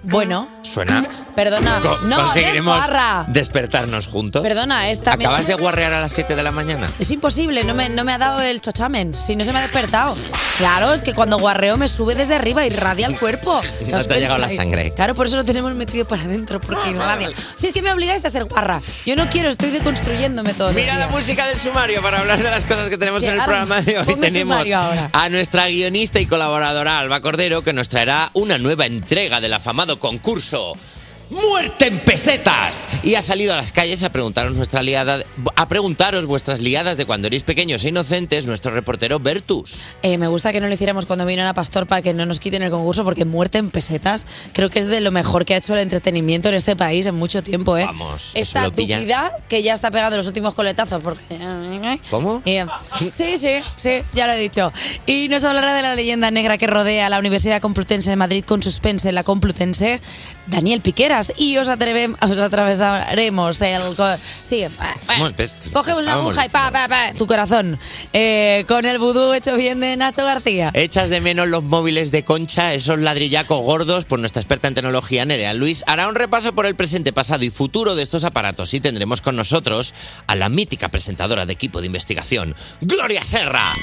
Bueno, Suena. perdona. Co- no, es conseguiremos barra. despertarnos juntos. Perdona, esta ¿Acabas de guarrear a las 7 de la mañana? Es imposible, no me, no me ha dado el chochamen. Si no se me ha despertado. Claro, es que cuando guarreo me sube desde arriba, irradia el cuerpo. No te ha ¿Os pensáis? llegado la sangre. Claro, por eso lo tenemos metido para adentro, porque irradia. Si es que me obligáis a ser guarra. Yo no quiero, estoy deconstruyéndome todo. Mira la música del sumario para hablar de las cosas que tenemos Sí, en el ahora, programa de hoy. ponme Tenemos sumario ahora. a nuestra guionista y colaboradora Alba Cordero que nos traerá una nueva entrega del afamado concurso Muerte en pesetas. Y ha salido a las calles a preguntaros nuestra liada, a preguntaros vuestras liadas de cuando erais pequeños e inocentes, nuestro reportero Bertus. Eh, me gusta que no lo hiciéramos cuando vino Ana Pastor para que no nos quiten el concurso, porque muerte en pesetas creo que es de lo mejor que ha hecho el entretenimiento en este país en mucho tiempo, ¿eh? Vamos, eso Esta lo pillan. duquidad que ya está pegando los últimos coletazos. Porque... ¿Cómo? Y, eh, sí, sí, sí, ya lo he dicho. Y nos hablará de la leyenda negra que rodea a la Universidad Complutense de Madrid con suspense en la Complutense, Daniel Piqueras. Y os, atreve- os atravesaremos el... co- Sí, eh, Vamos, bestia. cogemos una pues, Vamos. aguja y pa, pa, pa, tu corazón. Eh, con el vudú hecho bien de Nacho García. Echas de menos los móviles de concha, esos ladrillacos gordos, por nuestra experta en tecnología, Nerea Luis, hará un repaso por el presente, pasado y futuro de estos aparatos y tendremos con nosotros a la mítica presentadora de equipo de investigación, Gloria Serra.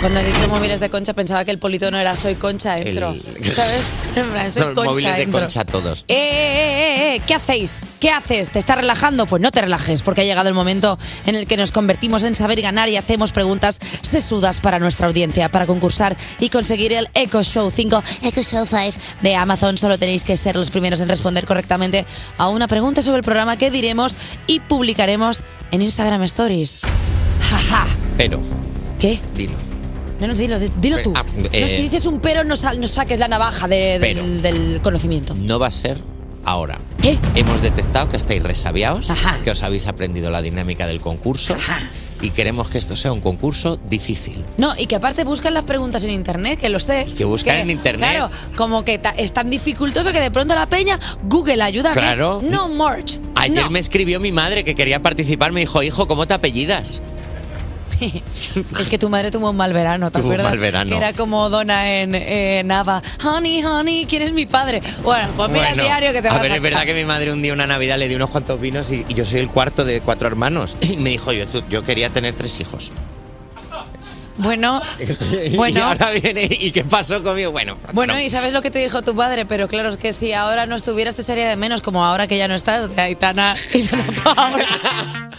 Cuando has dicho móviles de concha pensaba que el politono era soy concha, entro. El- ¿Sabes? En plan, soy Los concha, móviles de entro. concha todos. Eh, eh, eh, eh, eh, ¿qué hacéis? ¿Qué haces? ¿Te estás relajando? Pues no te relajes, porque ha llegado el momento en el que nos convertimos en saber ganar y hacemos preguntas sesudas para nuestra audiencia. Para concursar y conseguir el Echo Show 5, Echo Show 5 de Amazon, solo tenéis que ser los primeros en responder correctamente a una pregunta sobre el programa que diremos y publicaremos en Instagram Stories. Jaja. Pero, ¿Qué? dilo. No, no, dilo, di- dilo tú. Ah, No, eh. si dices un pero, no, sa- no saques la navaja de- del, del conocimiento. No va a ser ahora. ¿Qué? Hemos detectado que estáis resabiados, Ajá. que os habéis aprendido la dinámica del concurso Ajá. y queremos que esto sea un concurso difícil. No, y que aparte buscan las preguntas en internet, que lo sé. que buscan en internet. Claro, como que ta- es tan dificultoso que de pronto la peña, Google, ayúdame. Claro. No merch. Ayer no. me escribió mi madre que quería participar, me dijo, hijo, ¿cómo te apellidas? Es que tu madre tuvo un mal verano, ¿te Tuvo un acuerdas? mal verano. Que era como Donna en, en Ava. Honey, honey, ¿quién es mi padre? Bueno, pues mira el Bueno, diario que te vas A ver, a es verdad sacar. que mi madre un día, una Navidad, le di unos cuantos vinos y, y yo soy el cuarto de cuatro hermanos. Y me dijo, yo, tú- yo quería tener tres hijos. Bueno, Y bueno. ahora viene, ¿y qué pasó conmigo? Bueno, Bueno, no. y sabes lo que te dijo tu padre, pero claro, es que si ahora no estuvieras te echaría de menos, como ahora que ya no estás, de Aitana y de la Paula.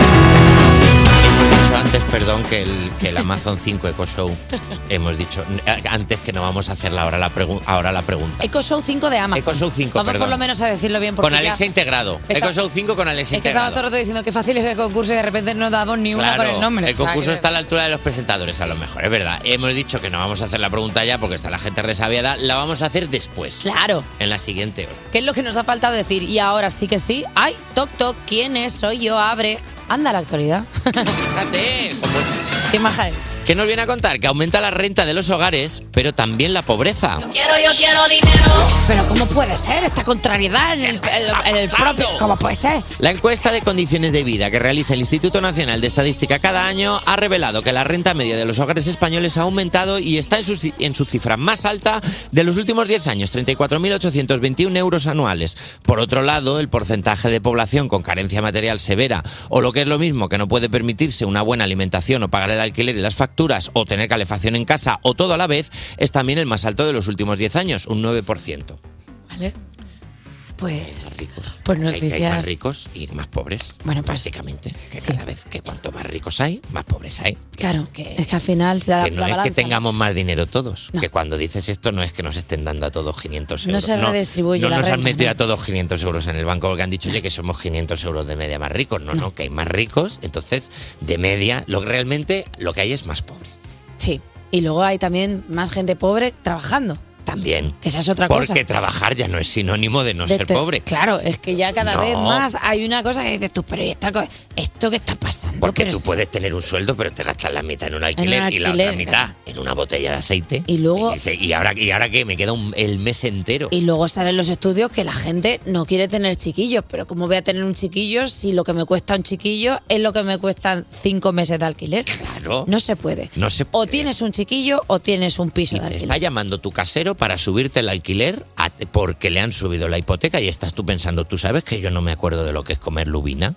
dicho antes, perdón, que el, que el Amazon 5 Eco Show, hemos dicho, eh, antes que no vamos a hacerla ahora la, pregu- ahora la pregunta. Eco Show 5 de Amazon. Eco Show 5, Vamos por perdón. lo menos a decirlo bien, porque Con ya- Alexa integrado. Está- Eco Show 5 con Alexa Es que estaba integrado. todo el rato diciendo que fácil es el concurso y de repente no damos ni una Claro, con el nombre. El O sea, eh, concurso que- está a la altura de los presentadores, a lo mejor, es verdad. Hemos dicho que no vamos a hacer la pregunta ya porque está la gente resabiada. La vamos a hacer después. Claro. En la siguiente hora. ¿Qué es lo que nos ha faltado decir? Y ahora sí que sí. ¡Ay, toc, toc! ¿Quién es? Soy yo, abre. Anda la actualidad. Fíjate, ¿Qué maja es? ¿Qué nos viene a contar? Que aumenta la renta de los hogares, pero también la pobreza. Quiero, yo quiero dinero. Pero ¿cómo puede ser esta contrariedad en el, en el- en el propio? ¿Cómo puede ser? La encuesta de condiciones de vida que realiza el Instituto Nacional de Estadística cada año ha revelado que la renta media de los hogares españoles ha aumentado y está en su, ci- en su cifra más alta de los últimos 10 años, 34.821 euros anuales. Por otro lado, el porcentaje de población con carencia material severa o lo que es lo mismo, que no puede permitirse una buena alimentación o pagar el alquiler y las facturas o tener calefacción en casa o todo a la vez, es también el más alto de los últimos 10 años, un 9%. Vale. Pues. Pues Que hay noticias. pues, más ricos y más pobres. Bueno, básicamente. Que cada vez que cuanto más ricos hay, más pobres hay. Claro, es que al final se da Que no la es que balanza. tengamos más dinero todos. No. Que cuando dices esto no es que nos estén dando a todos 500 No euros. se redistribuye No, la nos han renta, metido ¿no? a todos 500 euros en el banco porque han dicho, oye, que somos 500 euros de media más ricos. No, no, que hay más ricos. Entonces, de media, lo que realmente lo que hay es más pobres. Sí. Y luego hay también más gente pobre trabajando. También. Que esa es otra porque cosa. trabajar ya no es sinónimo de no De ser te- pobre. Claro, es que ya cada No. vez más hay una cosa que dices tú, pero ¿y esta co- esto que está pasando? Porque Pero tú es- puedes tener un sueldo, pero te gastas la mitad en un alquiler, y la alquiler. otra mitad en una botella de aceite. Y luego, Y dice, ¿y ahora, ¿y ahora qué? Me queda un- el mes entero. y luego salen los estudios que la gente no quiere tener chiquillos, pero ¿cómo voy a tener un chiquillo si lo que me cuesta un chiquillo es lo que me cuestan cinco meses de alquiler? Claro. No se puede. No se O tienes un chiquillo o tienes un piso de Te alquiler. está llamando tu casero para subirte el alquiler a- porque le han subido la hipoteca y estás tú pensando, tú sabes que yo no me acuerdo de lo que es comer lubina.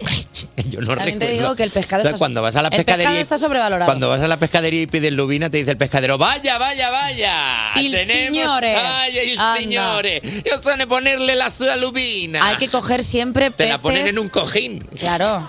yo no También te recuerdo. digo que el pescado O sea, está- cuando vas a la el pescado pescadería y- está sobrevalorado. Cuando vas a la pescadería y pides lubina, te dice el pescadero, vaya, vaya, vaya. Il tenemos, signore. Vaya, il Anda. signore. Yo suele ponerle la, la lubina. Hay que coger siempre Te peces. la ponen en un cojín. Claro.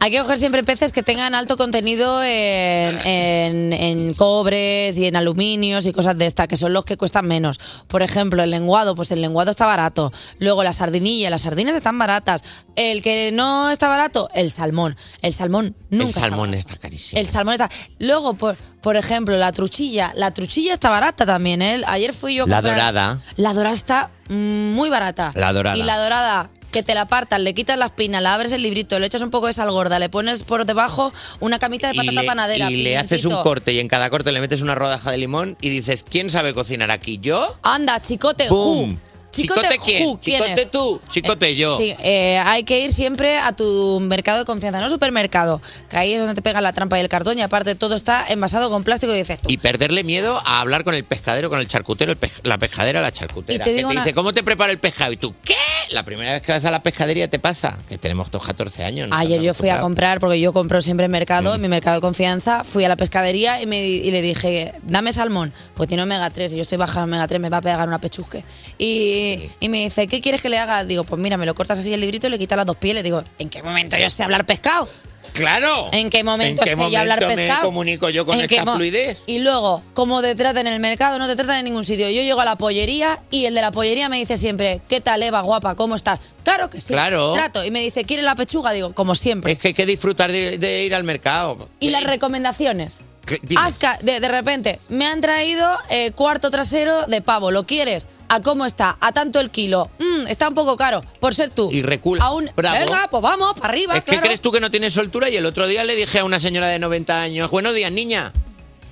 Hay que coger siempre peces que tengan alto contenido en, en- en cobres y en aluminios y cosas de estas, que son los que cuestan menos. Por ejemplo, el lenguado, pues el lenguado está barato. Luego la sardinilla, las sardinas están baratas. El que no está barato, el salmón. El salmón nunca el está salmón barato. está carísimo. El salmón está. Luego, por, por ejemplo, la truchilla. La truchilla está barata también, ¿eh? Ayer fui yo a La comprar- dorada. La dorada está mm, muy barata. La dorada. Y la dorada, que te la partas, le quitas la espina, la abres el librito, le echas un poco de sal gorda, le pones por debajo una camita de Y patata le, panadera. y le haces un pimentito. corte y en cada corte le metes una rodaja de limón y dices, ¿quién sabe cocinar aquí? ¿Yo? Anda, chicote, ¡Pum! ju. ¿Chicote, quién? ju, ¿Chicote es? tú? ¿Chicote Eh, yo? Sí, eh, hay que ir siempre a tu mercado de confianza, no supermercado, que ahí es donde te pega la trampa y el cartón y aparte todo está envasado con plástico y dices tú. Y perderle miedo a hablar con el pescadero, con el charcutero, el pej- la pescadera, la charcutera. Y te que digo te una- dice, ¿cómo te prepara el pescado? Y tú, ¿qué? La primera vez que vas a la pescadería te pasa. Que tenemos todos 14 años. ¿no? Ayer yo fui a comprar, porque yo compro siempre en mercado, Mm. en mi mercado de confianza, fui a la pescadería y, me, di- y le dije, dame salmón, pues tiene omega 3 y yo estoy baja en omega 3, me va a pegar una pechusque. Y, y me dice, ¿qué quieres que le haga? Digo, pues mira, me lo cortas así el librito y le quitas las dos pieles. Digo, ¿en qué momento yo sé hablar pescado? ¡Claro! ¿En qué momento ¿En qué sé yo hablar momento pescado? me comunico yo con ¿En qué esta mo- fluidez? Y luego, como te tratan en el mercado, no te tratan en ningún sitio. Yo llego a la pollería y el de la pollería me dice siempre, ¿qué tal, Eva, guapa? ¿Cómo estás? Claro que sí. Claro. Trato. Y me dice, ¿quieres la pechuga? Digo, como siempre. Es que hay que disfrutar de, de ir al mercado. Y las recomendaciones. ¿Qué- dime? Azca, de, de repente, me han traído eh, cuarto trasero de pavo. ¿Lo quieres? ¿A cómo está? ¿A tanto el kilo? Mm, está un poco caro, por ser tú. Y recula. Aún, Bravo. venga, pues vamos, para arriba, Es que claro. crees tú que no tienes soltura y el otro día le dije a una señora de 90 años, buenos días, niña.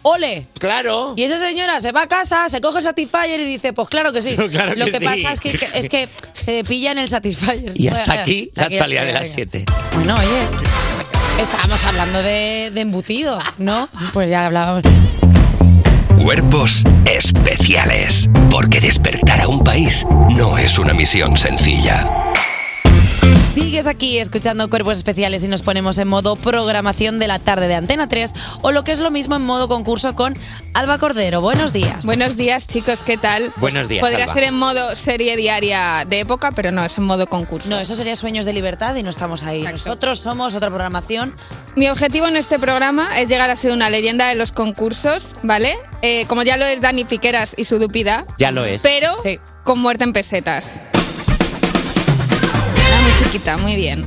¡Ole! Claro. Y esa señora se va a casa, se coge el Satisfyer y dice, pues claro que sí. Claro Lo que que sí. pasa es que, que- es que se pilla en el Satisfyer. Y hasta Bueno, aquí la actualidad de las venga. 7. Bueno, oye, estábamos hablando de, de embutido, ¿no? Pues ya hablábamos. Cuerpos especiales. Porque despertar a un país no es una misión sencilla. Sigues aquí escuchando Cuerpos Especiales y nos ponemos en modo programación de la tarde de Antena 3 o lo que es lo mismo en modo concurso con Alba Cordero. Buenos días. Buenos días, chicos, ¿qué tal? Pues Buenos días, Podría Alba. ser en modo serie diaria de época, pero no, es en modo concurso. No, eso sería Sueños de Libertad y no estamos ahí. Nosotros somos otra programación. Mi objetivo en este programa es llegar a ser una leyenda de los concursos, ¿vale? Eh, como ya lo es Dani Piqueras y su dupida. Ya lo es. Pero con muerte en pesetas. Una musiquita, muy bien.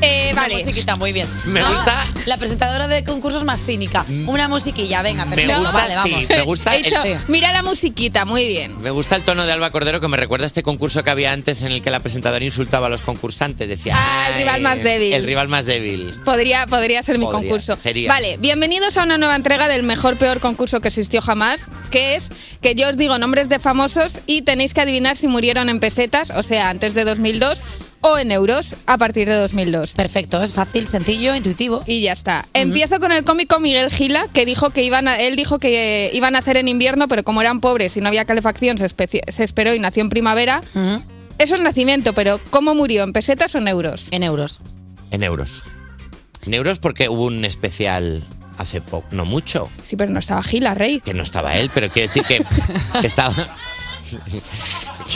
Eh, Una vale. musiquita, muy bien. Me Ah, gusta- Mm. La presentadora de concursos más cínica. Una musiquilla, venga, Me perfecto. gusta, vale, sí, vamos. me gusta He dicho, el- mira la musiquita, muy bien. Me gusta el tono de Alba Cordero que me recuerda a este concurso que había antes en el que la presentadora insultaba a los concursantes. Decía. Ah, el "Ay, rival más débil". El rival más débil. Podría, podría ser mi Podría, concurso. sería. Vale, bienvenidos a una nueva entrega del mejor peor concurso que existió jamás, que es que yo os digo nombres de famosos y tenéis que adivinar si murieron en pesetas, o sea, antes de 2002 o en euros a partir de 2002. Perfecto, es fácil, sencillo, intuitivo. Y ya está. Empiezo con el cómico Miguel Gila, que dijo que iban a- él dijo que iban a hacer en invierno, pero como eran pobres y no había calefacción, se, especi- se esperó y nació en primavera. Eso es nacimiento, pero ¿cómo murió? ¿En pesetas o en euros? En euros. En euros. En euros porque hubo un especial hace poco, no mucho, Sí, pero no estaba Gila, Rey. que no estaba él, pero quiero decir que, que estaba. que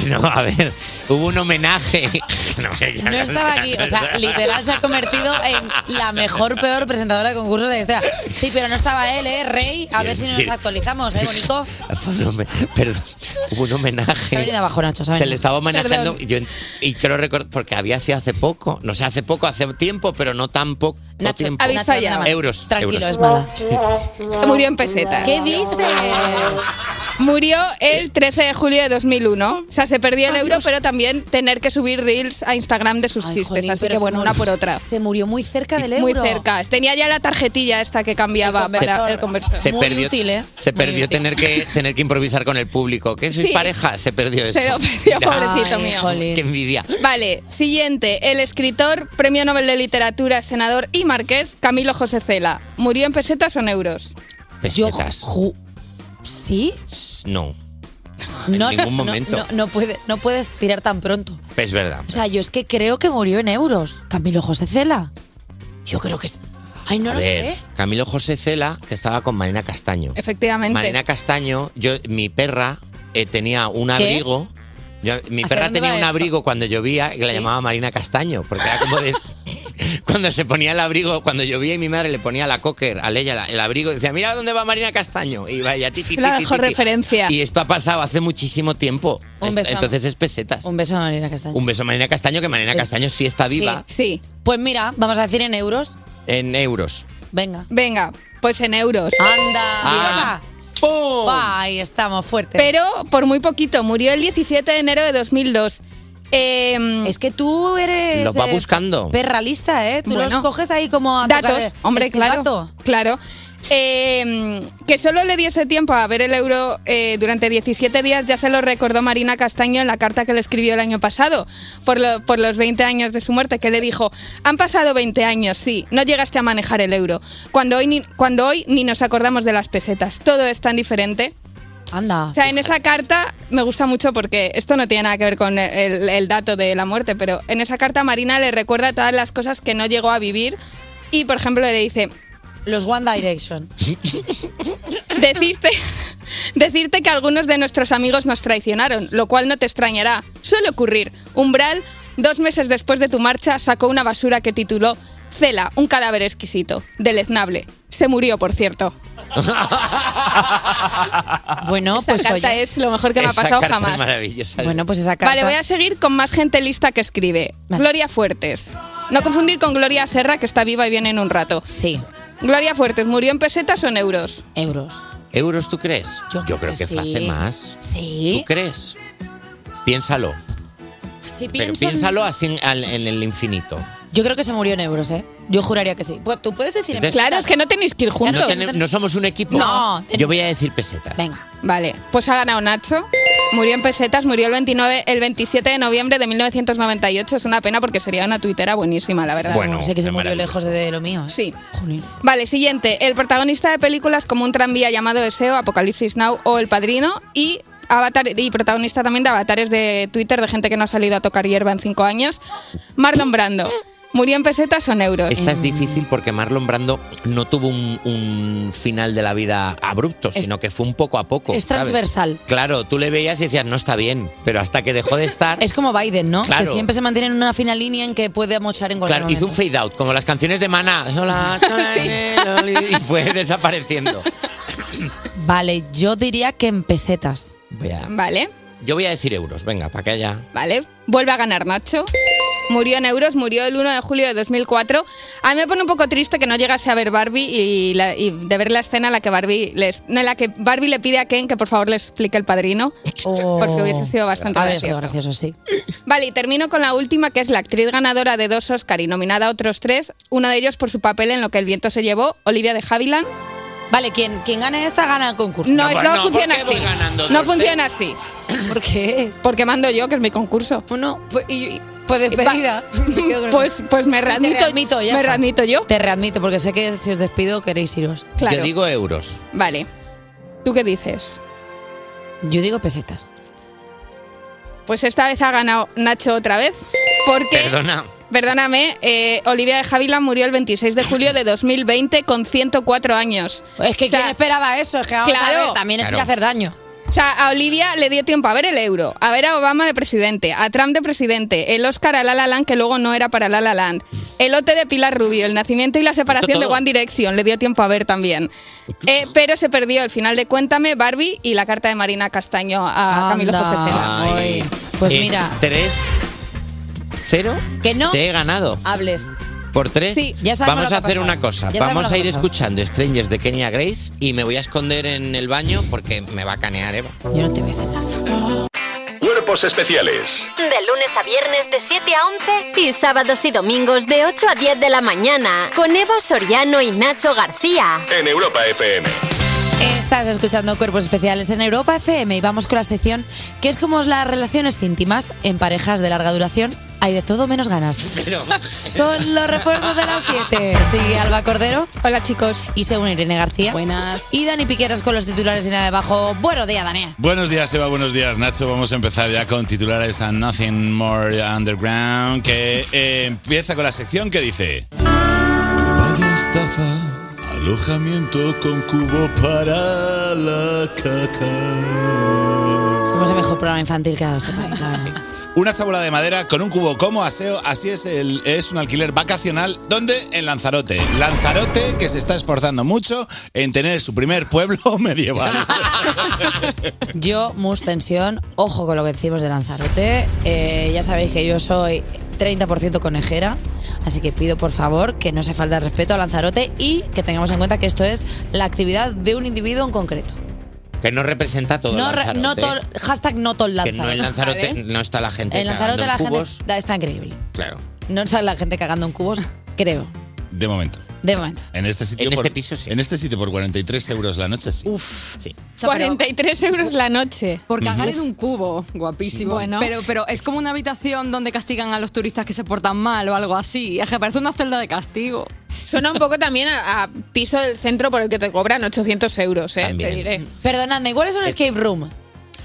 No, a ver, hubo un homenaje. No, que ya No estaba aquí, o sea, literal se ha convertido en la mejor, peor presentadora de concursos de la historia. Sí, pero no estaba él, ¿eh? Rey, a ver si nos actualizamos, ¿eh, bonito? Fue un home- Perdón, hubo un Se ha homenaje. venido abajo, Nacho, se ha Se le venido. estaba homenajeando Perdón. y, yo, en- y creo recordar, porque había sido hace poco, no sé, hace poco, hace tiempo, pero no tan poco Nacho, tiempo. Habéis Nacho, fallado. nada más. Euros, Tranquilo, euros. es mala. Murió en pesetas. ¿Qué dices? Murió el 13 de julio de 2001. O sea, se perdió el euro, pero también tener que subir reels a Instagram de sus Ay, chistes. jolín, así pero que se bueno, murió- una por otra. Se murió muy cerca del euro. Muy cerca. Tenía ya la tarjetilla esta que cambiaba El para conversor. el conversor. Se Muy perdió, útil, ¿eh? se Muy perdió útil. tener que tener que improvisar con el público. ¿Qué soy Sí. pareja? Se perdió eso. Se lo perdió, Mira, pobrecito Ay, mío. jolín. Qué envidia. Vale, siguiente. El escritor, premio Nobel de Literatura, senador y marqués, Camilo José Cela. ¿Murió en pesetas o en euros? Yo Pesetas. ju- ¿Sí? No, No, ningún no, momento. No, no puede- no puedes tirar tan pronto. es verdad. O sea, yo es que creo que murió en euros. Camilo José Cela. Yo creo que... es- Ay, no A lo ver, sé. Camilo José Cela, que estaba con Marina Castaño. Efectivamente. Marina Castaño, yo, mi perra eh, tenía un abrigo. Yo- mi ¿Hacia perra dónde tenía va un esto? abrigo cuando llovía y la ¿Sí? llamaba Marina Castaño, porque era como de. cuando se ponía el abrigo, cuando llovía y mi madre le ponía la cocker, a ella la- el abrigo, y decía, mira dónde va Marina Castaño. Y vaya, ti, ti, ti, La ti, mejor ti, ti. referencia. Y esto ha pasado hace muchísimo tiempo. Un Es- beso. Entonces es pesetas. Un beso a Marina Castaño. Un beso a Marina Castaño, que Marina Sí. Castaño sí está viva Sí. Pues mira, vamos a decir en euros. en euros. Venga. Venga, pues en euros. Anda. Ah. mira. ¡Pum! Va, ahí estamos fuertes. Pero por muy poquito. Murió el 17 de enero de 2002. Eh, es que tú eres Los va eh, buscando. perra lista, ¿eh? Tú los Bueno. coges ahí como a datos, tocar el- hombre, el claro, silbato. claro. Eh, que solo le diese tiempo a ver el euro eh, durante 17 días, ya se lo recordó Marina Castaño en la carta que le escribió el año pasado, por, lo- por los 20 años de su muerte, que le dijo, han pasado 20 años, sí, no llegaste a manejar el euro, cuando hoy ni, cuando hoy ni nos acordamos de las pesetas, todo es tan diferente. Anda. O sea, en esa carta me gusta mucho porque esto no tiene nada que ver con el, el dato de la muerte, pero en esa carta Marina le recuerda todas las cosas que no llegó a vivir y, por ejemplo, le dice, Los One Direction. decirte, decirte que algunos de nuestros amigos nos traicionaron, lo cual no te extrañará. Suele ocurrir. Umbral, dos meses después de tu marcha, sacó una basura que tituló Cela, un cadáver exquisito, deleznable. Se murió, por cierto. Bueno, pues la carta oye. es lo mejor que me ha Esa pasado carta es jamás. maravillosa. Bueno, pues esa carta. Vale, voy a seguir con más gente lista que escribe. Vale. Gloria Fuertes. No confundir con Gloria Serra, que está viva y viene en un rato. Sí, Gloria Fuertes, ¿murió en pesetas o en euros? euros. ¿Euros tú crees? Yo creo creo que que sí. fue hace más. ¿Tú Sí. crees? Piénsalo. Sí, Pero pienso en- piénsalo así en, al- en el infinito. Yo creo que se murió en euros, ¿eh? Yo juraría que sí. Pues tú puedes decir en Entonces- Claro, es que no tenéis que ir No, juntos. tenem- no somos un equipo. No. Yo voy a decir peseta. Venga. Vale, pues ha ganado Nacho. Murió en pesetas, murió el 29, el 27 de noviembre de 1998. Es una pena porque sería una tuitera buenísima, la verdad. Bueno, sé que se es murió maravilloso. lejos de lo mío. ¿eh? Sí. Jolín. Vale, siguiente. El protagonista de películas como Un tranvía llamado Deseo, Apocalipsis Now o El Padrino y avatar y protagonista también de avatares de Twitter de gente que no ha salido a tocar hierba en cinco años. Marlon Brando. ¿Murió en pesetas o en euros? Esta Em, es difícil porque Marlon Brando no tuvo un, un final de la vida abrupto, sino que fue un poco a poco. es ¿sabes? transversal. Claro, tú le veías y decías, no está bien, pero hasta que dejó de estar... Es como Biden, ¿no? Claro. Que siempre se mantiene en una fina línea en que puede mochar en cualquier Claro, hizo un momento. fade out, como las canciones de Maná. Hola, y fue desapareciendo. Vale, yo diría que en pesetas. Voy a- Vale, yo voy a decir euros, venga, para que haya... vale. Vuelve a ganar Nacho. Murió en euros, murió el 1 de julio de 2004. A mí me pone un poco triste que no llegase a ver Barbie y, la- y de ver la escena en la que Barbie les, no, en la que Barbie le pide a Ken que por favor le explique el padrino, porque hubiese sido bastante Habría sido gracioso. Oh. gracioso, sí. Vale, y termino con la última, que es la actriz ganadora de dos Oscar y nominada a otros tres, uno de ellos por su papel en Lo que el viento se llevó, Olivia de Havilland. Vale, quien, quien gane esta gana el concurso. No, es- no funciona ¿por qué así. voy ganando No dos, funciona así. ¿Por qué? Porque mando yo, que es mi concurso. Bueno, pues, y, pues despedida. Me quedo con- Pues, pues me readmito, readmito, ya me está. readmito yo. Te readmito, porque sé que si os despido queréis iros. Claro. Yo digo euros. Vale. ¿Tú qué dices? Yo digo pesetas. Pues esta vez ha ganado Nacho otra vez. Porque, Eh, Perdona. perdóname, eh, Olivia de Havilland murió el 26 de julio de 2020 con 104 años. Es que O sea, quién esperaba eso, es que vamos claro. a ver, también es ir a Claro. hacer daño. O sea, a Olivia le dio tiempo a ver el euro, a ver a Obama de presidente, a Trump de presidente, el Oscar a La La Land, que luego no era para La La Land, el lote de Pilar Rubio, el nacimiento y la separación de Todo. One Direction, le dio tiempo a ver también. Eh, pero se perdió el final de Cuéntame, Barbie y la carta de Marina Castaño a Camilo Anda. José Cela. Ay. Ay, pues Eh, mira. Tres, cero. Que no. Te he ganado. Hables. Por tres. Sí, ya sabemos lo Vamos que a ha hacer pasado. una cosa. Ya sabemos Vamos lo que a ha ir pasado. escuchando Strangers de Kenya Grace y me voy a esconder en el baño porque me va a canear Eva. Yo no te voy a hacer nada. Cuerpos especiales De lunes a viernes de 7 a 11 y sábados y domingos de 8 a 10 de la mañana con Eva Soriano y Nacho García. en Europa FM. Estás escuchando Cuerpos Especiales en Europa FM y vamos con la sección que es como las relaciones íntimas en parejas de larga duración. Hay de todo menos ganas. Son los refuerzos de las 7. Sigue Alba Cordero. Hola chicos. Y se une Irene García. Buenas. Y Dani Piqueras con los titulares y nada debajo. Buenos días, Dani. Buenos días, Eva. Buenos días, Nacho. Vamos a empezar ya con titulares a Nothing More Underground, que eh, empieza con la sección que dice... estafa, alojamiento con cubo para la caca. Somos el mejor programa infantil que ha dado este país. la verdad. Una chabola de madera con un cubo como aseo, así es, el, es un alquiler vacacional. ¿Dónde? En Lanzarote. Lanzarote que se está esforzando mucho en tener su primer pueblo medieval. Yo, mus tensión, ojo con lo que decimos de Lanzarote. Eh, ya sabéis que yo soy 30% conejera, así que pido por favor que no se falte el respeto a Lanzarote y que tengamos en cuenta que esto es la actividad de un individuo en concreto. Que no representa todo No, re- Lanzarote. no tol- hashtag no tol que no Lanzarote. ¿Eh? en Lanzarote Vale. no está la gente. En Lanzarote la cagando en gente cubos. está, está increíble. Claro. No está la gente cagando en cubos, creo, De momento. de momento. En este sitio. En por- este piso, sí. En este sitio por 43 euros la noche, sí. Uf. Sí. O sea, pero 43 euros la noche. por cagar en un cubo, guapísimo. Bueno. Pero, pero es como una habitación donde castigan a los turistas que se portan mal o algo así. Es que parece una celda de castigo. Suena un poco también a, a piso del centro por el que te cobran 800 euros, eh, te También. diré. Perdonadme, igual Eh, es un escape room.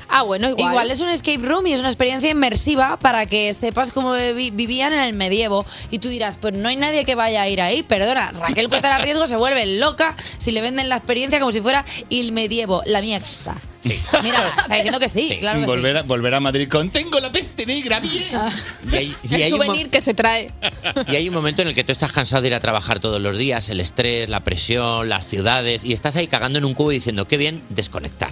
Ah, bueno, igual. Igual. es un escape room y es una experiencia inmersiva para que sepas cómo vi- vivían en el medievo. Y tú dirás, pues no hay nadie que vaya a ir ahí. Perdona, Raquel Cuesta Riesgo se vuelve loca si le venden la experiencia como si fuera el medievo, la mía está. Mira, está diciendo que sí, Sí. claro que volver, a, volver a Madrid con Tengo la peste negra, bien. Y hay, y el hay un mo- souvenir que se trae. Y hay un momento en el que tú estás cansado de ir a trabajar todos los días, el estrés, la presión, las ciudades, y estás ahí cagando en un cubo y diciendo, qué bien, desconectar.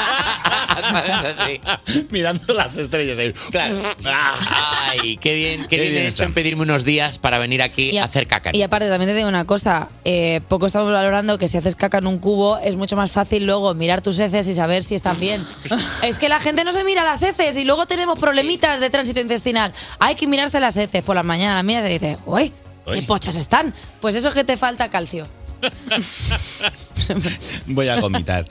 ¿Sabes? Así. Mirando las estrellas ahí. Claro. Ay, qué bien, qué, Qué bien, bien he hecho está. en pedirme unos días para venir aquí sí. a a- hacer caca. y aparte, también te digo una cosa: eh, poco estamos valorando que si haces caca en un cubo es mucho más fácil luego mirar tus heces y saber si están bien. es que la gente no se mira las heces y luego tenemos problemitas de tránsito intestinal. Hay que mirarse las heces por la mañana. La mía te dice, uy, qué Uy. pochas están. Pues eso es que te falta calcio. Voy a vomitar.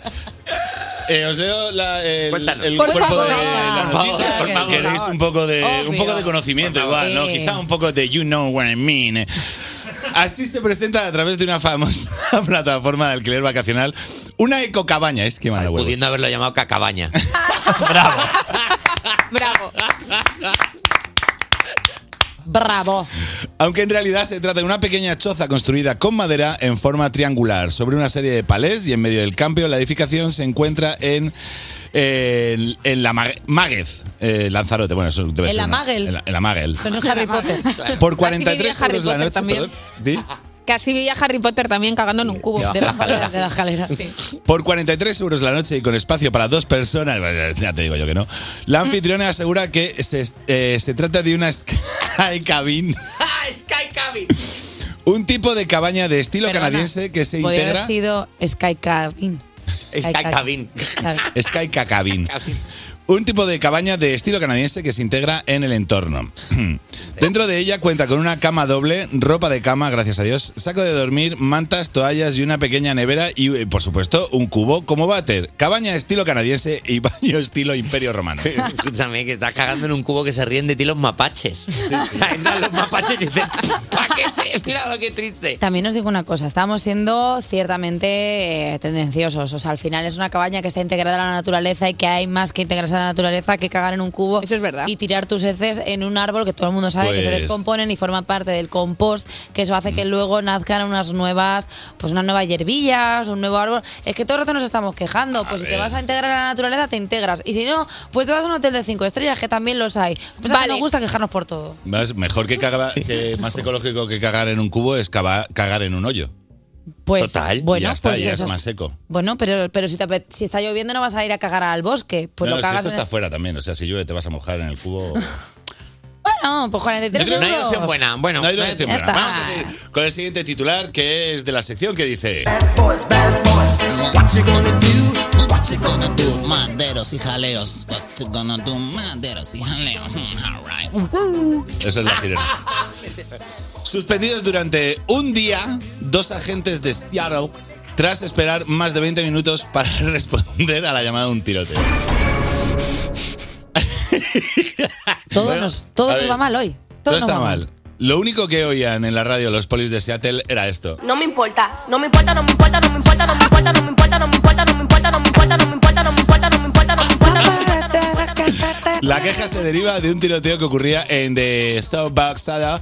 eh, os leo la- el, el Por cuerpo favor. de Venga. la Por noticia, favor, porque por favor. queréis un poco de un poco de conocimiento igual, ¿no? Sí. Quizá un poco de you know what I mean. Así se presenta a través de una famosa plataforma de alquiler vacacional una ecocabaña, es que mala Pudiendo haberlo llamado cacabaña. Bravo. Bravo. Aunque en realidad se trata de una pequeña choza construida con madera en forma triangular sobre una serie de palés y en medio del campo la edificación se encuentra en, en, en la Mag- Máguez, eh, Lanzarote. Bueno, eso debe En ser la una- Máguez. En la, en la Máguez. Pero no es Harry Potter. Por Casi vivía 43 Harry euros la Potter noche. también. perdón. Di. Casi vivía Harry Potter también cagando en un cubo. Ya. De la escalera. De la escalera. Por 43 euros la noche y con espacio para dos personas, bueno, ya te digo yo que no. La anfitriona asegura que se, eh, se trata de una Sky Cabin, Sky Cabin. un tipo de cabaña de estilo canadiense que se Podría haber integra. sido Sky Cabin. Sky Cabin. Sky Cacabin. Un tipo de cabaña de estilo canadiense que se integra en el entorno. Dentro de ella cuenta con una cama doble, ropa de cama, gracias a Dios, saco de dormir, mantas, toallas y una pequeña nevera y, eh, por supuesto, un cubo como váter. Cabaña estilo canadiense y baño estilo imperio romano. Escúchame, que estás cagando en un cubo que se ríen de ti los mapaches. Entran los mapaches y dicen, "Paquete, Mira lo que triste. También os digo una cosa, estamos siendo ciertamente eh, tendenciosos. O sea, al final es una cabaña que está integrada a la naturaleza y que hay más que integrarse a la naturaleza que cagar en un cubo y tirar tus heces en un árbol que todo el mundo sabe que se Pues- Mm. descomponen y forman parte del compost, que eso hace que luego nazcan unas nuevas, pues unas nuevas hierbillas, un nuevo árbol. Es que todo el rato nos estamos quejando. pues si te ver. vas a integrar a la naturaleza, te integras. Y si no, pues te vas a un hotel de cinco estrellas, que también los hay. Pues a que nos gusta quejarnos por todo. ¿Ves? Mejor que, caga- que más ecológico que cagar en un cubo es cava- cagar en un hoyo. Pues, Total. bueno, ya está, pues ya eso es es- más seco. Bueno, pero, pero si, te apet- si está lloviendo no vas a ir a cagar al bosque. Pues no, lo no, si cagas esto en está el- fuera también. O sea, si llueve te vas a mojar en el cubo. Bueno, pues 43 Yo creo- euros. no hay una opción Ya buena. está. Vamos a seguir con el siguiente titular que es de la sección que dice. What's it gonna do? Maderos y jaleos. What's it gonna do? Maderos y jaleos. Mm, all right. Uh-huh. Eso es la sirena. Suspendidos durante un día, dos agentes de Seattle tras esperar más de 20 minutos para responder a la llamada de un tiroteo. Todo, Bueno, nos, todo a nos ver, va mal hoy. Todo Todo, nos está va mal. Lo único que oían en la radio los polis de Seattle era esto. No me importa, no me importa, no me importa, no me importa, no me importa, no me importa, no me importa, no me importa, no me importa, no me importa, no me importa, no me importa, no me importa, no me importa. La queja se deriva de un tiroteo que ocurría en The Starbucks Sala.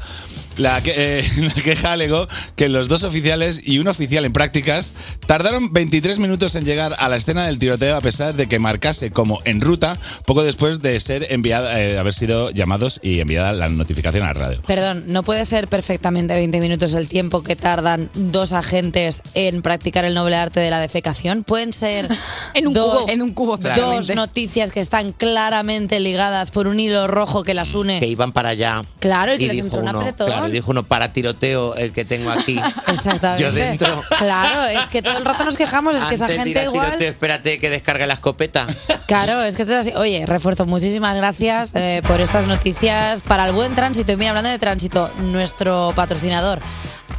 La, que- eh, la queja alegó que los dos oficiales y un oficial en prácticas tardaron 23 minutos en llegar a la escena del tiroteo a pesar de que marcase como en ruta poco después de ser enviada, eh, haber sido llamados y enviada la notificación a la radio. Perdón, no puede ser perfectamente 20 minutos el tiempo que tardan dos agentes en practicar el noble arte de la defecación. Pueden ser en un dos, cubo. En un cubo, dos claramente. noticias que están claramente ligadas por un hilo rojo que las une. Que iban para allá. Claro, y que les dijo entró un uno, apretón. Claro, y dijo uno, para tiroteo el que tengo aquí. Exactamente. Yo dentro. Claro, es que todo el rato nos quejamos, Pues es que esa Antes de ir gente al igual. tiroteo, espérate que descargue la escopeta. Claro, es que esto es así. Oye, refuerzo, muchísimas gracias eh, por estas noticias para el buen tránsito. Y mira, hablando de tránsito, nuestro patrocinador.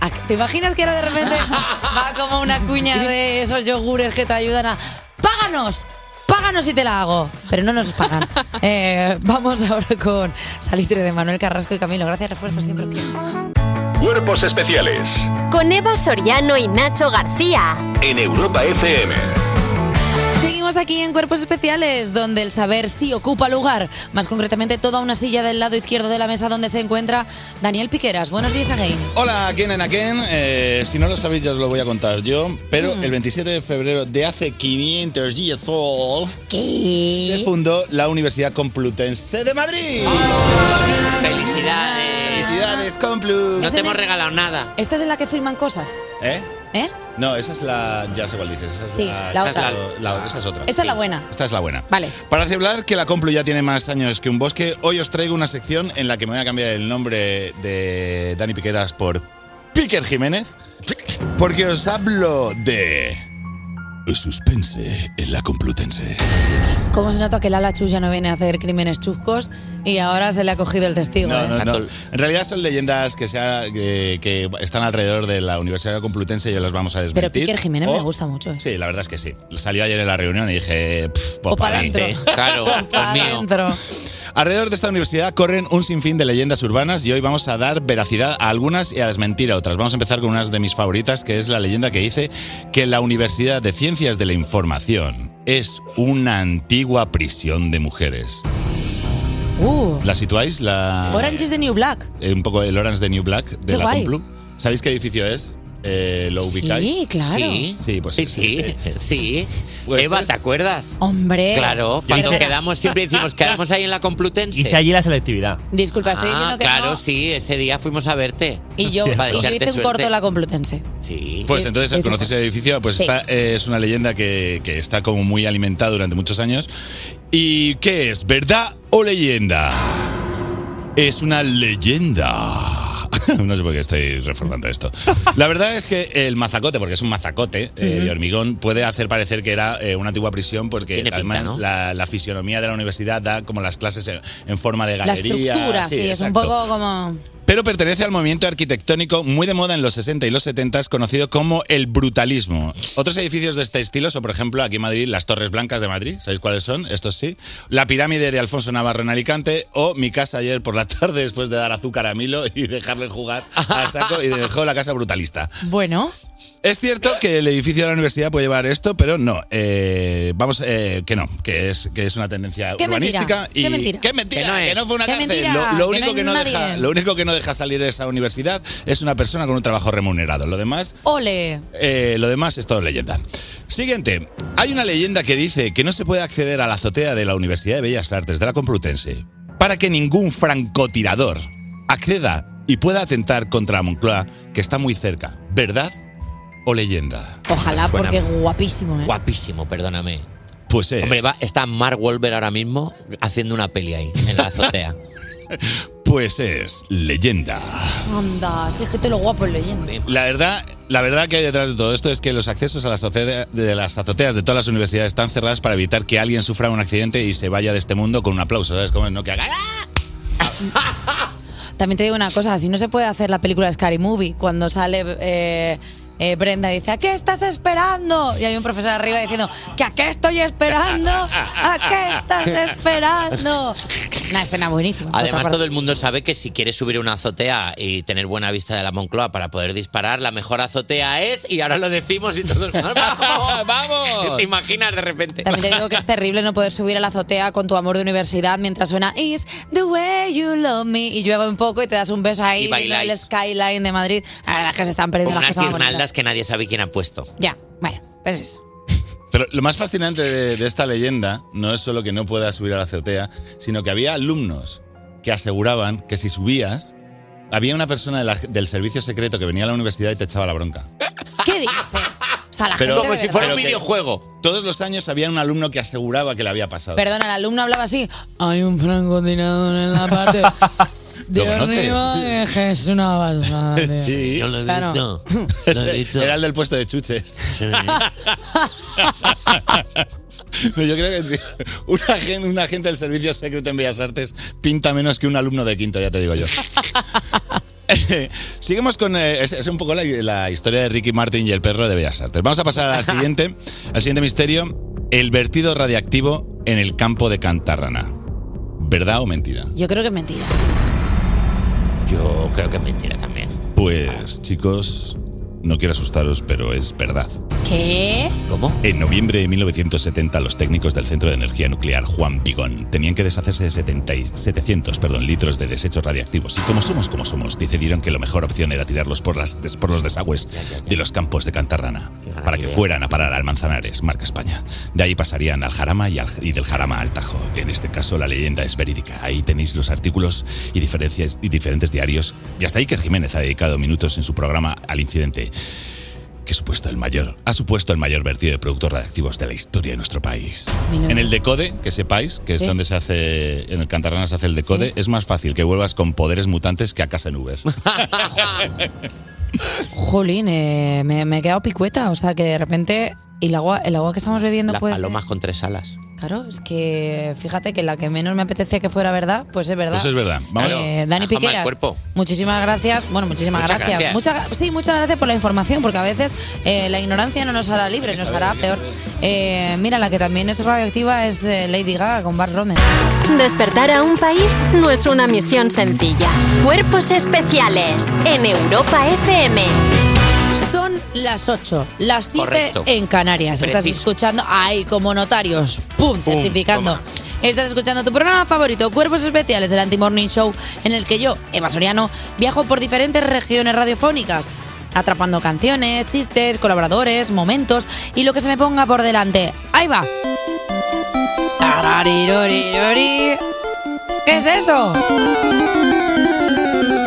Ac- ¿Te imaginas que ahora de repente va como una cuña de esos yogures que te ayudan a. ¡Páganos! ¡Páganos si te la hago! Pero no nos pagan. Eh, vamos ahora con Salitre de Manuel Carrasco y Camilo. Gracias, refuerzo, siempre os quiero. Cuerpos especiales Con Eva Soriano y Nacho García. en Europa FM. Seguimos aquí en Cuerpos Especiales, donde el saber sí ocupa lugar, más concretamente toda una silla del lado izquierdo de la mesa donde se encuentra Daniel Piqueras. Buenos días, Again. Hola, Ken en Aken. Eh, si no lo sabéis, ya os lo voy a contar yo. Pero Mm. el 27 de febrero de hace 500 días all, ¿Qué? se fundó la Universidad Complutense de Madrid. ¡Felicidades! ¡Felicidades, Complus! No Ese te no hemos es- regalado nada. ¿Esta es en la que firman cosas? ¿Eh? ¿Eh? No, esa es la. Ya sé cuál dices. Esa es Sí, la esa otra. es la- la- esa es otra. Esta es la buena. Esta es la buena. Vale. Para celebrar que la Complu ya tiene más años que un bosque, hoy os traigo una sección en la que me voy a cambiar el nombre de Dani Piqueras por Piquer Jiménez, porque os hablo de Suspense en la Complutense. ¿Cómo se nota que Lala Chus ya no viene a hacer crímenes chuscos y ahora se le ha cogido el testigo? No, eh? no, no. En realidad son leyendas que, sea, que, que están alrededor de la Universidad Complutense y yo las vamos a Pero desmentir. Piquer Jiménez O- me gusta mucho. eh. Sí, la verdad es que sí. Salió ayer en la reunión y dije, "Pf, pues O pues pa' pa' mí". dentro. Claro, Pa' dentro. Alrededor de esta universidad corren un sinfín de leyendas urbanas y hoy vamos a dar veracidad a algunas y a desmentir a otras. Vamos a empezar con una de mis favoritas, que es la leyenda que dice que la Universidad de Ciencias de la Información es una antigua prisión de mujeres. Uh, ¿La situáis? La... Orange is the New Black. eh, un poco el Orange de New Black de Qué la guay. Complu. ¿Sabéis qué edificio es? Eh, ¿Lo ubicáis? Sí, claro. Sí. Sí, pues sí. Sí, sí. Pues Eva, ¿te acuerdas? Hombre. Claro, cuando Perdona. quedamos siempre decimos, quedamos ahí en la Complutense. Hice allí la selectividad. Disculpa, estoy Ah, diciendo que claro, no. sí, ese día fuimos a verte. Y yo, Para y yo desearte hice un suerte. corto en la Complutense. Sí. Pues entonces conocéis el edificio, pues Eh, Sí. esta es una leyenda que, que está como muy alimentada durante muchos años. ¿Y qué es? ¿Verdad o leyenda? Es una leyenda. No sé por qué estoy reforzando esto. La verdad es que el mazacote, porque es un mazacote eh, de Ujú. hormigón, puede hacer parecer que era eh, una antigua prisión porque Tiene pinta, además ¿no? la, la fisionomía de la universidad da como las clases en, en forma de La galería. estructura, sí, es un exacto poco como. pero pertenece al movimiento arquitectónico muy de moda en los 60 y los 70 conocido como el brutalismo. Otros edificios de este estilo son, por ejemplo, aquí en Madrid, las Torres Blancas de Madrid, ¿sabéis cuáles son? Estos sí. La pirámide de Alfonso Navarro en Alicante o mi casa ayer por la tarde después de dar azúcar a Milo y dejarle jugar a saco y dejó la casa brutalista. Bueno. Es cierto que el edificio de la universidad puede llevar esto, pero no. eh, vamos, eh, que no, que es, que es una tendencia Qué mentira, urbanística. qué y, mentira. ¡Qué mentira! Que Que no no, es. fue una Qué cárcel. mentira, Lo- lo, que no único hay que no nadie. deja, lo único que no deja salir de esa universidad es una persona con un trabajo remunerado. Lo demás, Ole. eh, lo demás es todo leyenda. Siguiente. Hay una leyenda que dice que no se puede acceder a la azotea de la Universidad de Bellas Artes de la Complutense para que ningún francotirador acceda y pueda atentar contra Moncloa, que está muy cerca. ¿Verdad o leyenda? Ojalá, Suena porque guapísimo, ¿eh? Guapísimo, perdóname. Pues es. Hombre, va, está Mark Wolver ahora mismo haciendo una peli ahí, en la azotea. Pues es leyenda. Anda, si es que todo lo guapo es leyenda. La verdad, la verdad que hay detrás de todo esto es que los accesos a las azotea- de las azoteas de todas las universidades están cerradas para evitar que alguien sufra un accidente y se vaya de este mundo con un aplauso, ¿sabes? Como no que haga ¡ah! También te digo una cosa, si no se puede hacer la película Scary Movie, cuando sale eh, eh, Brenda y dice, ¿a qué estás esperando? Y hay un profesor arriba diciendo, ¿que a qué estoy esperando? ¿A qué estás esperando? Una escena buenísima. por Además, todo otra parte. el mundo sabe que si quieres subir a una azotea y tener buena vista de la Moncloa para poder disparar, la mejor azotea es, y ahora lo decimos y todos, ¡vamos, vamos! ¿Te imaginas de repente? También te digo que es terrible no poder subir a la azotea con tu amor de universidad mientras suena Is the way you love me y llueve un poco y te das un beso ahí Y viendo el bailáis. skyline de Madrid. La verdad es que se están perdiendo Unas las cosas más bonitas. guirnaldas que nadie sabe quién ha puesto. Ya, bueno, pues eso. Pero lo más fascinante de, de esta leyenda no es solo que no puedas subir a la azotea, sino que había alumnos que aseguraban que si subías, había una persona de la- del servicio secreto que venía a la universidad y te echaba la bronca. ¿Qué dices? O sea, la Pero- gente de verdad. pero que Todos los años había un alumno que aseguraba que le había pasado. Perdona, el alumno hablaba así. Hay un francotirador en la parte ¿Lo de conoces? arriba. Es que es una basada. tío. Sí. Yo lo he Claro. visto. Era el del puesto de chuches. Pero yo creo que un agente, un agente del servicio secreto en Bellas Artes pinta menos que un alumno de quinto, ya te digo yo. Sigamos con. eh, es, es un poco la, la historia de Ricky Martin y el perro de Bellas Artes. Vamos a pasar a la siguiente, al siguiente misterio: el vertido radiactivo en el campo de Cantarrana. ¿Verdad o mentira? Yo creo que es mentira. Yo creo que es mentira también. Pues, chicos, no quiero asustaros, pero es verdad. ¿Qué? ¿Cómo? En noviembre de 1970, los técnicos del Centro de Energía Nuclear Juan Pigón tenían que deshacerse de 70 y- 700 perdón, litros de desechos radiactivos. Y como somos como somos, decidieron que la mejor opción era tirarlos por, las, des- por los desagües de los campos de Cantarrana, para que fueran a parar al Manzanares, marca España. De ahí pasarían al Jarama y, al- y del Jarama al Tajo. En este caso, la leyenda es verídica. Ahí tenéis los artículos y, diferencias, y diferentes diarios. Y hasta ahí que Jiménez ha dedicado minutos en su programa al incidente que supuesto el mayor, ha supuesto el mayor vertido de productos radiactivos de la historia de nuestro país. Mira. En el decode, que sepáis, que es Sí. donde se hace, en el Cantarrana se hace el decode, es más fácil que vuelvas con poderes mutantes que a casa en Uber. Jolín, eh, me, me he quedado picueta. O sea, que de repente Y el agua, el agua que estamos bebiendo, Las pues. palomas con tres alas. Claro, es que fíjate que la que menos me apetecía que fuera verdad, pues es verdad. Eso es verdad. Vamos. Eh, Dani Ajá, mal Piqueras, cuerpo. muchísimas gracias. Bueno, muchísimas Muchas gracias. gracias. Muchas- sí, muchas gracias por la información, porque a veces eh, la ignorancia no nos hará libres, nos hará peor. Eh, mira, la que también es radioactiva es eh, Lady Gaga con Bart Roman. Despertar a un país no es una misión sencilla. Cuerpos especiales en Europa FM. Son las 8, las 7 Correcto. en Canarias. Estás Preciso. escuchando, ahí como notarios, pum, certificando. Estás escuchando tu programa favorito, Cuerpos Especiales del Anti-Morning Show, en el que yo, Eva Soriano, viajo por diferentes regiones radiofónicas, atrapando canciones, chistes, colaboradores, momentos y lo que se me ponga por delante. Ahí va. Tararirorirori. ¿Qué es eso?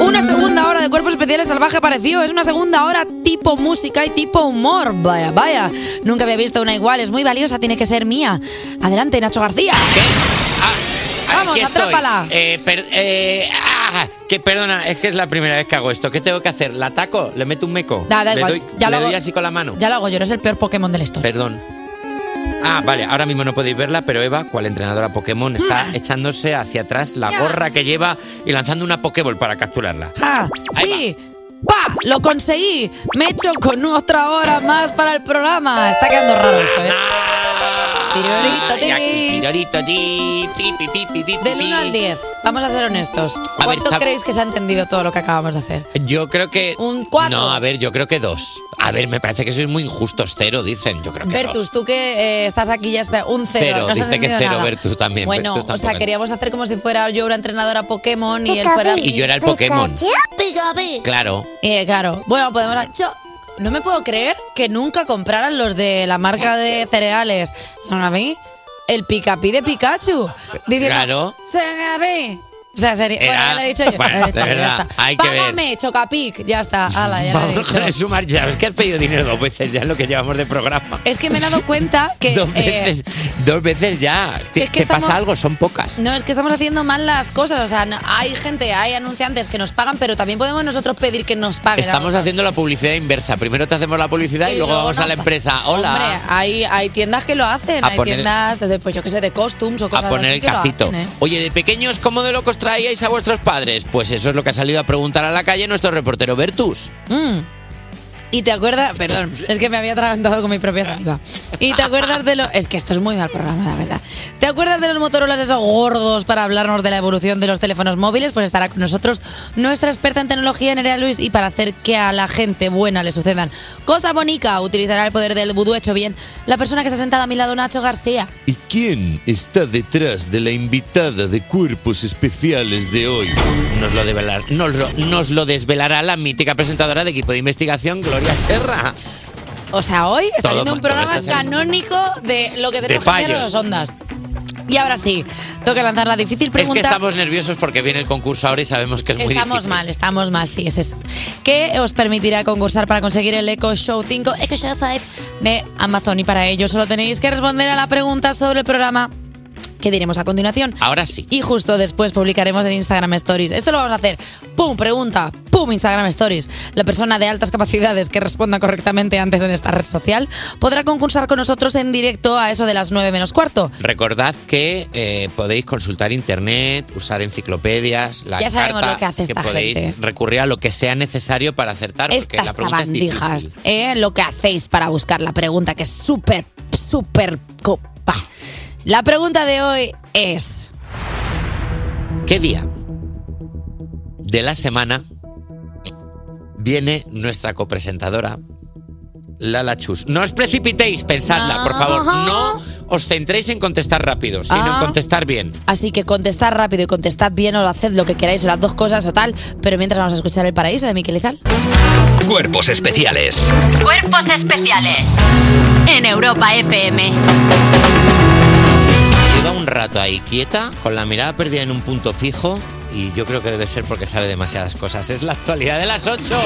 Una segunda hora de Cuerpos Especiales Salvaje apareció. Es una segunda hora tipo música y tipo humor. Vaya, vaya. Nunca había visto una igual. Es muy valiosa, tiene que ser mía. Adelante, Nacho García. Vamos, Aquí estoy. atrápala. Eh, per- eh, ah, que perdona, es que es la primera vez que hago esto. ¿Qué tengo que hacer? ¿La ataco? ¿Le meto un meco? Da, da ¿Le igual. doy- Ya lo le doy hago. así con la mano? Ya lo hago yo, eres el peor Pokémon de la historia. Perdón. Ah, vale, ahora mismo no podéis verla, pero Eva, cual entrenadora Pokémon, está Mm. echándose hacia atrás la gorra que lleva y lanzando una Pokéball para capturarla. Ah, sí. ¡Pa! Lo conseguí. Me echo con otra hora más para el programa. Está quedando raro esto, ¿eh? Tirorito, Y aquí, ti. tirorito, ti, ti, ti, ti, ti, ti, Del ti. 1 al 10. Vamos a ser honestos. ¿Cuánto sab- creéis que se ha entendido todo lo que acabamos de hacer? Yo creo que. Un cuatro. No, a ver, yo creo que dos. A ver, me parece que sois muy injustos. Cero, dicen. Yo creo que Bertus, dos. tú que eh, estás aquí ya espera, un cero. Cero, no has dice que entendido cero, nada. Bertus también, Bueno, Bertus o sea, tampoco. queríamos hacer como si fuera yo una entrenadora Pokémon y él fuera. Y yo era el Pokémon. Pikachu. Claro. Eh, claro. Bueno, podemos. Yo no me puedo creer que nunca compraran los de la marca de cereales. ¿A mí? El Picapi de Pikachu. Diciendo, Claro. "Sanabi". O sea, sería. Era- Bueno, ya lo he dicho yo. Bueno, ya lo he dicho de yo, ya verdad, está. hay que ver. Págame, Chocapic. Ya está. Ala, ya lo he Vamos dicho. con el sumar. Ya ves que has pedido dinero dos veces ya es lo que llevamos de programa. Es que me he dado cuenta que. dos eh, veces. Dos veces ya. Te, es que te estamos- pasa algo, son pocas. No, es que estamos haciendo mal las cosas. O sea, no- hay gente, hay anunciantes que nos pagan, pero también podemos nosotros pedir Ah, que nos paguen. Estamos Hombre, haciendo la publicidad inversa. Primero te hacemos la publicidad y, Y luego luego vamos a la empresa. Hola. hay, hay tiendas que lo hacen. A hay poner- tiendas, de, pues yo qué sé, de costumes o cosas a poner así el que lo cacito. hacen, ¿eh? Oye, de pequeños, ¿cómo de locos traíais a vuestros padres? Pues eso es lo que ha salido a preguntar a la calle nuestro reportero Bertus. Mm. Y te acuerdas, perdón, es que me había atragantado con mi propia saliva. Y te acuerdas de lo. Es que esto es muy mal programa, la verdad. ¿Te acuerdas de los Motorolas esos gordos para hablarnos de la evolución de los teléfonos móviles? Pues estará con nosotros nuestra experta en tecnología, Nerea Luis, y para hacer que a la gente buena le sucedan cosas bonica, utilizará el poder del vudú hecho bien la persona que está sentada a mi lado, Nacho García. ¿Y quién está detrás de la invitada de cuerpos especiales de hoy? Nos lo, develar- nos lo- nos lo desvelará la mítica presentadora de equipo de investigación, Gloria Serra. O sea, hoy está Todo haciendo mal, un todo programa está haciendo canónico de lo que De tenemos que hacer en fallos. las ondas. Y ahora sí, tengo que lanzar la difícil pregunta. Es que estamos nerviosos porque viene el concurso ahora y sabemos que es muy estamos difícil. mal, estamos mal, sí, es eso. Que os permitirá concursar para conseguir el Echo Show 5, Echo Show 5 de Amazon. Y para ello solo tenéis que responder a la pregunta sobre el programa que diremos a continuación. Ahora sí. Y justo después publicaremos en Instagram Stories. Esto lo vamos a hacer. ¡Pum! Pregunta. ¡Pum! Instagram Stories. La persona de altas capacidades que responda correctamente antes en esta red social podrá concursar con nosotros en directo a eso de las 9 menos cuarto. Recordad que eh, podéis consultar internet, usar enciclopedias, la Ya sabemos carta, lo que hace esta podéis gente. recurrir a lo que sea necesario para acertar, porque la Estas pregunta es difícil. sabandijas, ¿eh? lo que hacéis para buscar la pregunta, que es súper, súper copa. La pregunta de hoy es... ¿Qué día de la semana viene nuestra copresentadora Lala Chus? No os precipitéis, pensadla, por favor. Ajá. No os centréis en contestar rápido, sino Ah. en contestar bien. Así que contestad rápido y contestad bien o lo haced lo que queráis o las dos cosas o tal, pero mientras vamos a escuchar El Paraíso de Miquel Izal. Cuerpos especiales. Cuerpos especiales en Europa FM. Lleva un rato ahí quieta, con la mirada perdida en un punto fijo, y yo creo que debe ser porque sabe demasiadas cosas. Es la actualidad de las 8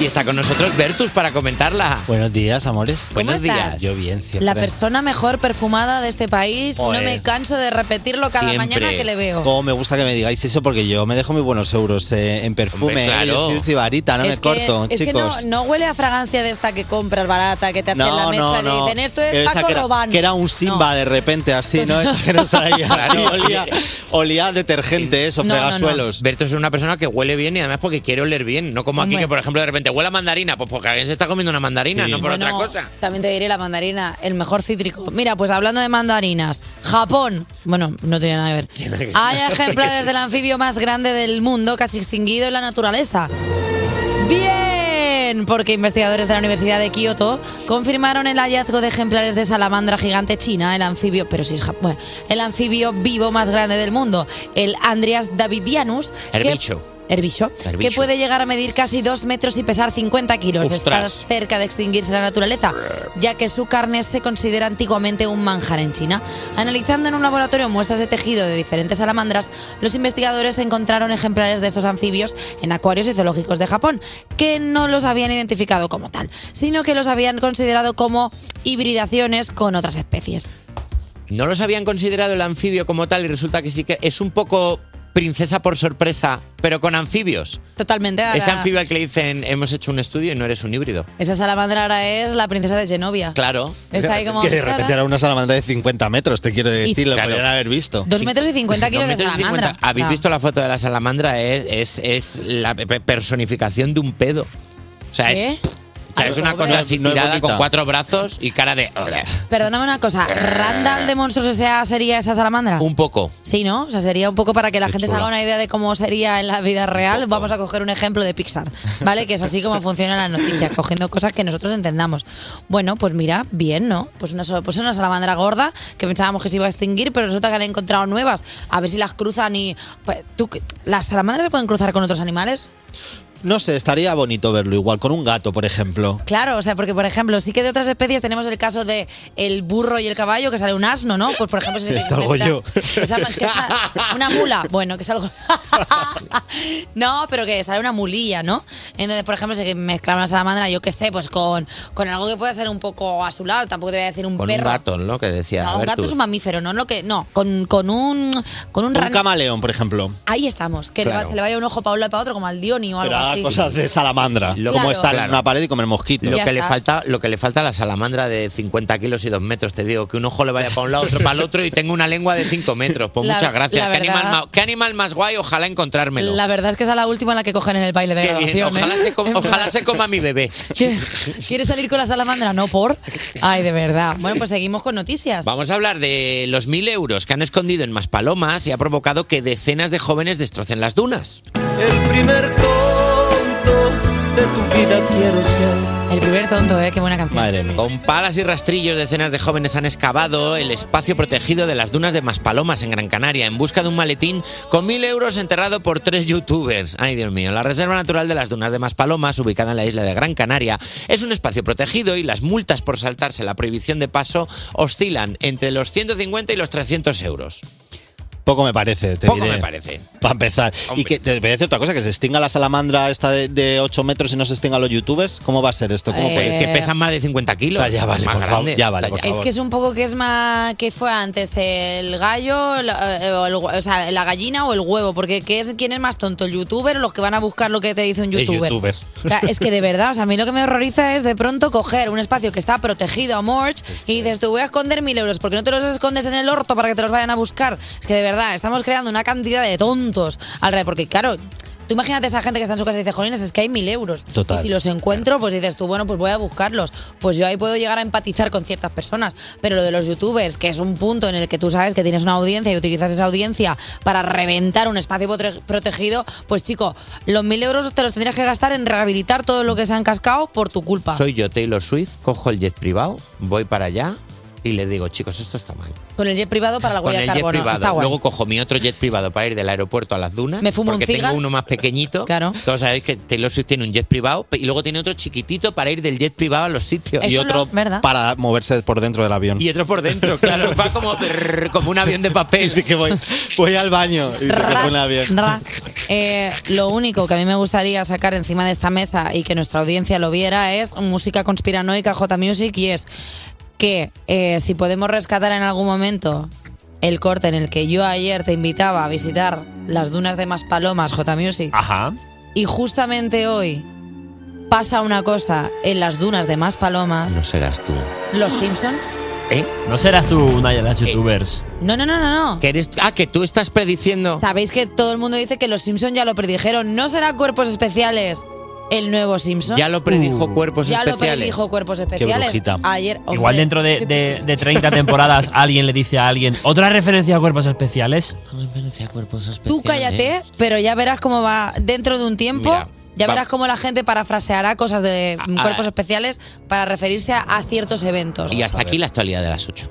y está con nosotros Bertus para comentarla. Buenos días, amores. Buenos estás? días. Yo bien, siempre. La persona mejor perfumada de este país. Joder. No me canso de repetirlo cada Siempre. mañana que le veo. Como me gusta que me digáis eso porque yo me dejo muy buenos euros eh, en perfume. Hombre, ¿eh? claro. Yo soy chivarita, no es me que, corto, es que chicos. no, no huele a fragancia de esta que compras barata, que te hacen la mezcla y te dicen esto Que es esa Paco que era, Robán. que era un Simba de repente así, ¿no? Esa que nos traía. Claro. Y olía, olía a detergente, eso, fregasuelos. Bertus es una persona que huele bien y además porque quiere oler bien. No como aquí Hombre. que, por ejemplo, de repente huele a mandarina. Pues porque alguien se está comiendo una mandarina, no por Bueno, otra cosa. También te diré la mandarina, el mejor cítrico. Mira, pues hablando de mandarinas, Japón. Bueno, no tiene nada que ver. Hay ejemplares del anfibio más grande del mundo que ha extinguido en la naturaleza. Bien, porque investigadores de la Universidad de Kioto confirmaron el hallazgo de ejemplares de salamandra gigante china, el anfibio, pero sí es Japón, bueno, el anfibio vivo más grande del mundo, el Andreas davidianus. que- Herbicho. Herbicho, que Herbicho. puede llegar a medir casi 2 metros y pesar 50 kilos. Está Ostras. cerca de extinguirse la naturaleza, ya que su carne se considera antiguamente un manjar en China. Analizando en un laboratorio muestras de tejido de diferentes salamandras, los investigadores encontraron ejemplares de estos anfibios en acuarios y zoológicos de Japón, que no los habían identificado como tal, sino que los habían considerado como hibridaciones con otras especies. No los habían considerado el anfibio como tal y resulta que sí que es un poco princesa por sorpresa, pero con anfibios. Totalmente. ahora- Ese anfibio al que le dicen hemos hecho un estudio y no eres un híbrido. Esa salamandra ahora es la princesa de Genovia. Claro. Está ahí como- Que de repente Claro. era una salamandra de 50 metros, te quiero decir, lo Claro. podrían haber visto. 2 metros y 50 kilos de 2,50 m. salamandra. O Habéis sea, visto la foto de la salamandra, es, es, es la pe- personificación de un pedo. O sea, es, ¿Qué? o sea, es una Pobre. cosa así No es tirada bonita. con cuatro brazos y cara de. Perdóname una cosa, ¿Randall de Monstruos S.A. sería esa salamandra? Eh. Un poco. Sí, ¿no? O sea, sería un poco para que la Qué gente se chula. haga una idea de cómo sería en la vida real. Vamos a coger un ejemplo de Pixar, ¿vale? Que es así como funcionan las noticias, cogiendo cosas que nosotros entendamos. Bueno, pues mira, bien, ¿no? Pues una, sal- pues una salamandra gorda que pensábamos que se iba a extinguir, pero resulta que han encontrado nuevas. A ver si las cruzan y... pues, ¿tú, qué- ¿Las salamandras se pueden cruzar con otros animales? No sé, estaría bonito verlo igual, con un gato, por ejemplo. Claro, o sea, porque por ejemplo, sí que de otras especies tenemos el caso de el burro y el caballo, que sale un asno, ¿no? Pues por ejemplo, si Sí, se es algo inventa- yo. que salga- que sa- una mula, bueno, que es algo. no, pero que sale una mulilla, ¿no? Entonces, por ejemplo, si mezclar una salamandra, yo qué sé, pues con, con algo que pueda ser un poco a su lado, tampoco te voy a decir un Con un perro. gato, ¿no? Que decía. No, un gato Bertus. es un mamífero, no lo que. No, con, con un. Con un, Un ran- camaleón, por ejemplo. Ahí estamos, que le va- Claro. se le vaya un ojo para un lado y para otro, como al Dioni o algo Pero haga así. cosas de salamandra, como Claro. estar en Claro. una pared y comer mosquitos. Lo Ya que, le está. falta, lo que le falta a la salamandra de 50 kilos y 2 metros, te digo, que un ojo le vaya para un lado, otro para el otro y tengo una lengua de 5 metros. Pues La- muchas gracias. la ¿Qué, verdad- animal más, qué animal más guay, ojalá encontrármelo. La verdad es que esa es la última la que cogen en el baile de Qué bien, graduación. ¿eh? ojalá, se coma, En plan, ojalá se coma a mi bebé. ¿Quieres salir con la salamandra? No, por. Ay, de verdad. Bueno, pues seguimos con noticias. Vamos a hablar de los mil euros que han escondido en Maspalomas y ha provocado que decenas de jóvenes destrocen las dunas. El primer tonto de tu vida quiero ser. El primer tonto, ¿eh? Qué buena canción. Madre mía. Con palas y rastrillos, decenas de jóvenes han excavado el espacio protegido de las dunas de Maspalomas en Gran Canaria en busca de un maletín con mil euros enterrado por tres youtubers. Ay, Dios mío, la Reserva Natural de las Dunas de Maspalomas, ubicada en la isla de Gran Canaria, es un espacio protegido y las multas por saltarse la prohibición de paso oscilan entre los 150 y los 300 euros. Poco me parece, te Poco diré. me parece. Para empezar. Y que te parece otra cosa, que se extinga la salamandra esta de, de 8 metros y no se extinga los youtubers. ¿Cómo va a ser esto? ¿Cómo Eh, puede Es ser? que pesan más de 50 kilos. O sea, ya vale, más por favor, grande. Ya Ah, vale, por Es favor. que es un poco que es más. ¿Qué fue antes? ¿El gallo? la- eh, o, el hue- o sea, la gallina o el huevo? Porque ¿qué es, ¿quién es más tonto? ¿El youtuber o los que van a buscar lo que te dice un El youtuber? youtuber. O sea, es que de verdad, o sea, a mí lo que me horroriza es de pronto coger un espacio que está protegido a Morch y dices, te voy a esconder mil euros, porque no te los escondes en el orto para que te los vayan a buscar. Es que de verdad, estamos creando una cantidad de tontos alrededor, porque claro. Tú imagínate esa gente que está en su casa y dice, jolines, es que hay mil euros. Total. Y si los encuentro, pues dices tú, bueno, pues voy a buscarlos. Pues yo ahí puedo llegar a empatizar con ciertas personas. Pero lo de los youtubers, que es un punto en el que tú sabes que tienes una audiencia y utilizas esa audiencia para reventar un espacio potre- protegido, pues chico, los mil euros te los tendrías que gastar en rehabilitar todo lo que se han cascado por tu culpa. Soy yo, Taylor Swift, cojo el jet privado, voy para allá y les digo, chicos, esto está mal. Con el jet privado para la Con huella el de jet carbono. Está privado. guay. Luego cojo mi otro jet privado para ir del aeropuerto a las dunas. Me fumo un porque cigar. tengo uno más pequeñito. Claro. Todos sabéis que Taylor Swift tiene un jet privado y luego tiene otro chiquitito para ir del jet privado a los sitios. y otro para moverse por dentro del avión. Y otro por dentro, claro. Va como, como un avión de papel. que voy, voy al baño. Y se coge un avión. Eh, lo único que a mí me gustaría sacar encima de esta mesa y que nuestra audiencia lo viera es música conspiranoica, J Music, y es que eh, si podemos rescatar en algún momento el corte en el que yo ayer te invitaba a visitar las dunas de Maspalomas, J Music, Ajá. y justamente hoy pasa una cosa en las dunas de Maspalomas, No serás tú. los Simpson. ¿Eh? No serás tú una de las youtubers. No, no, no, no, no. Que eres, ah, que tú estás prediciendo. Sabéis que todo el mundo dice que los Simpson ya lo predijeron. ¿No será Cuerpos Especiales el nuevo Simpson? Ya lo predijo Uh. Cuerpos ya lo Especiales. predijo Cuerpos Especiales. brujita. Ayer, Igual hombre, dentro de, de- de 30 temporadas alguien le dice a alguien otra referencia a cuerpos especiales. Tú cállate, pero ya verás cómo va dentro de un tiempo. Mira, ya va- verás cómo la gente parafraseará cosas de mm, a- Cuerpos Especiales para referirse a, a ciertos eventos. Y hasta aquí la actualidad de las 8.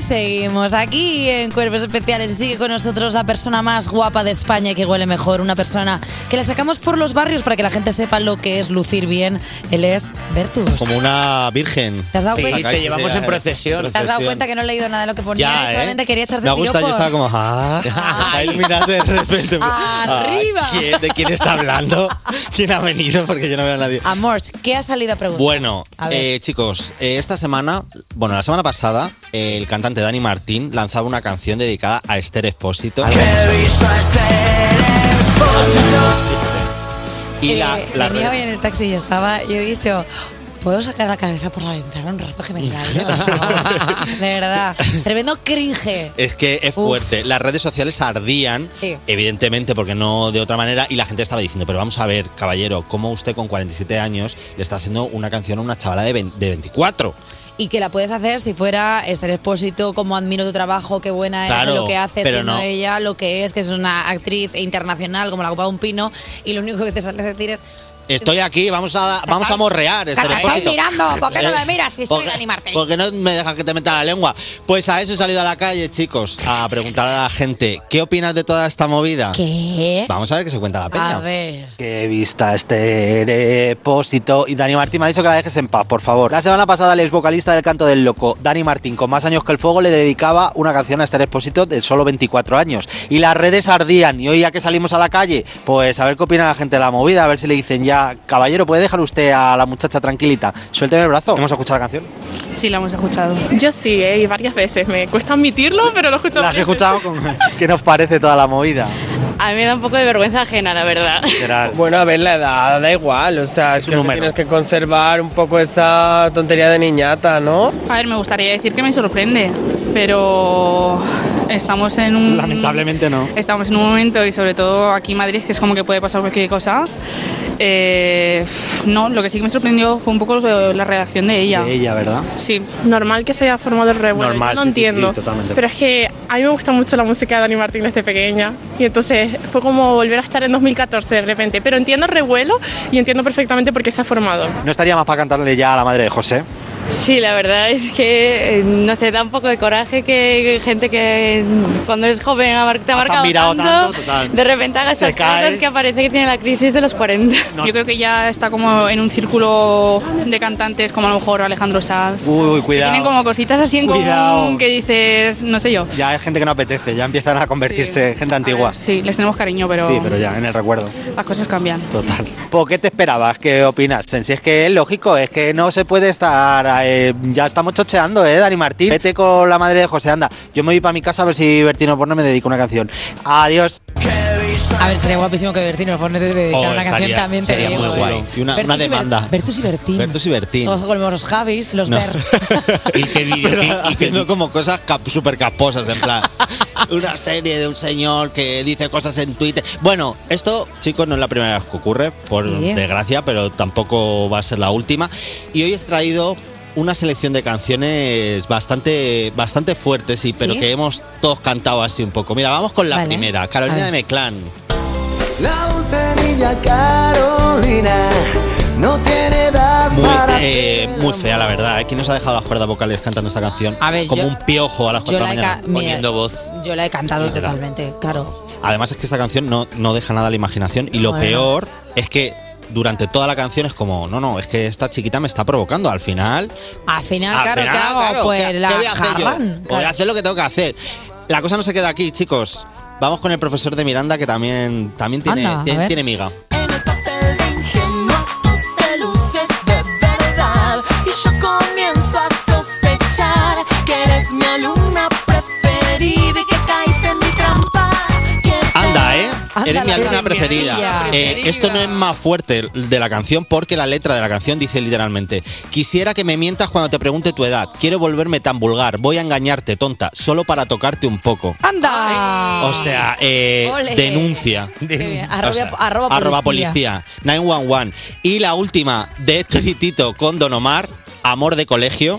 Seguimos aquí en Cuerpos Especiales y sigue con nosotros la persona más guapa de España y que huele mejor, una persona que la sacamos por los barrios para que la gente sepa lo que es lucir bien. Él es Bertus. Como una virgen. ¿Te has dado cuenta? Sacáis Te llevamos esa- en procesión. ¿Te has dado cuenta que no he leído nada de lo que ponía? Ya, y ¿eh? solamente quería echar de Me ha gustado, yo piropos. estaba como, ah, está iluminada de repente. Ah, Arriba. ¿quién- ¿De quién está hablando? ¿Quién ha venido? Porque yo no veo a nadie. Amor, ¿qué ha salido a preguntar? Bueno, A ver. eh, chicos, eh, esta semana, bueno, la semana pasada, eh, el cantante Dani Martín lanzaba una canción dedicada a Esther Expósito. Y la, Eh, la venía red- hoy en el taxi y estaba, yo he dicho, ¿puedo sacar la cabeza por la ventana un rato que me dé aire, por favor?". De verdad, tremendo cringe. Es que es Uf. fuerte. Las redes sociales ardían, Sí. evidentemente, porque no de otra manera. Y la gente estaba diciendo, pero vamos a ver, caballero, ¿cómo usted con 47 años le está haciendo una canción a una chavala de, 20 de 24? Y que la puedes hacer si fuera Esther Expósito, como admiro tu trabajo, qué buena es Claro, lo que hace, pero siendo no. ella lo que es, que es una actriz internacional como la copa de un pino, y lo único que te sale a decir es, Estoy aquí, vamos a, vamos a morrear. te Esther estoy Expósito. mirando, ¿por qué no me miras si soy Eh, Porque- Dani Martín? Porque no me dejas que te meta la lengua. Pues a eso he salido a la calle, chicos, a preguntar a la gente, ¿qué opinas de toda esta movida? ¿Qué? Vamos a ver qué se cuenta la peña. A ver. Qué vista este depósito. Y Dani Martín me ha dicho que la dejes en paz, por favor. La semana pasada el ex vocalista del Canto del Loco, Dani Martín, con más años que el fuego, le dedicaba una canción a este depósito de solo 24 años. Y las redes ardían. Y hoy ya que salimos a la calle, pues a ver qué opina la gente de la movida, a ver si le dicen ya, caballero, ¿puede dejar usted a la muchacha tranquilita? Suélteme el brazo. Vamos a escuchar la canción. Sí, la hemos escuchado. Yo sí, ¿eh? y varias veces. Me cuesta admitirlo, pero lo he escuchado. ¿La has varias escuchado? veces. ¿Qué nos parece toda la movida? A mí me da un poco de vergüenza ajena, la verdad. Bueno, a ver, la edad da igual, o sea, creo que tienes que conservar un poco esa tontería de niñata, ¿no? A ver, me gustaría decir que me sorprende, pero estamos en un. Lamentablemente no. Estamos en un momento, y sobre todo aquí en Madrid, que es como que puede pasar cualquier cosa. Eh, pf, no, lo que sí que me sorprendió fue un poco lo- la reacción de ella. ¿verdad? Sí. Normal que se haya formado el revuelo. Normal, yo no sí, sí, sí, entiendo. totalmente. Pero es que a mí me gusta mucho la música de Dani Martín desde pequeña. Y entonces fue como volver a estar en 2014 de repente. Pero entiendo el revuelo y entiendo perfectamente por qué se ha formado. ¿No estaría más para cantarle ya a la madre de José? Sí, la verdad es que, eh, no sé, da un poco de coraje que gente que mm, cuando es joven ha mar- te ha Has marcado admirado tanto, tanto, total. de repente haga Se esas cae. cosas que parece que tiene la crisis de los 40. Yo creo que ya está como en un círculo de cantantes como a lo mejor Alejandro Sanz. Uy, uy, Que cuidado. tienen como cositas así en Cuidado. común que dices, no sé yo. Ya hay gente que no apetece, ya empiezan a convertirse en gente antigua. Sí, les tenemos cariño, pero, Sí, pero ya, en el recuerdo. las cosas cambian. Total. ¿Por qué te esperabas? ¿Qué opinas? Si es que es lógico, es que no se puede estar. eh, ya estamos chocheando, ¿eh, Dani Martín? Vete con la madre de José, anda. Yo me voy para mi casa a ver si Bertino Porno me dedica una canción. Adiós. A ver, sería guapísimo que Bertino Forne te dedicara Oh, una estaría- canción también. te sería digo, muy ¿eh? guay. Y una- Bertus una y Ber- demanda. Bertus y Bertín. Oh. Bertus y Bertín. Ojo con los Javis, los Ber. Y qué vídeo. Haciendo como cosas cap, súper casposas, en plan. una serie de un señor que dice cosas en Twitter. Bueno, esto, chicos, no es la primera vez que ocurre, por Sí. desgracia, pero tampoco va a ser la última. Y hoy he traído una selección de canciones bastante, bastante fuertes, y pero Sí. que hemos todos cantado así un poco. Mira, vamos con la Vale. primera. A Carolina ver. de Meclán. La dulce Carolina no tiene edad Muy, eh, muy fea, la verdad. ¿eh? ¿Quién nos ha dejado las cuerdas vocales cantando esta canción? A ver, como yo- un piojo a las 4 yo de la la he mañana. ca- mira, Poniendo voz. Yo la he cantado Literal. totalmente, claro. Además es que esta canción no, no deja nada a la imaginación y lo Bueno. peor es que durante toda la canción es como, no, no, es que esta chiquita me está provocando. Al final, Al final, Al claro, final, ¿qué hago? claro, pues ¿qué- la qué voy a hacer yo? jarran, Voy claro. a hacer lo que tengo que hacer. La cosa no se queda aquí, chicos. Vamos con el profesor de Miranda que también, también tiene, Anda, a tiene, ver. tiene miga. Ingenua, tú te luces de verdad y yo comienzo a sospechar que eres mi alumna preferida y que caíste en mi trampa. Anda, ¿eh? Anda, Eres mi alumna la alumna preferida. preferida. Eh, esto no es más fuerte de la canción porque la letra de la canción dice literalmente, quisiera que me mientas cuando te pregunte tu edad, quiero volverme tan vulgar, voy a engañarte, tonta, solo para tocarte un poco. ¡Anda! O sea, eh, Ah. Ole. denuncia. bien. Arroba- O sea, arroba policía. policía. 911. Y la última de Héctor y Tito con Don Omar, Amor de Colegio.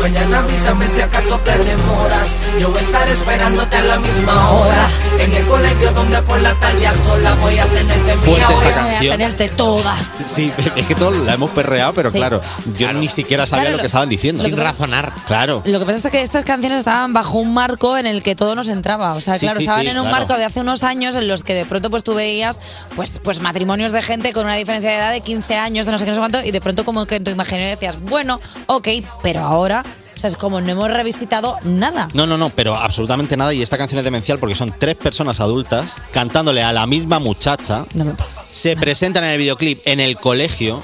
Mañana avísame si acaso te demoras. Yo voy a estar esperándote a la misma hora. En el colegio donde por la tarde a sola voy a tenerte Fuerte esta hora. canción. Voy a tenerte toda. Sí, es que todos la hemos perreado, pero Sí. claro, yo ni siquiera sabía Claro, lo lo- que estaban diciendo. lo que Sin pasa- razonar. Claro. Lo que pasa es que estas canciones estaban bajo un marco en el que todo nos entraba. O sea, Sí, claro, sí, estaban sí, en un claro. marco de hace unos años en los que de pronto pues tú veías pues, pues matrimonios de gente con una diferencia de edad de 15 años, de no sé qué, no sé cuánto, y de pronto como que en tu imaginario decías, bueno, ok, pero ahora, o sea, es como no hemos revisitado nada. No, no, no, pero absolutamente nada. Y esta canción es demencial porque son tres personas adultas cantándole a la misma muchacha. Se presentan en el videoclip en el colegio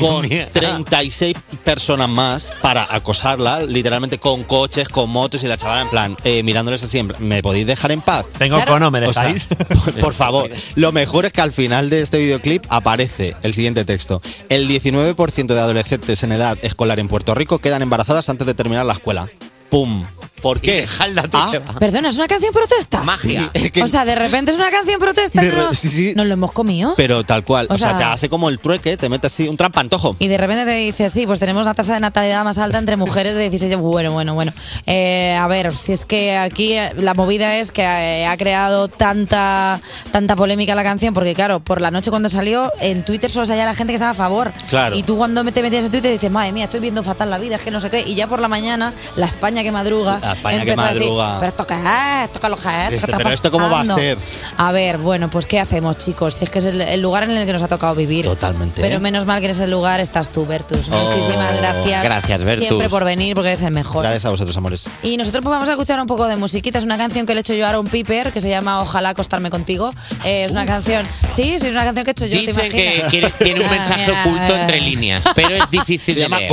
con 36 personas más para acosarla, literalmente con coches, con motos y la chavala en plan, eh, mirándoles así, en plan, ¿me podéis dejar en paz? Tengo Claro. cono, ¿me O sea, dejáis? por, por favor, lo mejor es que al final de este videoclip aparece el siguiente texto. El 19% de adolescentes en edad escolar en Puerto Rico quedan embarazadas antes de terminar la escuela. ¡Pum! ¿Por qué? Ah, Perdona, ¿es una canción protesta? Magia. Sí, es que- O sea, de repente es una canción protesta. De que re- no- sí, sí. Nos lo hemos comido. Pero tal cual. O O sea, sea- te hace como el trueque, te mete así un trampantojo. Y de repente te dice, sí, pues tenemos la tasa de natalidad más alta entre mujeres de 16 años. Bueno, bueno, bueno. Eh, a ver, si es que aquí eh, la movida es que eh, ha creado tanta, tanta polémica la canción, porque claro, por la noche cuando salió, en Twitter solo salía la gente que estaba a favor. Claro. Y tú cuando te metías en Twitter dices, madre mía, estoy viendo fatal la vida, es que no sé qué. Y ya por la mañana, la España que madruga. La España que empezó a decir, madruga. Pero esto qué es, esto qué lo que es, ¿Qué Dice, está "Pero esto cómo va a pasando?". ser. A ver, bueno, pues ¿qué hacemos, chicos? Si es que es el, el lugar en el que nos ha tocado vivir. Totalmente. Pero menos mal que en ese lugar estás tú, Bertus. Oh, Muchísimas gracias. gracias, Bertus. Siempre por venir, porque eres el mejor. Gracias a vosotros, amores. Y nosotros pues, vamos a escuchar un poco de musiquita. Es una canción que le he hecho yo a Aaron Piper, que se llama Ojalá acostarme contigo. Eh, es una canción. Sí, sí, es una canción que he hecho yo. ¿te Dicen que imaginas? quiere- tiene un Ah, mensaje mira, oculto eh. entre líneas, pero es difícil de leer.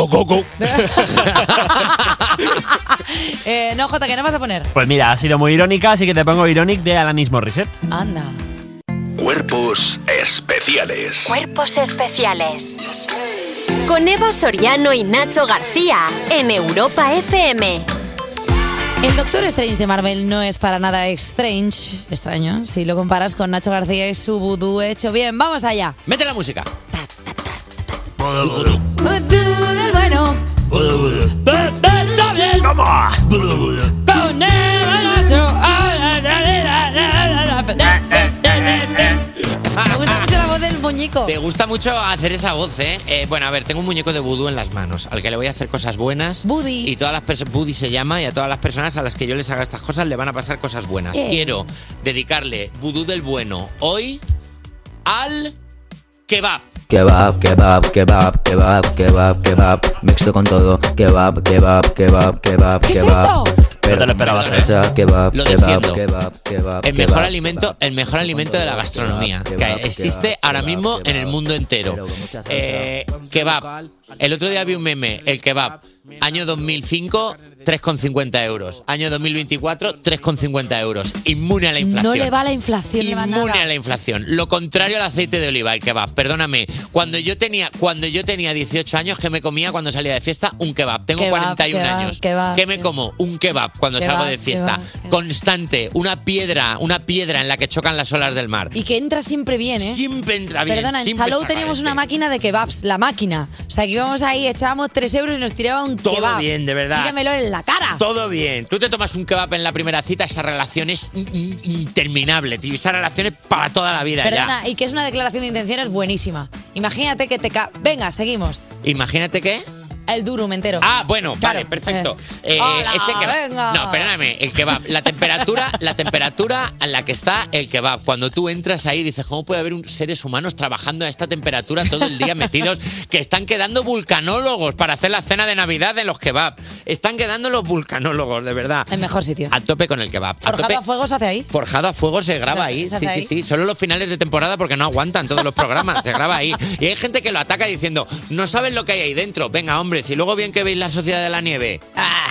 Eh, no, Jota, ¿qué nos vas a poner? Pues mira, ha sido muy irónica, así que te pongo Ironic de Alanis Morissette. Anda. Cuerpos especiales. Cuerpos especiales. Con Eva Soriano y Nacho García en Europa FM. El Doctor Strange de Marvel no es para nada strange, extraño, si lo comparas con Nacho García y su vudú hecho bien. Vamos allá. Mete la música. Vudú del bueno. Me gusta mucho la voz del muñeco. Te gusta mucho hacer esa voz, ¿eh? Eh, Bueno, a ver, tengo un muñeco de vudú en las manos, al que le voy a hacer cosas buenas. Buddy. Y todas las personas, Buddy se llama, y a todas las personas a las que yo les haga estas cosas le van a pasar cosas buenas. Bien. Quiero dedicarle vudú del bueno hoy al kebab. Kebab, kebab, kebab, kebab, kebab, kebab, mixto con todo. Kebab, kebab, kebab, kebab, ¿Qué es kebab. esto? Pero No te lo esperabas, con salsa, ¿eh? Kebab, Lo kebab, defiendo. kebab, kebab, El kebab. mejor alimento, el mejor alimento de la gastronomía que existe ahora mismo en el mundo entero. Eh, kebab. El otro día vi un meme, el kebab. Año 2005, 3,50 euros. Año 2024, 3,50 euros. Inmune a la No inflación. le va la inflación, no le va Inmune nada. a la inflación. Lo contrario al aceite de oliva, el kebab. Perdóname. Cuando yo tenía, cuando yo tenía 18 años, que me comía cuando salía de fiesta? Un kebab. Tengo Kebab, 41 kebab, años. kebab, ¿Qué me como? Un kebab cuando Kebab, salgo de fiesta. kebab, Constante. Una piedra, una piedra en la que chocan las olas del mar. Y que entra siempre bien, ¿eh? Siempre entra bien, Perdona, en siempre Salou se teníamos agradece. una máquina de kebabs, la máquina. O sea, que íbamos ahí, echábamos 3 euros y nos tiraba un Todo kebab. bien, de verdad. Tíramelo en la cara. Todo bien. Tú te tomas un kebab en la primera cita, esa relación es in- in- interminable, tío. Esa relación es para toda la vida Perdona, y que es una declaración de intenciones buenísima. Imagínate que te ca... Venga, seguimos. ya. Imagínate que. El durum entero. Ah, bueno, vale, perfecto. Eh, Hola, ese kebab- venga. No, perdóname, el kebab. La temperatura, la temperatura a la que está el kebab. Cuando tú entras ahí dices, ¿cómo puede haber un- seres humanos trabajando a esta temperatura todo el día metidos? Que están quedando vulcanólogos para hacer la cena de Navidad de los kebab. Están quedando los vulcanólogos, de verdad. El mejor sitio. A tope con el kebab. A Forjado tope- a fuego se hace ahí. Forjado a fuego se graba ahí. Se Sí, hace ahí. sí, sí. Solo los finales de temporada porque no aguantan todos los programas. Se graba ahí. Y hay gente que lo ataca diciendo, no saben lo que hay ahí dentro. Venga, hombre, si luego bien que veis la sociedad de la nieve.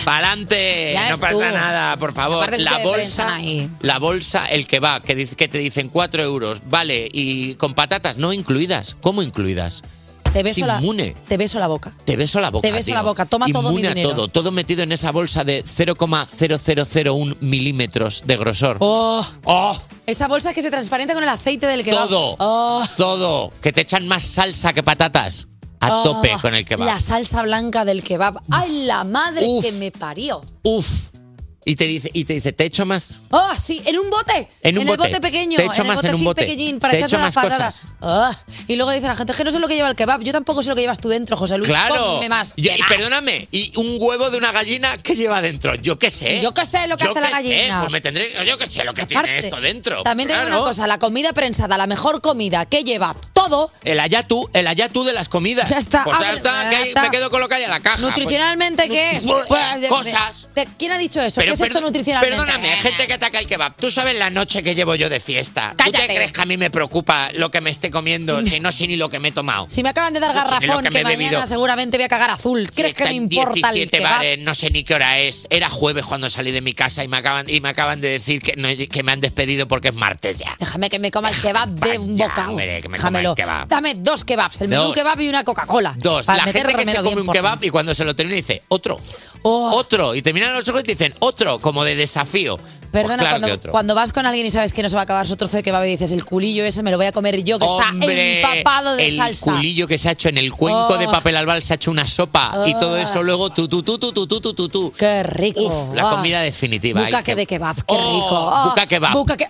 ¡Pa'lante! Ah, Ya No ves pasa tú. nada, por favor. Aparte La ustedes bolsa. piensan ahí. La bolsa, el que va, que, dice- que te dicen 4 euros, vale, y con patatas no incluidas. ¿Cómo incluidas? Te beso, Es la, inmune. te beso la boca. Te beso la boca. Te beso tío. la boca, toma todo mi Inmune a dinero. todo, todo metido en esa bolsa de 0,0001 milímetros de grosor. ¡Oh! ¡Oh! Esa bolsa que se transparenta con el aceite del Oh, que Todo. Todo. Que te echan más salsa que patatas. A Oh, tope con el kebab. La salsa blanca del kebab. ¡Ay, la madre que me parió! Uf. Y te dice, y te dice, te echo más. ¡Oh, sí! ¡En un bote! En un el bote. bote pequeño. Te echo en el más en un botecín bote. pequeñín para Te echarse echo las más patatas. Ah, y luego dice la gente que no sé lo que lleva el kebab. Yo tampoco sé lo que llevas tú dentro, José Luis. Claro. Ponme más. Yo- y kebab. perdóname, y un huevo de una gallina que lleva dentro. Yo qué sé. Yo qué sé lo que Yo hace la qué sé, gallina. pues me tendré, yo qué sé lo que tiene Aparte, esto dentro. También te digo Claro. una cosa, la comida prensada, la mejor comida que lleva todo. El ayatú, el ayatú de las comidas. Ya está. Pues a ya ver, está, que ya ahí está. me quedo con lo que hay en la caja. Nutricionalmente, ¿qué es? Pues, Pues, cosas. te- ¿Quién ha dicho eso? Pero ¿Qué es esto perdo- nutricionalmente? Perdóname, hay gente que ataca el kebab. Tú sabes la noche que llevo yo de fiesta. ¿Tú Cállate. te crees que a mí me preocupa lo que me esté comiendo? Si no sé ni lo que me he tomado. Si me acaban de dar Yo sé lo garrafón, que que, me he mañana bebido. seguramente voy a cagar azul. ¿Crees que me importa el 17 kebab? bares, no sé ni qué hora es. Era jueves cuando salí de mi casa y me acaban, y me acaban de decir que, no- que me han despedido porque es martes ya. Déjame que me coma el kebab de un bocado. hombre, que me coma el Déjamelo. kebab. Dame dos kebabs, el menú Dos. kebab y una Coca-Cola. Dos, Para la meter gente que se remero come bien un por Oh. kebab y cuando se lo termina dice, otro, otro. Y te miran a los ojos y te dicen, otro, como de desafío. Pues Perdona, claro que cuando, otro. cuando vas con alguien y sabes que no se va a acabar su trozo de kebab y dices, el culillo ese me lo voy a comer yo, que Hombre, está empapado de el salsa. culillo que se ha hecho en el cuenco Oh. de papel albal se ha hecho una sopa y todo Oh. eso luego tú, tú, tú, tú, tú, tú, tú, tú, tú. Qué rico. Uf, la Ah. comida definitiva. Bucaque El que- de kebab, qué rico. buca kebab. Bucaque.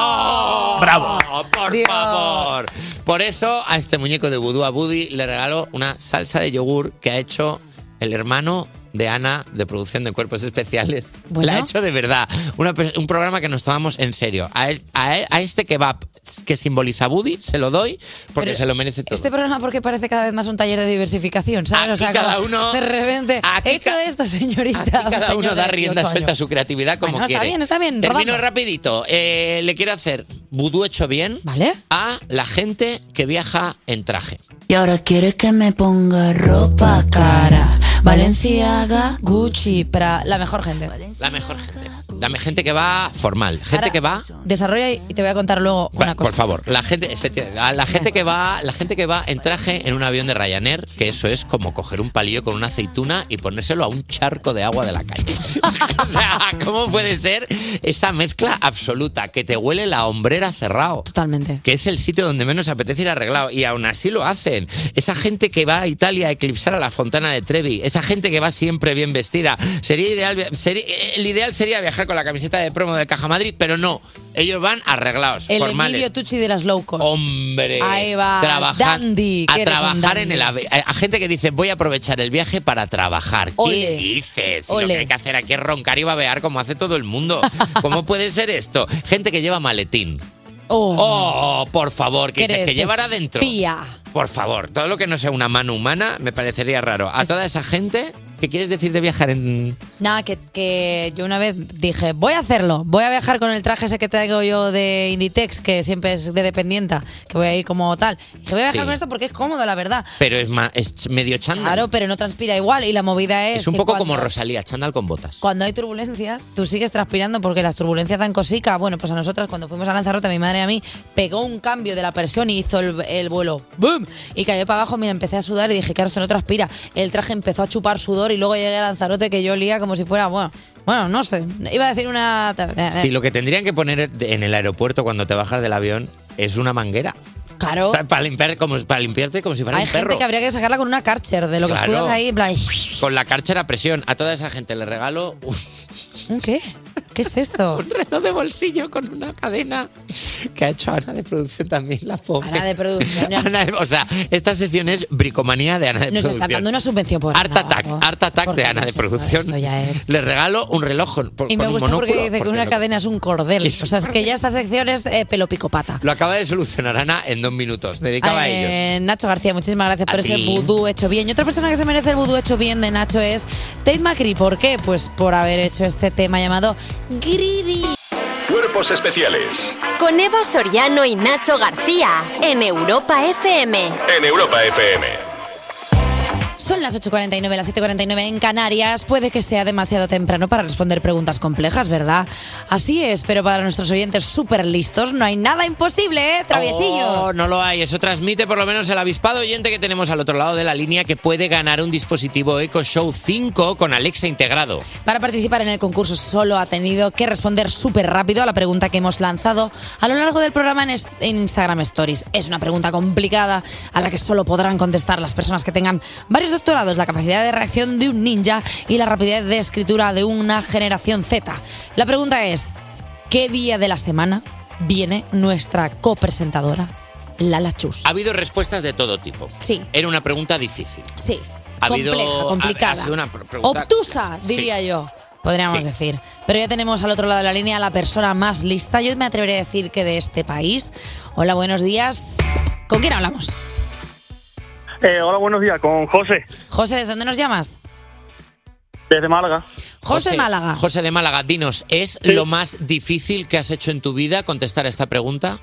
¡Oh! ¡Bravo! ¡Por Dios. favor! Por eso a este muñeco de vudú a Buddy le regalo una salsa de yogur que ha hecho el hermano de Ana de producción de cuerpos especiales. La ha hecho de verdad. Una pe- un programa que nos tomamos en serio. A, él- a él- a este kebab que simboliza a Buddy se lo doy porque Pero se lo merece todo. Este programa porque parece cada vez más un taller de diversificación, ¿sabes? o sea, cada como uno- de repente, he hecho esto, señorita. Cada señor uno da de 18 rienda años. suelta a su creatividad como Bueno, está quiere. bien, está bien, Termino rodando. rapidito. Eh, le quiero hacer vudú hecho bien a la gente que viaja en traje. Y ahora quieres que me ponga ropa cara. Valenciaga, Gucci, para la mejor gente. La mejor gente. La me- gente que va formal. Gente Ahora, que va. Desarrolla y te voy a contar luego Va, una cosa. Por favor, la gente, efectivamente, a la gente que va, la gente que va en traje en un avión de Ryanair, que eso es como coger un palillo con una aceituna y ponérselo a un charco de agua de la calle. o sea, ¿cómo puede ser esa mezcla absoluta que te huele la hombrera cerrado? Totalmente. que es el sitio donde menos apetece ir arreglado y aún así lo hacen. Esa gente que va a Italia a eclipsar a la Fontana de Trevi, esa gente que va siempre bien vestida. Sería ideal, via- sería- el ideal sería viajar con la camiseta de promo de Caja Madrid, pero no, ellos van arreglados, El formales. Emilio Tucci de las low cost. Hombre, Ahí va, trabajar- dandy, que a eres un trabajar dandy. en el ave- a, a gente que dice voy a aprovechar el viaje para trabajar. ¿Qué Ole. dices? Si Lo Ole. que hay que hacer aquí es roncar y babear como hace todo el mundo. ¿Cómo puede ser esto? Gente que lleva maletín. Oh, por favor, que, dices que llevar adentro. Espía. Por favor, todo lo que no sea una mano humana me parecería raro. A toda esa gente que quieres decir de viajar en. Nada, que, que yo una vez dije, voy a hacerlo, voy a viajar con el traje ese que traigo yo de Inditex, que siempre es de dependienta, que voy a ir como tal. Dije, voy a viajar Sí. con esto porque es cómodo, la verdad. Pero es, ma- es medio chándal. Claro, pero no transpira igual y la movida es... es un que poco cuando- como Rosalía, chándal con botas. Cuando hay turbulencias, tú sigues transpirando porque las turbulencias dan cosica. Bueno, pues a nosotras, cuando fuimos a Lanzarote, mi madre y a mí, pegó un cambio de la presión y hizo el, el vuelo. ¡Bum! Y cayó para abajo. Mira, empecé a sudar y dije, claro, esto no transpira. El traje empezó a chupar sudor y luego llegué a Lanzarote que yo olía como si fuera, bueno, bueno, no sé. Iba a decir una. Sí, lo que tendrían que poner de- en el aeropuerto cuando te bajas del avión es una manguera. Claro. O sea, para, limpiar, como, para limpiarte como si fuera Hay un gente perro. que habría que sacarla con una Karcher, de lo que Claro. sudas ahí. en plan, Con la cárcel a presión. A toda esa gente le regalo. un- ¿Un qué? ¿Qué es esto? Un reloj de bolsillo con una cadena que ha hecho Ana de producción también, la pobre. Ana de producción. ya- Ana de- o sea, esta sección es bricomanía de Ana de Nos producción. están dando una subvención por Art Ana, Attack, ¿no? Art Attack Porque de Ana de producción. Esto ya es. Les regalo un reloj con, por- Y me con un gusta porque monóculo, dice que una lo- cadena es un cordel. O sea, es que ya esta sección es eh, pelo pico pata. Lo acaba de solucionar Ana en dos minutos. Dedicaba a ellos. Eh, Nacho García, muchísimas gracias por A ese ti. vudú hecho bien. Y otra persona que se merece el vudú hecho bien de Nacho es Tate McCree. ¿Por qué? Pues por haber hecho este tema llamado Greedy. Cuerpos especiales Con Evo Soriano y Nacho García en Europa FM. en Europa FM. Son las 8.49, las 7.49 en Canarias. Puede que sea demasiado temprano para responder preguntas complejas, ¿verdad? Así es, pero para nuestros oyentes súper listos no hay nada imposible, ¿eh? Traviesillos. Oh, no lo hay. Eso transmite por lo menos el avispado oyente que tenemos al otro lado de la línea que puede ganar un dispositivo Echo Show 5 con Alexa integrado. Para participar en el concurso solo ha tenido que responder súper rápido a la pregunta que hemos lanzado a lo largo del programa en, es- en Instagram Stories. Es una pregunta complicada a la que solo podrán contestar las personas que tengan varios doctorados, la capacidad de reacción de un ninja y la rapidez de escritura de una generación Z. La pregunta es, ¿qué día de la semana viene nuestra copresentadora Lala Chus? Ha habido respuestas de todo tipo. Sí. Era una pregunta difícil. Sí, Ha habido- compleja, ha- ha complicada. sido una pr- pregunta- Obtusa, diría yo. Podríamos Sí. decir. Pero ya tenemos al otro lado de la línea a la persona más lista. Yo me atrevería a decir que de este país. Hola, buenos días. ¿Con quién hablamos? Eh, hola, buenos días, con José, José, ¿desde dónde nos llamas? desde Málaga. José Málaga. José de Málaga, dinos, ¿es lo más difícil que has hecho en tu vida contestar a esta pregunta?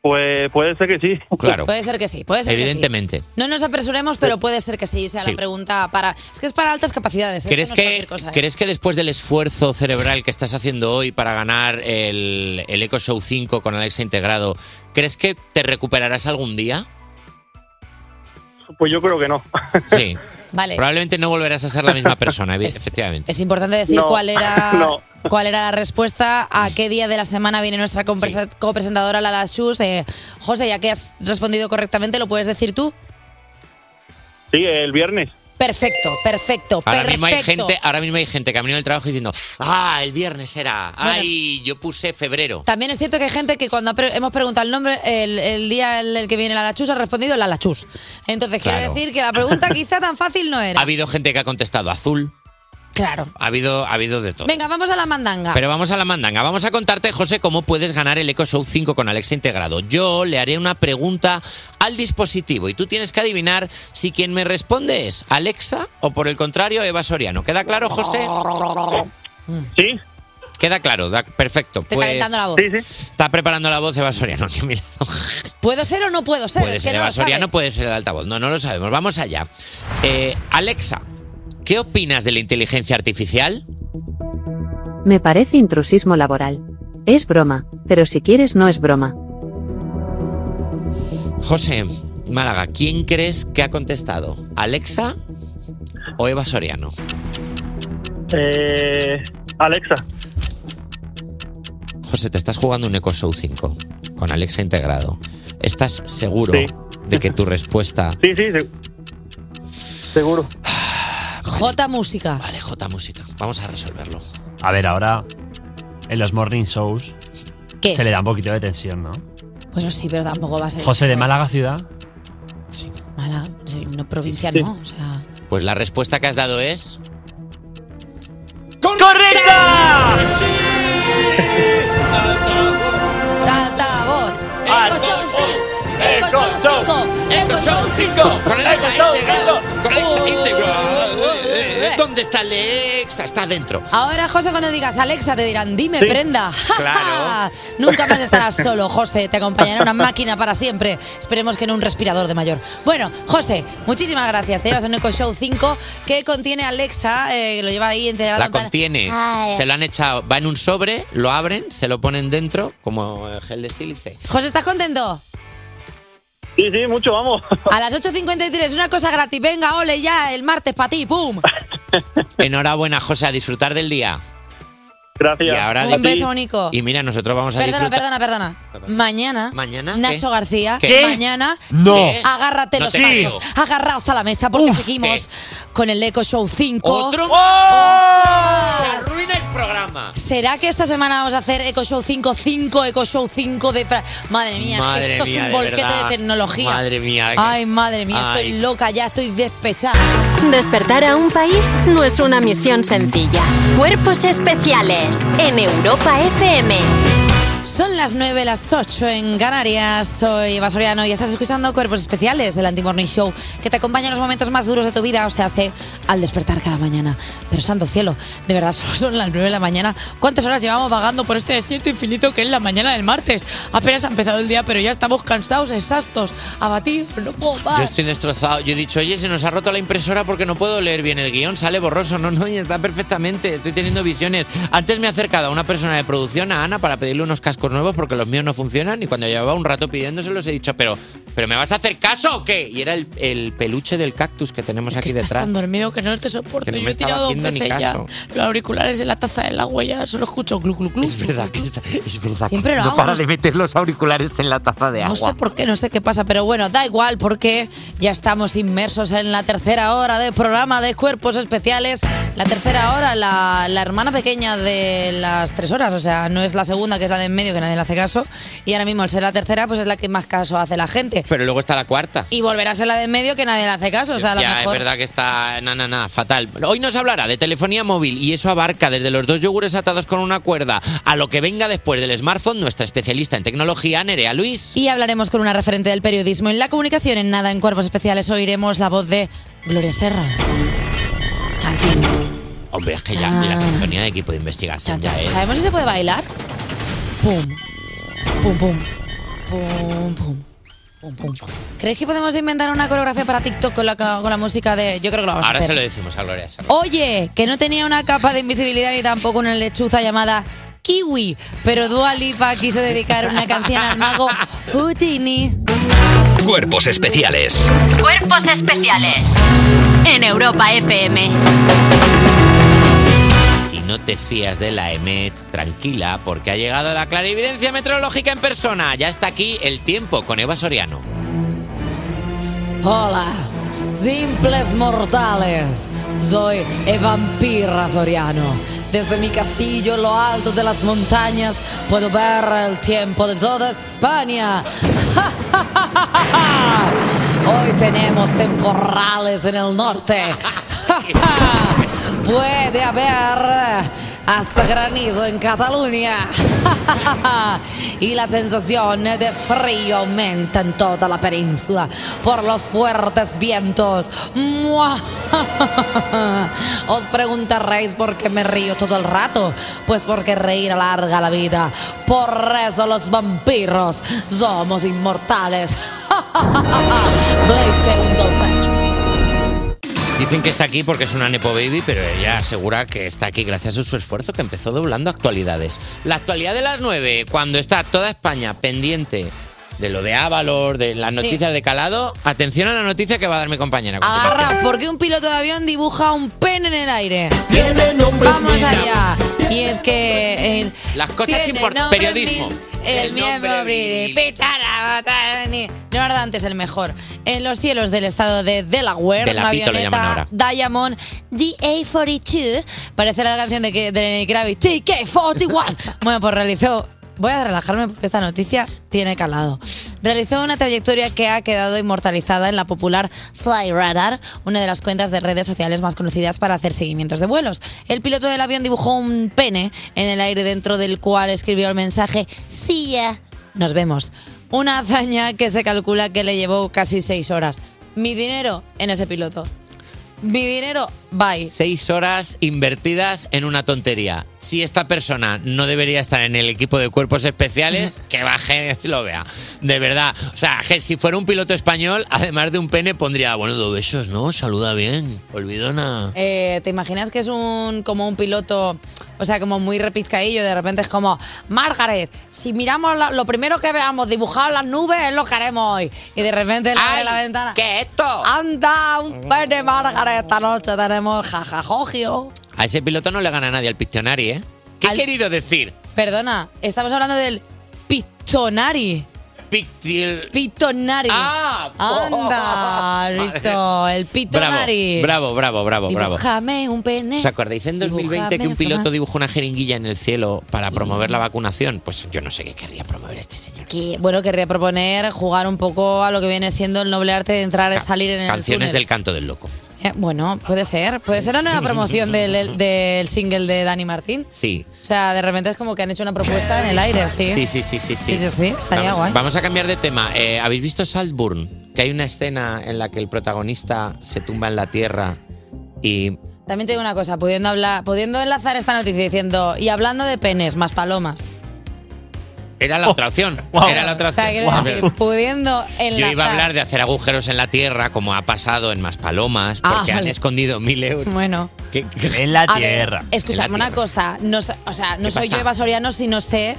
Pues puede ser que sí. Claro. Puede ser que sí, puede ser que sí. Evidentemente. No nos apresuremos, pero puede ser que sí sea Sí. la pregunta para. Es que es para altas capacidades. ¿eh? ¿Crees Esto no es que, cualquier cosa, ¿eh? ¿Crees que después del esfuerzo cerebral que estás haciendo hoy para ganar el, el Echo Show 5 con Alexa integrado, ¿crees que te recuperarás algún día? Pues yo creo que no. Sí. Vale. Probablemente no volverás a ser la misma persona, evi- efectivamente. Es importante decir No, cuál era no. cuál era la respuesta a qué día de la semana viene nuestra compresa- copresentadora Lala Chus. Eh, José, ya que has respondido correctamente, ¿lo puedes decir tú? Sí, el viernes. Perfecto, perfecto, Ahora perfecto. mismo, hay gente, ahora mismo hay gente camino del trabajo diciendo, ah, el viernes era, ay, yo puse febrero. También es cierto que hay gente que cuando ha pre- hemos preguntado el nombre, el, el día en el que viene Lala Chus ha respondido Lala Chus. Entonces Claro. quiero decir que la pregunta quizá tan fácil no Ha era. habido gente que ha contestado azul, Claro. ha habido, ha habido de todo. Venga, vamos a la mandanga. Pero vamos a la mandanga. Vamos a contarte, José, cómo puedes ganar el Echo Show 5 con Alexa integrado. Yo le haré una pregunta al dispositivo y tú tienes que adivinar si quien me responde es Alexa o, por el contrario, Eva Soriano. ¿Queda claro, José? Sí. Queda claro, da- perfecto. Pues Estoy calentando la voz. Sí, Está preparando la voz Eva Soriano. aquí, mira. ¿Puedo ser o no puedo ser? Puede Es que ser no lo Eva Soriano, sabes. puede ser el altavoz. No, no lo sabemos. Vamos allá. Eh, Alexa, ¿qué opinas de la inteligencia artificial? Me parece intrusismo laboral. Es broma, pero si quieres no es broma. José, Málaga, ¿quién crees que ha contestado? ¿Alexa o Eva Soriano? Eh, Alexa. José, te estás jugando un Echo Show 5 con Alexa integrado. ¿Estás seguro Sí. de que tu respuesta... Sí, sí, se- seguro. J Música. Vale, J Música. Vamos a resolverlo. A ver, ahora en los morning shows ¿Qué? se le da un poquito de tensión, ¿no? Bueno, sí, pero tampoco va a ser. José de Málaga ciudad. Málaga, sí, no, provincia Sí. no. O sea. Pues la respuesta que has dado es... ¡Correcta! Altavoz. Eco Show 5. Eco Show 5. Con Alexa Eco Show integrado. Con Alexa Uh, integrado. uh, Eh, eh, ¿Dónde está Alexa? Está dentro. Ahora, José, cuando digas Alexa, te dirán, dime, Sí. prenda. Claro. Nunca más estarás solo, José. Te acompañará una máquina para siempre. Esperemos que en un respirador de mayor. Bueno, José, muchísimas gracias. Te llevas un Eco Show 5 que contiene Alexa, eh, que lo lleva ahí integrado. La en plan- contiene. Ay. Se lo han echado. Va en un sobre, lo abren, se lo ponen dentro, como el gel de sílice. José, ¿estás contento? Sí, sí, mucho, vamos. A las 8.53, una cosa gratis. Venga, ole ya, el martes para ti. ¡Pum! Enhorabuena, José, a disfrutar del día. Gracias. Y ahora Un dice- beso, Nico. Y mira, nosotros vamos a Perdona, disfrutar. perdona, perdona. Mañana, Mañana, ¿qué? Nacho García, ¿Qué? mañana, No. agárrate No los te creo. tacos, agarraos a la mesa porque seguimos con el Eco Show 5. ¿Otro? ¡Oh! ¡Otro más! Arruina el programa. ¿Será que esta semana vamos a hacer Eco Show 5, 5, Eco Show 5 de... pra- Madre mía, es que Madre esto mía, es de un volquete de, verdad. tecnología. Madre mía, que- Ay, madre mía, Ay. estoy loca ya, estoy despechada. Despertar a un país no es una misión sencilla. Cuerpos especiales en Europa FM. Son las 9, las 8 en Canarias. Soy Eva Soriano y estás escuchando Cuerpos Especiales del Anti-Morning Show, que te acompaña en los momentos más duros de tu vida, o sea, sé, al despertar cada mañana. Pero santo cielo, de verdad, solo son las 9 de la mañana. ¿Cuántas horas llevamos vagando por este desierto infinito que es la mañana del martes? Apenas ha empezado el día, pero ya estamos cansados, exhaustos, abatidos, no puedo Yo parar. estoy destrozado. Yo he dicho, oye, se nos ha roto la impresora porque no puedo leer bien el guión. Sale borroso. No, no, y está perfectamente. Estoy teniendo visiones. Antes me he acercado a una persona de producción, a Ana, para pedirle unos cascos nuevos porque los míos no funcionan. Y cuando llevaba un rato pidiéndoselos he dicho, pero, pero ¿me vas a hacer caso o qué? Y era el, el peluche del cactus que tenemos aquí detrás. Tan dormido que no te soporto. Que no Yo me he estaba tirado un haciendo ni PC ya. caso. Los auriculares en la taza del agua ya solo escucho clu clu clu. Es verdad que está- es verdad Siempre que lo no hago, para no sé. de meter los auriculares en la taza de No sé agua. por qué, no sé qué pasa, pero bueno, da igual porque ya estamos inmersos en la tercera hora de programa de cuerpos especiales. La tercera hora, la, la hermana pequeña de las tres horas, o sea, no es la segunda que es la de en medio que nadie le hace caso. Y ahora mismo, al ser la tercera, pues es la que más caso hace la gente. Pero luego está la cuarta. Y volverá a ser la de en medio que nadie le hace caso, o sea, a lo ya, mejor. es verdad que está na, na, na, fatal. Hoy nos hablará de telefonía móvil y eso abarca desde los dos yogures atados con una cuerda a lo que venga después del smartphone nuestra especialista en tecnología, Nerea Luis. Y hablaremos con una referente del periodismo en la comunicación. En nada, en cuerpos especiales, oiremos la voz de Gloria Serra. Chan, chan. Hombre, es que ya Chan. la sintonía de equipo de investigación ya es. ¿Sabemos si se puede bailar? Pum. Pum, pum. Pum, pum. Pum, pum. ¿Creéis que podemos inventar una coreografía para TikTok con la, con la música de.? Yo creo que lo vamos Ahora a hacer. se lo decimos a Gloria Serra. Oye, que no tenía una capa de invisibilidad ni tampoco una lechuza llamada Kiwi, pero Dua Lipa quiso dedicar una canción al mago Houdini. Cuerpos especiales. Cuerpos especiales en Europa FM. Si no te fías de la EMET, tranquila, porque ha llegado la clarividencia meteorológica en persona. Ya está aquí el tiempo con Eva Soriano. Hola, simples mortales. Soy Evampira Soriano. Desde mi castillo en lo alto de las montañas puedo ver el tiempo de toda España. Hoy tenemos temporales en el norte. Puede haber eh, hasta granizo en Cataluña. y la sensación de frío aumenta en toda la península por los fuertes vientos. ¡Mua! Os preguntaréis por qué me río todo el rato. Pues porque reír alarga la vida. Por eso los vampiros somos inmortales. Blade un dolpecho. Dicen que está aquí porque es una Nepo Baby, pero ella asegura que está aquí gracias a su esfuerzo que empezó doblando actualidades. La actualidad de las 9, cuando está toda España pendiente de lo de Ávalos, de las noticias de Calado, atención a la noticia que va a dar mi compañera. Ah, Agarra, porque un piloto de avión dibuja un pene en el aire. Vamos allá. Y es que. el- Las cosas tiene importantes. nombres Periodismo. mil- El miembro bril- pichara, batani. Leonardo Dante es el mejor. En los cielos del estado de Delaware, De la una pito le llaman avioneta ahora. Diamond DA42, parece la canción de, que- de Gravity TK41. Bueno, pues realizó. Voy a relajarme porque esta noticia tiene calado. Realizó una trayectoria que ha quedado inmortalizada en la popular Flyradar, una de las cuentas de redes sociales más conocidas para hacer seguimientos de vuelos. El piloto del avión dibujó un pene en el aire dentro del cual escribió el mensaje See ya. Nos vemos. Una hazaña que se calcula que le llevó casi seis horas. Mi dinero en ese piloto. Mi dinero, bye. Seis horas invertidas en una tontería. Si esta persona no debería estar en el equipo de cuerpos especiales, que baje y lo vea. De verdad. O sea, que si fuera un piloto español, además de un pene, pondría, bueno, dos besos, ¿no? Saluda bien. Olvidona. Eh, ¿Te imaginas que es un como un piloto, o sea, como muy repizcaillo? De repente es como, Margaret, si miramos la- lo primero que veamos dibujado en las nubes es lo que haremos hoy. Y de repente le abre la ventana. ¿Qué es esto? ¡Anda, un pene, Margaret! Esta noche tenemos jajajogio. A ese piloto no le gana nadie al Pictionary, ¿eh? ¿Qué he querido decir? Perdona, estamos hablando del Pictonari. pictil. Pitonari. ¡Ah! ¡Anda! Listo, el pitonari. Bravo, bravo, bravo, bravo, bravo. Dibújame un pene. ¿Os acordáis en 2020 que un piloto dibujó una jeringuilla en el cielo para promover la vacunación? Pues yo no sé qué querría promover este señor. Que, bueno, querría proponer jugar un poco a lo que viene siendo el noble arte de entrar y salir en el Canciones túnel. del canto del loco. Eh, bueno, puede ser. Puede ser la nueva promoción del, del- del single de Dani Martín. Sí. O sea, de repente es como que han hecho una propuesta en el aire, sí. Sí, sí, sí, sí. Sí, sí, sí, estaría vamos, guay. Vamos a cambiar de tema. Eh, ¿Habéis visto Saltburn? Que hay una escena en la que el protagonista se tumba en la tierra y También te digo una cosa, pudiendo hablar, pudiendo enlazar esta noticia diciendo, y hablando de penes más palomas. Era la otra opción. Era la otra O sea, opción. quiero decir, pudiendo enlazar. Yo iba a hablar de hacer agujeros en la tierra, como ha pasado en Maspalomas, Ah, porque han vale. escondido mil euros. Bueno. En la A ver, Escuchadme una cosa, no, sé- o sea, no ¿Qué soy pasa? yo Eva Soriano si no sé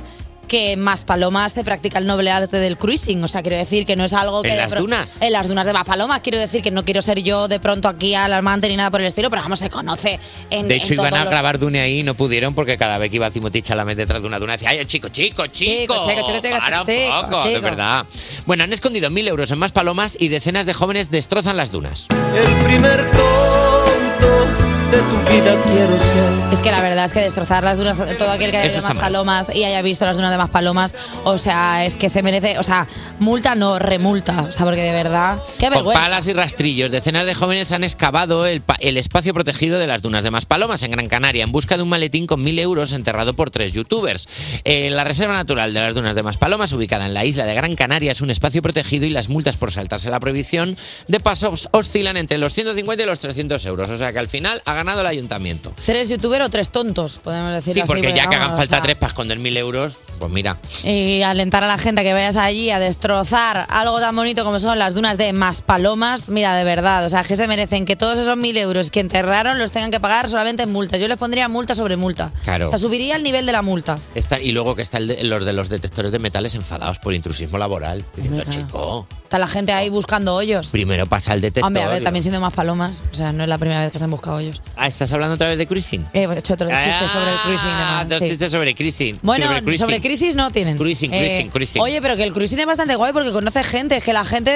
que en Maspalomas se practica el noble arte del cruising, o sea, quiero decir que no es algo que... ¿En de las pro- dunas? En las dunas de Maspalomas, quiero decir que no quiero ser yo de pronto aquí alarmante ni nada por el estilo, pero vamos, se conoce en De hecho, en iban todos a los- grabar Dune ahí y no pudieron porque cada vez que iba Timotich a la mes detrás de una duna decía, ay, chico, chico, chico, chico, chico, chico, para un chico, poco", de chico. verdad. Bueno, han escondido mil euros en más palomas y decenas de jóvenes destrozan las dunas. El primer tonto de tu vida quiero ser. Es que la verdad es que destrozar las dunas, todo aquel que haya Eso ido está más mal. palomas y haya visto las dunas de más palomas, o sea, es que se merece, o sea, multa no, remulta, o sea, porque de verdad, qué Con vergüenza. palas y rastrillos, decenas de jóvenes han excavado el, pa- el espacio protegido de las dunas de Maspalomas, en Gran Canaria, en busca de un maletín con mil euros enterrado por tres youtubers. Eh, la Reserva Natural de las Dunas de Maspalomas, ubicada en la isla de Gran Canaria, es un espacio protegido y las multas por saltarse la prohibición de paso os- oscilan entre los 150 y los 300 euros. O sea que al final ha ganado el ayuntamiento. Tres youtuber o tres tontos, podemos decir Sí, así, porque ya que vamos, hagan o falta sea, tres para esconder mil euros, pues mira. Y alentar a la gente a que vayas allí a destrozar algo tan bonito como son las dunas de Maspalomas. Mira, de verdad, o sea, que se merecen que todos esos mil euros que enterraron los tengan que pagar solamente en multas. Yo les pondría multa sobre multa. Claro. O sea, subiría el nivel de la multa. Está- y luego que están los de los detectores de metales enfadados por intrusismo laboral. Diciendo, Hombre, claro. chico, Está la gente ahí buscando hoyos. primero pasa el detector. Hombre, a ver, y también siendo Maspalomas. O sea, no es la primera vez que se han buscado hoyos. Ah, ¿estás hablando otra vez de cruising? He hecho Eh, otro chiste sobre el cruising. Ah, además, dos sí. chistes sobre cruising. Bueno, sobre crisis no tienen. Eh, Cruising, cruising, cruising. Oye, pero que el cruising es bastante guay porque conoce gente. Es que la gente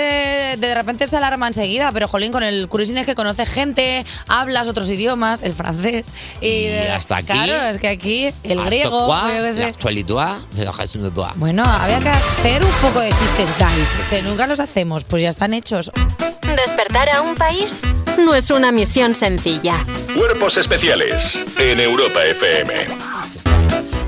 de repente se alarma enseguida, pero jolín, con el cruising es que conoce gente, hablas otros idiomas, el francés. Y, de- hasta aquí. Claro, es que aquí el griego. yo qué sé. Actualidad, Bueno, había que hacer un poco de chistes, guys, que nunca los hacemos, pues ya están hechos. Despertar a un país no es una misión sencilla. Cuerpos especiales en Europa FM.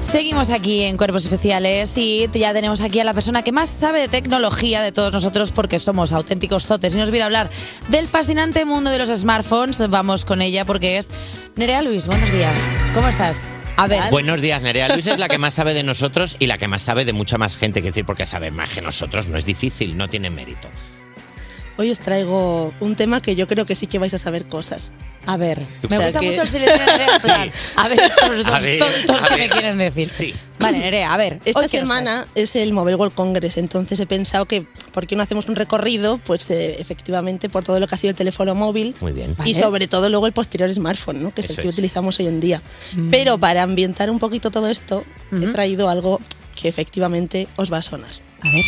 Seguimos aquí en Cuerpos Especiales y ya tenemos aquí a la persona que más sabe de tecnología de todos nosotros porque somos auténticos zotes y nos viene a hablar del fascinante mundo de los smartphones. Vamos con ella porque es Nerea Luis. Buenos días. ¿Cómo estás? A ver. Buenos días, Nerea. Luis es la que más sabe de nosotros y la que más sabe de mucha más gente. Quiero decir, porque saber más que nosotros no es difícil, no tiene mérito. Hoy os traigo un tema que yo creo que sí que vais a saber cosas. A ver, me O sea gusta que- mucho el silencio de Nerea. en plan, A ver, estos A dos ver, tontos a que me ver. quieren decir. Vale, Nerea, a ver. Esta hoy qué nos semana es el Mobile World Congress, entonces he pensado que ¿por qué no hacemos un recorrido? Pues eh, efectivamente por todo lo que ha sido el teléfono móvil Muy bien. y sobre todo luego el posterior smartphone, ¿no? que es Eso el que es. utilizamos hoy en día. Mm. Pero para ambientar un poquito todo esto, he traído algo que efectivamente os va a sonar. A ver.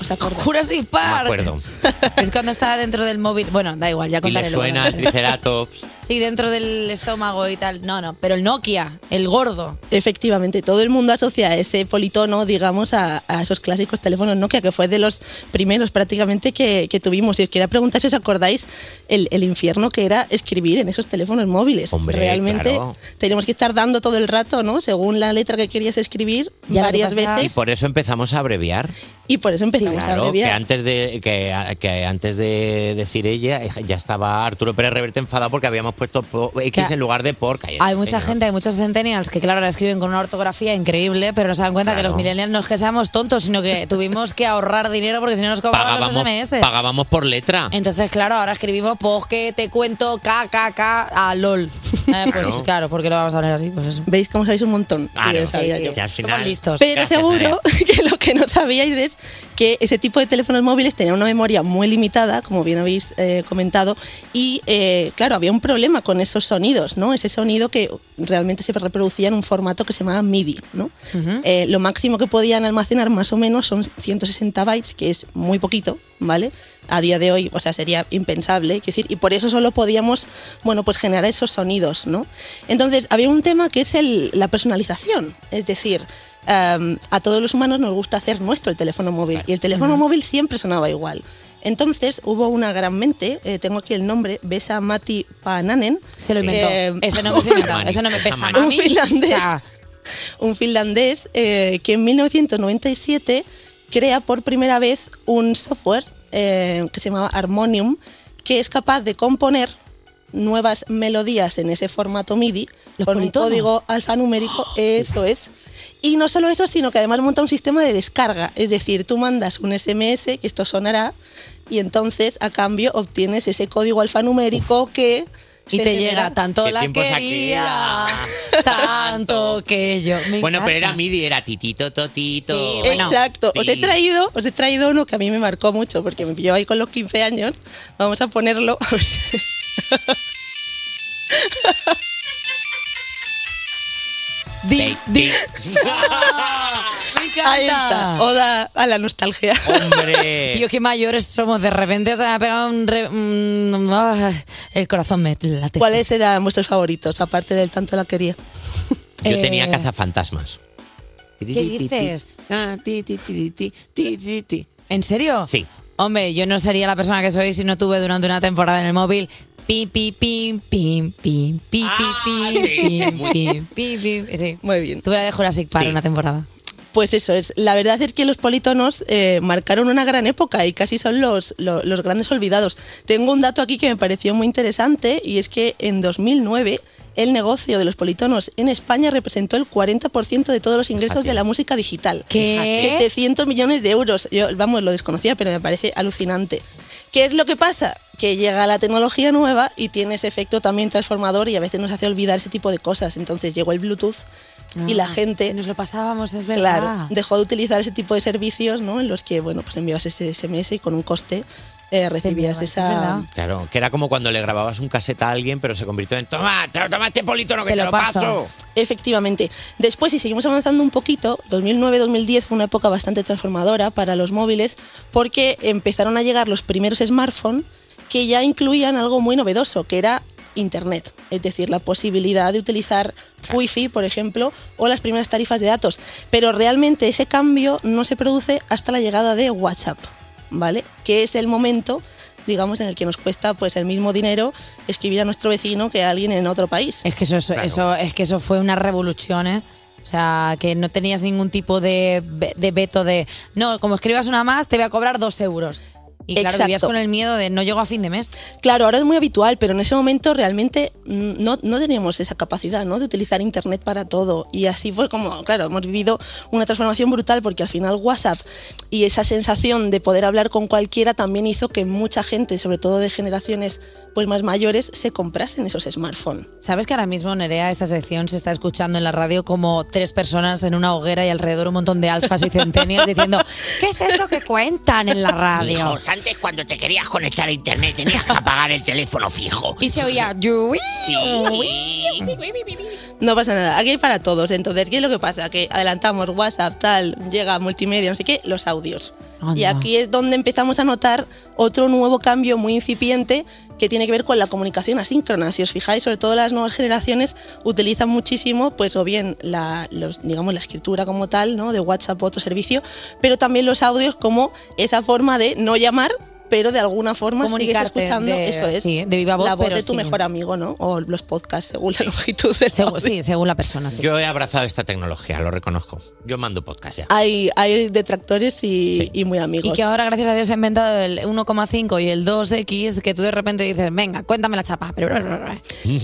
¿Os acordáis? Juras y par. Me acuerdo. Es cuando está dentro del móvil. Bueno, da igual, ya Y contaré le luego. suena el Triceratops. Sí, dentro del estómago y tal. No, no, pero el Nokia, el gordo. Efectivamente, todo el mundo asocia ese politono, digamos, a, a esos clásicos teléfonos Nokia, que fue de los primeros prácticamente que, que tuvimos. Y os quería preguntar si os acordáis el, el infierno que era escribir en esos teléfonos móviles. Hombre, Realmente claro. teníamos que estar dando todo el rato, ¿no? Según la letra que querías escribir, varias Y veces. por eso empezamos a abreviar. Y por eso empezamos a Claro, que abreviar. antes de que, que antes de decir ella eh, ya estaba Arturo Pérez Reverte enfadado porque habíamos puesto po- X Claro. en lugar de por. cállate, Hay mucha señor. gente, hay muchos centennials que, claro, ahora escriben con una ortografía increíble, pero no se dan cuenta que Claro. los millennials no es que seamos tontos, sino que tuvimos que ahorrar dinero porque si no nos cobraban los Pagábamos, SMS. pagábamos por letra. Entonces, claro, ahora escribimos pues que te cuento KKK a LOL. Ah, pues Claro. claro, porque lo vamos a poner así, pues eso. ¿Veis cómo sabéis un montón? Sí, Claro, lo sabía yo. que al final- Somos listos. Pero Gracias, seguro que lo que no sabíais es que ese tipo de teléfonos móviles tenía una memoria muy limitada, como bien habéis eh, comentado, y eh, claro, había un problema con esos sonidos, ¿no? Ese sonido que realmente se reproducía en un formato que se llamaba MIDI, ¿no? Eh, lo máximo que podían almacenar más o menos son 160 bytes, que es muy poquito, ¿vale? A día de hoy, o sea, sería impensable, quiero decir, y por eso solo podíamos, bueno, pues generar esos sonidos, ¿no? Entonces, había un tema que es el- la personalización, es decir, em, a todos los humanos nos gusta hacer nuestro el teléfono móvil, y el teléfono móvil siempre sonaba igual. Entonces hubo una gran mente, eh, tengo aquí el nombre, Besa Mati Pananen. Se lo inventó. Ese nombre se inventó, ese nombre, Besa Mani. Un finlandés O sea, un finlandés eh, que en 1997 crea por primera vez un software eh, que se llamaba Harmonium, que es capaz de componer nuevas melodías en ese formato MIDI con un politonos. código alfanumérico, eso es. Y no solo eso, sino que además monta un sistema de descarga, es decir, tú mandas un SMS, que esto sonará, y entonces a cambio obtienes ese código alfanumérico que... Y se te genera- llega tanto ¿Qué la tiempos quería, tanto que yo. Me Bueno, pero era encanta. MIDI, era titito, totito. Exacto. Os he Sí. traído, os he traído uno que a mí me marcó mucho porque me pilló ahí con los 15 años. Vamos a ponerlo. Di, di. ¡Ah! Ahí está. Oda a la nostalgia. Tío, qué mayores somos de repente. O sea, me ha pegado un. re- un- ah, el corazón me late. ¿Cuáles eran vuestros favoritos aparte del tanto la quería? Yo Eh, tenía cazafantasmas. Ah, ¿Qué dices? ¿En serio? Sí. Hombre, yo no sería la persona que soy si no tuve durante una temporada en el móvil. Pi, pi, pim, pim, pim, pi, pi, Ah, pim, pim, pim, pim, pim. Sí. Muy bien. Tuve la de Jurassic Park una temporada. Pues eso es. La verdad es que los polítonos eh, marcaron una gran época y casi son los, lo- los, grandes olvidados. Tengo un dato aquí que me pareció muy interesante y es que en 2009 el negocio de los polítonos en España representó el 40% de todos los ingresos Fíjate. de la música digital. ¿Qué? 700 millones de euros. Yo, vamos, lo desconocía, pero me parece alucinante. ¿Qué es lo que pasa? Que llega la tecnología nueva y tiene ese efecto también transformador y a veces nos hace olvidar ese tipo de cosas. Entonces llegó el Bluetooth y la Ah, gente... Nos lo pasábamos, es verdad. Claro, dejó de utilizar ese tipo de servicios, ¿no? En los que, bueno, pues enviabas ese SMS y con un coste eh, recibías Ah. esa... Claro, que era como cuando le grababas un casete a alguien, pero se convirtió en toma, te lo toma este polítono que te, lo paso. Efectivamente. Después, si seguimos avanzando un poquito, 2009-2010 fue una época bastante transformadora para los móviles porque empezaron a llegar los primeros smartphones que ya incluían algo muy novedoso, que era Internet, es decir, la posibilidad de utilizar Wi-Fi, por ejemplo, o las primeras tarifas de datos. Pero realmente ese cambio no se produce hasta la llegada de WhatsApp. ¿vale? Que es el momento, digamos, en el que nos cuesta pues el mismo dinero escribir a nuestro vecino que a alguien en otro país. Es que eso, eso, eso- es que eso fue una revolución, ¿eh? O sea, que no tenías ningún tipo de, ve- de veto de, no, como escribas una más, te voy a cobrar dos euros. Y claro, Exacto. vivías con el miedo de no llego a fin de mes. Claro, ahora es muy habitual, pero en ese momento realmente mm, no, no teníamos esa capacidad ¿no? de utilizar Internet para todo. Y así fue como, claro, hemos vivido una transformación brutal porque al final WhatsApp y esa sensación de poder hablar con cualquiera también hizo que mucha gente, sobre todo de generaciones pues más mayores, se comprasen esos smartphones. ¿Sabes que ahora mismo, Nerea, esta sección se está escuchando en la radio como tres personas en una hoguera y alrededor un montón de alfas y centenias diciendo, ¿qué es eso que cuentan en la radio? Hijos, antes cuando te querías conectar a internet tenías que apagar el teléfono fijo. Y se oía, "Yui, Sí. No pasa nada, aquí hay para todos. Entonces, ¿qué es lo que pasa? Que adelantamos WhatsApp, tal, llega multimedia, no sé qué, los audios. Anda. Y aquí es donde empezamos a notar otro nuevo cambio muy incipiente que tiene que ver con la comunicación asíncrona. Si os fijáis, sobre todo las nuevas generaciones utilizan muchísimo, pues o bien la, los- digamos, la escritura como tal, ¿no? de WhatsApp u otro servicio, pero también los audios como esa forma de no llamar, pero de alguna forma sigues Comunicarte escuchando, de- eso es, sí, de viva voz, la voz pero de tu sí. mejor amigo, ¿no? o los podcasts, según la longitud del audio. Sí, según la persona. Yo he abrazado esta tecnología, lo reconozco. Yo mando podcast Ah, ya. hay, hay detractores y, y muy amigos. Y que ahora, gracias a Dios, se ha inventado el 1,5 y el 2X, que tú de repente dices, venga, cuéntame la chapa. Ah, Pero...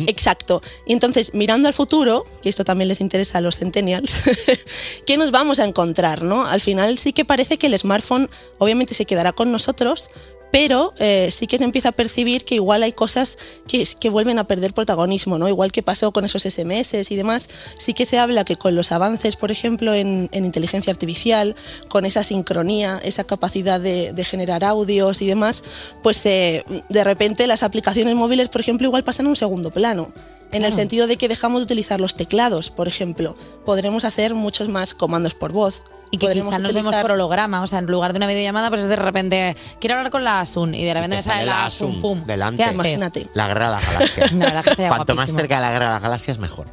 Exacto. Y entonces, mirando al futuro, que esto también les interesa a los centennials, ¿qué nos vamos a encontrar? ¿no? Al final sí que parece que el smartphone obviamente se quedará con nosotros, pero eh, sí que se empieza a percibir que igual hay cosas que, es- que vuelven a perder protagonismo, ¿no? Igual que pasó con esos SMS y demás, sí que se habla que con los avances, por ejemplo, en, en inteligencia artificial, con esa sincronía, esa capacidad de, de generar audios y demás, pues eh, de repente las aplicaciones móviles, por ejemplo, igual pasan a un segundo plano. En el Claro. sentido de que dejamos de utilizar los teclados, por ejemplo. Podremos hacer muchos más comandos por voz. Y que Podremos quizás nos vemos utilizar- por holograma, o sea, en lugar de una videollamada, pues de repente quiero hablar con la Asun y de repente me Te sale sale la la Asun Asun, pum. delante. ¿Qué haces? Imagínate. La guerra de las galaxias. No, la verdad que sería Cuanto más guapísimo. cerca de la guerra de las galaxias, mejor.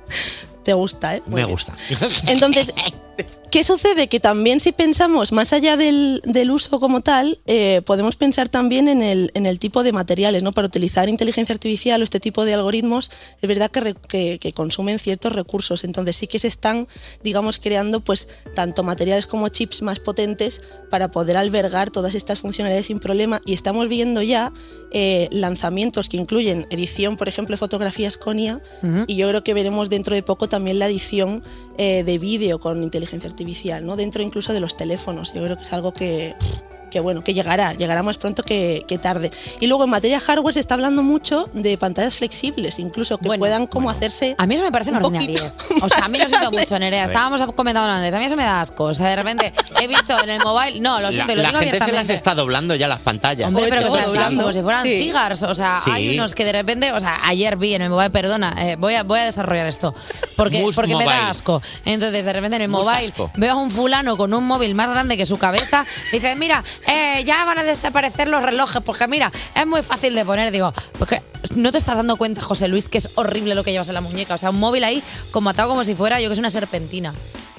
Te gusta, ¿eh? Muy Me bien. gusta. Entonces, ¿qué sucede? Que también si pensamos más allá del, del uso como tal, eh, podemos pensar también en el, en el tipo de materiales, ¿no? Para utilizar inteligencia artificial o este tipo de algoritmos, es verdad que, re- que- que consumen ciertos recursos, entonces sí que se están, digamos, creando pues tanto materiales como chips más potentes para poder albergar todas estas funcionalidades sin problema y estamos viendo ya eh, lanzamientos que incluyen edición, por ejemplo, de fotografías con IA Ujú. y yo creo que veremos dentro de poco también la edición eh, de vídeo con inteligencia artificial, ¿no? Dentro incluso de los teléfonos. Yo creo que es algo que, que bueno, que llegará, llegará más pronto que, que tarde. Y luego en materia hardware se está hablando mucho de pantallas flexibles, incluso que puedan como hacerse. A mí eso me parece un una poquito ordinariedad. O sea, a mí lo siento grande. mucho, Nerea. ver. Estábamos comentando antes. A mí eso me da asco. O sea, de repente he visto en el mobile. No, lo siento, y lo la digo gente se las abiertamente. está doblando ya las pantallas. Hombre, pero que Está se las dan doblando. como si fueran Sí. cigars. O sea, Sí. hay unos que de repente. O sea, ayer vi en el mobile, perdona, eh, voy, a, voy a desarrollar esto. Porque, Mus porque me mobile. da asco. Entonces, de repente en el Mus mobile asco. veo a un fulano con un móvil más grande que su cabeza. Dice, mira, eh, ya van a desaparecer los relojes. Porque, mira, es muy fácil de poner. Digo, porque no te estás dando cuenta, José Luis, que es horrible lo que llevas en la muñeca. O sea, un móvil ahí como atado como si fuera, yo que es una serpentina.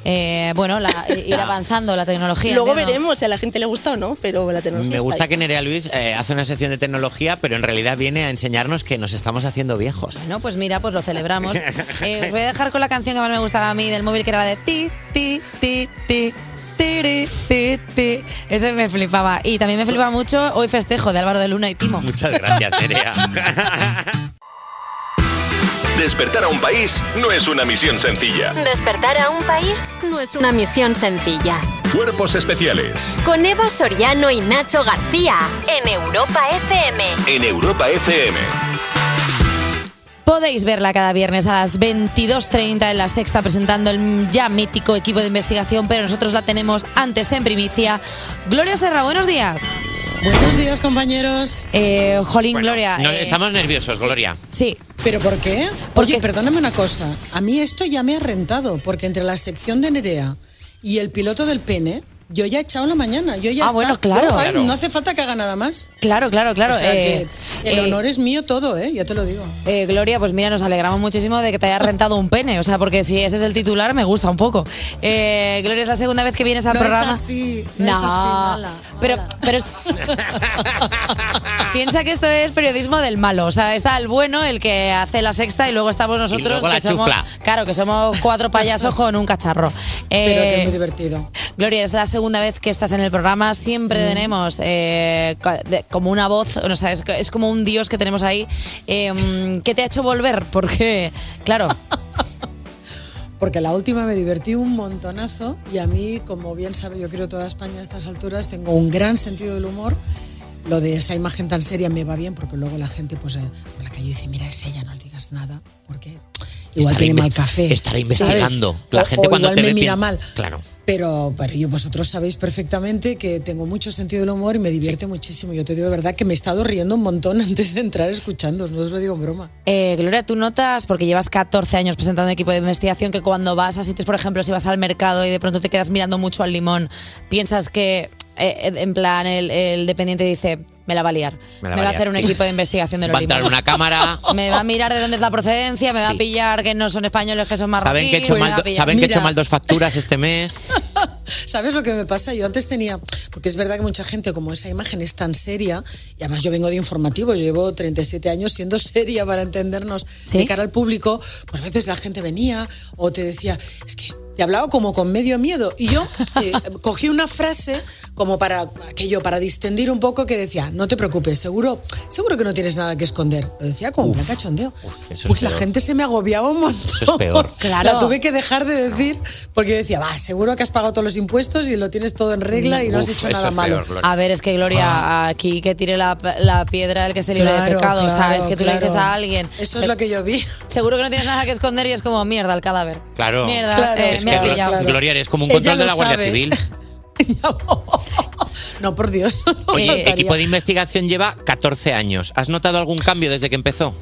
Eh, bueno, la- ir avanzando la tecnología. Luego entiendo. veremos si a la gente le gusta o no, pero la tecnología. Me está gusta ahí. que Nerea Luis eh, hace una sección de tecnología, pero en realidad viene a enseñarnos que nos estamos haciendo viejos. No, pues mira, pues lo celebramos. Eh, os voy a dejar con la canción que más me gustaba a mí del móvil, que era la de ti, ti, ti, ti. tiri, ti, ti. Eso me flipaba. Y también me flipa mucho hoy festejo de Álvaro de Luna y Timo. Muchas gracias, Nerea. Despertar a un país no es una misión sencilla. Despertar a un país no es una misión sencilla. Cuerpos especiales Con Eva Soriano y Nacho García en Europa FM. en Europa FM. Podéis verla cada viernes a las 22.30 en La Sexta presentando el ya mítico equipo de investigación, pero nosotros la tenemos antes en primicia. Gloria Serra, buenos días. Buenos días, compañeros. Eh, jolín, Gloria. No, eh, estamos nerviosos, Gloria. Sí. ¿Pero por qué? Oye, perdóname una cosa. A mí esto ya me ha rentado, porque entre la sección de Nerea y el piloto del pene, yo ya he echado la mañana. Yo ya Ah, está. bueno, claro. Yo, ay, Claro. No hace falta que haga nada más. Claro, claro, claro. O sea eh, que el eh, honor es mío todo, ¿eh? Ya te lo digo. Eh, Gloria, pues mira, nos alegramos muchísimo de que te haya rentado un pene, o sea, porque si ese es el titular me gusta un poco. Eh, Gloria, es la segunda vez que vienes al No es programa. así, no es así, mala, Pero, pero es- piensa que esto es periodismo del malo, o sea, está el bueno, el que hace la sexta y luego estamos nosotros luego la que somos, chufla. claro, que somos cuatro payasos con un cacharro. Pero que es Eh, muy divertido. Gloria, es la segunda vez que estás en el programa. Siempre Mm. tenemos eh, ca- de- como una voz, o sea, es, co- es como un dios que tenemos ahí. eh, mm, ¿Qué te ha hecho volver? Porque, claro, Porque la última me divertí un montonazo y a mí, como bien sabe, yo creo toda España a estas alturas, tengo un gran sentido del humor. Lo de esa imagen tan seria me va bien porque luego la gente pues, eh, por la calle dice, mira, es ella, no le digas nada. porque Igual Estará tiene inves- mal café. Estará investigando. ¿sabes? La O- gente o cuando igual te me ve mira piensa- mal. Claro. Pero, pero yo vosotros sabéis perfectamente que tengo mucho sentido del humor y me divierte muchísimo. Yo te digo de verdad que me he estado riendo un montón antes de entrar escuchando, no os lo digo en broma. eh, Gloria, tú notas, porque llevas 14 años presentando equipo de investigación, que cuando vas a sitios, por ejemplo, si vas al mercado y de pronto te quedas mirando mucho al limón, piensas que, eh, en plan, el, el dependiente dice. Me la va a liar. Me Me, la va a va a liar, hacer un sí. equipo de investigación de los Va a entrar limones. una cámara. Me va a mirar de dónde es la procedencia, me va Sí. a pillar que no son españoles, que son marroquíes. Saben que he hecho me mal, va a do- pillar. saben que he hecho Mira. mal dos facturas este mes. ¿Sabes lo que me pasa? Yo antes tenía, porque es verdad que mucha gente, como esa imagen es tan seria, y además yo vengo de informativo, yo llevo 37 años siendo seria para entendernos de cara al público, pues a veces la gente venía o te decía, es que te hablaba como con medio miedo. Y yo eh, cogí una frase como para aquello, para distendir un poco, que decía, no te preocupes, seguro, seguro que no tienes nada que esconder. Lo decía como un cachondeo. eso es Pues la peor. gente se me agobiaba un montón. Eso es peor. La Claro. tuve que dejar de decir porque yo decía, va, seguro que has pagado todos los impuestos y lo tienes todo en regla y no has Uf, hecho eso nada es malo. peor, Gloria. A ver, es que Gloria, aquí que tire la, la piedra el que esté libre de Claro, pecado. o sea, claro, es que tú le claro. dices a alguien. Eso es lo que yo vi. Seguro que no tienes nada que esconder y es como mierda el cadáver. Claro. Mierda, Claro, eh, Es me que ha Glo- pillado. Gloria, eres como un Ella control lo de la Guardia sabe. Civil. No, por Dios. Oye, Notaría. Eh, equipo de investigación lleva 14 años. ¿Has notado algún cambio desde que empezó?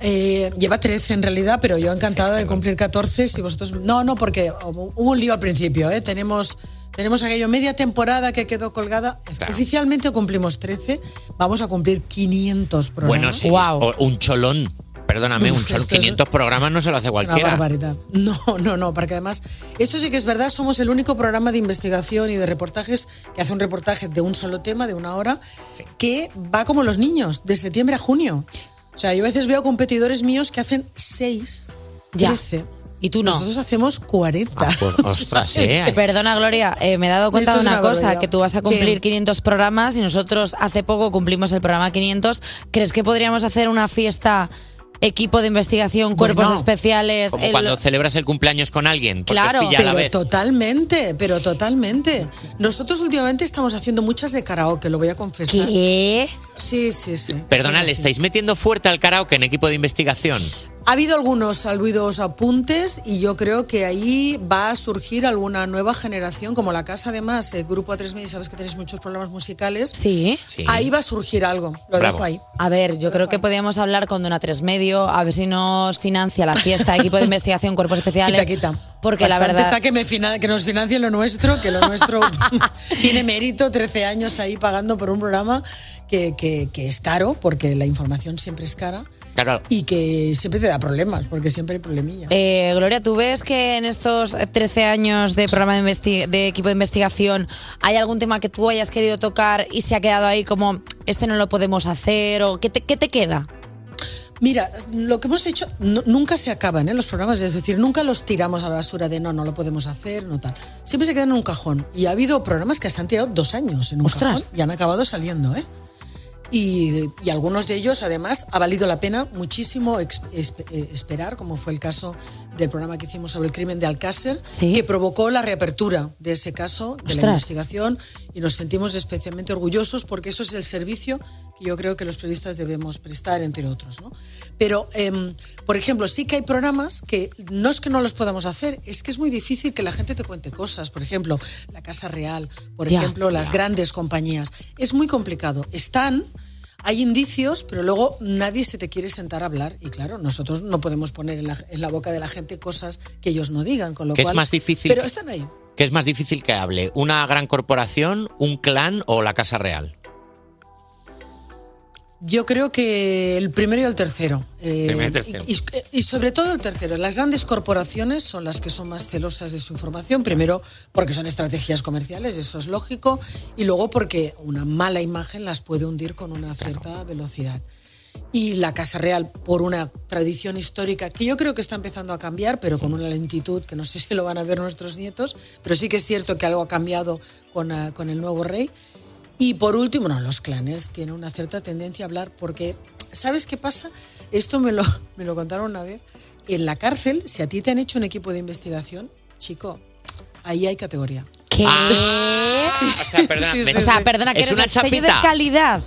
Eh, lleva 13 en realidad, pero yo encantada de cumplir 14. Si vosotros. No, no, porque hubo hubo un lío al principio. ¿eh? Tenemos, tenemos aquello, media temporada que quedó colgada. Claro. Oficialmente cumplimos 13. Vamos a cumplir 500 programas. Bueno, sí. o- Un cholón. Perdóname, un Uf, cholón. esto es- 500 programas no se lo hace Es una cualquiera. barbaridad. No, no, no, porque además, eso sí que es verdad, somos el único programa de investigación y de reportajes que hace un reportaje de un solo tema, de una hora, que va como los niños, de septiembre a junio. O sea, yo a veces veo competidores míos que hacen seis, Ya. trece. Y tú no. Nosotros hacemos 40. Pues, ostras, eh. Perdona, Gloria, eh, me he dado cuenta Eso de es una una, cosa, barbaridad. que tú vas a cumplir ¿Qué? 500 programas y nosotros hace poco cumplimos el programa 500. ¿Crees que podríamos hacer una fiesta, equipo de investigación, cuerpos Bueno. especiales? Como el- cuando celebras el cumpleaños con alguien. Porque Claro. os pilla a la pero vez. totalmente, pero totalmente. Nosotros últimamente estamos haciendo muchas de karaoke, lo voy a confesar. ¿Qué? Sí, sí, sí. Perdona, ¿le Esto es así. estáis metiendo fuerte al karaoke en equipo de investigación? Ha habido algunos algunos apuntes y yo creo que ahí va a surgir alguna nueva generación, como la casa además, el Grupo A3 Media, sabes que tenéis muchos programas musicales. Sí. Sí. Ahí va a surgir algo, lo Bravo. dejo ahí. A ver, yo creo que podíamos hablar con Dona Tres Medio, a ver si nos financia la fiesta, equipo de investigación, cuerpos especiales. Quita, quita. Porque la Bastante verdad. está que, me finan- que nos financie lo nuestro, que lo nuestro tiene mérito, 13 años ahí pagando por un programa que, que- que es caro, porque la información siempre es cara Claro. y que siempre te da problemas, porque siempre hay problemillas. Eh, Gloria, ¿tú ves que en estos 13 años de programa de, investi- de equipo de investigación hay algún tema que tú hayas querido tocar y se ha quedado ahí como este no lo podemos hacer o qué te, qué te queda? Mira, lo que hemos hecho no- nunca se acaban ¿eh? los programas, es decir, nunca los tiramos a la basura de no, no lo podemos hacer, no tal. Siempre se quedan en un cajón. Y ha habido programas que se han tirado dos años en un Ostras. cajón y han acabado saliendo, ¿eh? Y, y algunos de ellos, además, ha valido la pena muchísimo ex- esp- eh, esperar, como fue el caso del programa que hicimos sobre el crimen de Alcácer, que provocó la reapertura de ese caso, de la Ostras. investigación, y nos sentimos especialmente orgullosos porque eso es el servicio que yo creo que los periodistas debemos prestar, entre otros. ¿no? Pero, em, por ejemplo, sí que hay programas que no es que no los podamos hacer, es que es muy difícil que la gente te cuente cosas. Por ejemplo, la Casa Real, por Ya, ejemplo, las ya. grandes compañías. Es muy complicado. Están, hay indicios, pero luego nadie se te quiere sentar a hablar. Y claro, nosotros no podemos poner en la, en la boca de la gente cosas que ellos no digan, con lo Que es cual. más difícil Pero que- están ahí. ¿Qué es más difícil que hable? ¿Una gran corporación, un clan o la Casa Real? Yo creo que el primero y el tercero. Eh, Primero y tercero. Y, y sobre todo el tercero. Las grandes corporaciones son las que son más celosas de su información. Primero porque son estrategias comerciales, eso es lógico. Y luego porque una mala imagen las puede hundir con una cierta velocidad. Y la Casa Real, por una tradición histórica que yo creo que está empezando a cambiar, pero con una lentitud que no sé si lo van a ver nuestros nietos, pero sí que es cierto que algo ha cambiado con, ah, con el nuevo rey. Y por último, no, los clanes tienen una cierta tendencia a hablar porque, ¿sabes qué pasa? Esto me lo, me lo contaron una vez. En la cárcel, si a ti te han hecho un equipo de investigación, chico, ahí hay categoría. ¿Qué? Ah. O sea, perdona, me- o sea, perdona, que Es eres una el sello de chapita. calidad.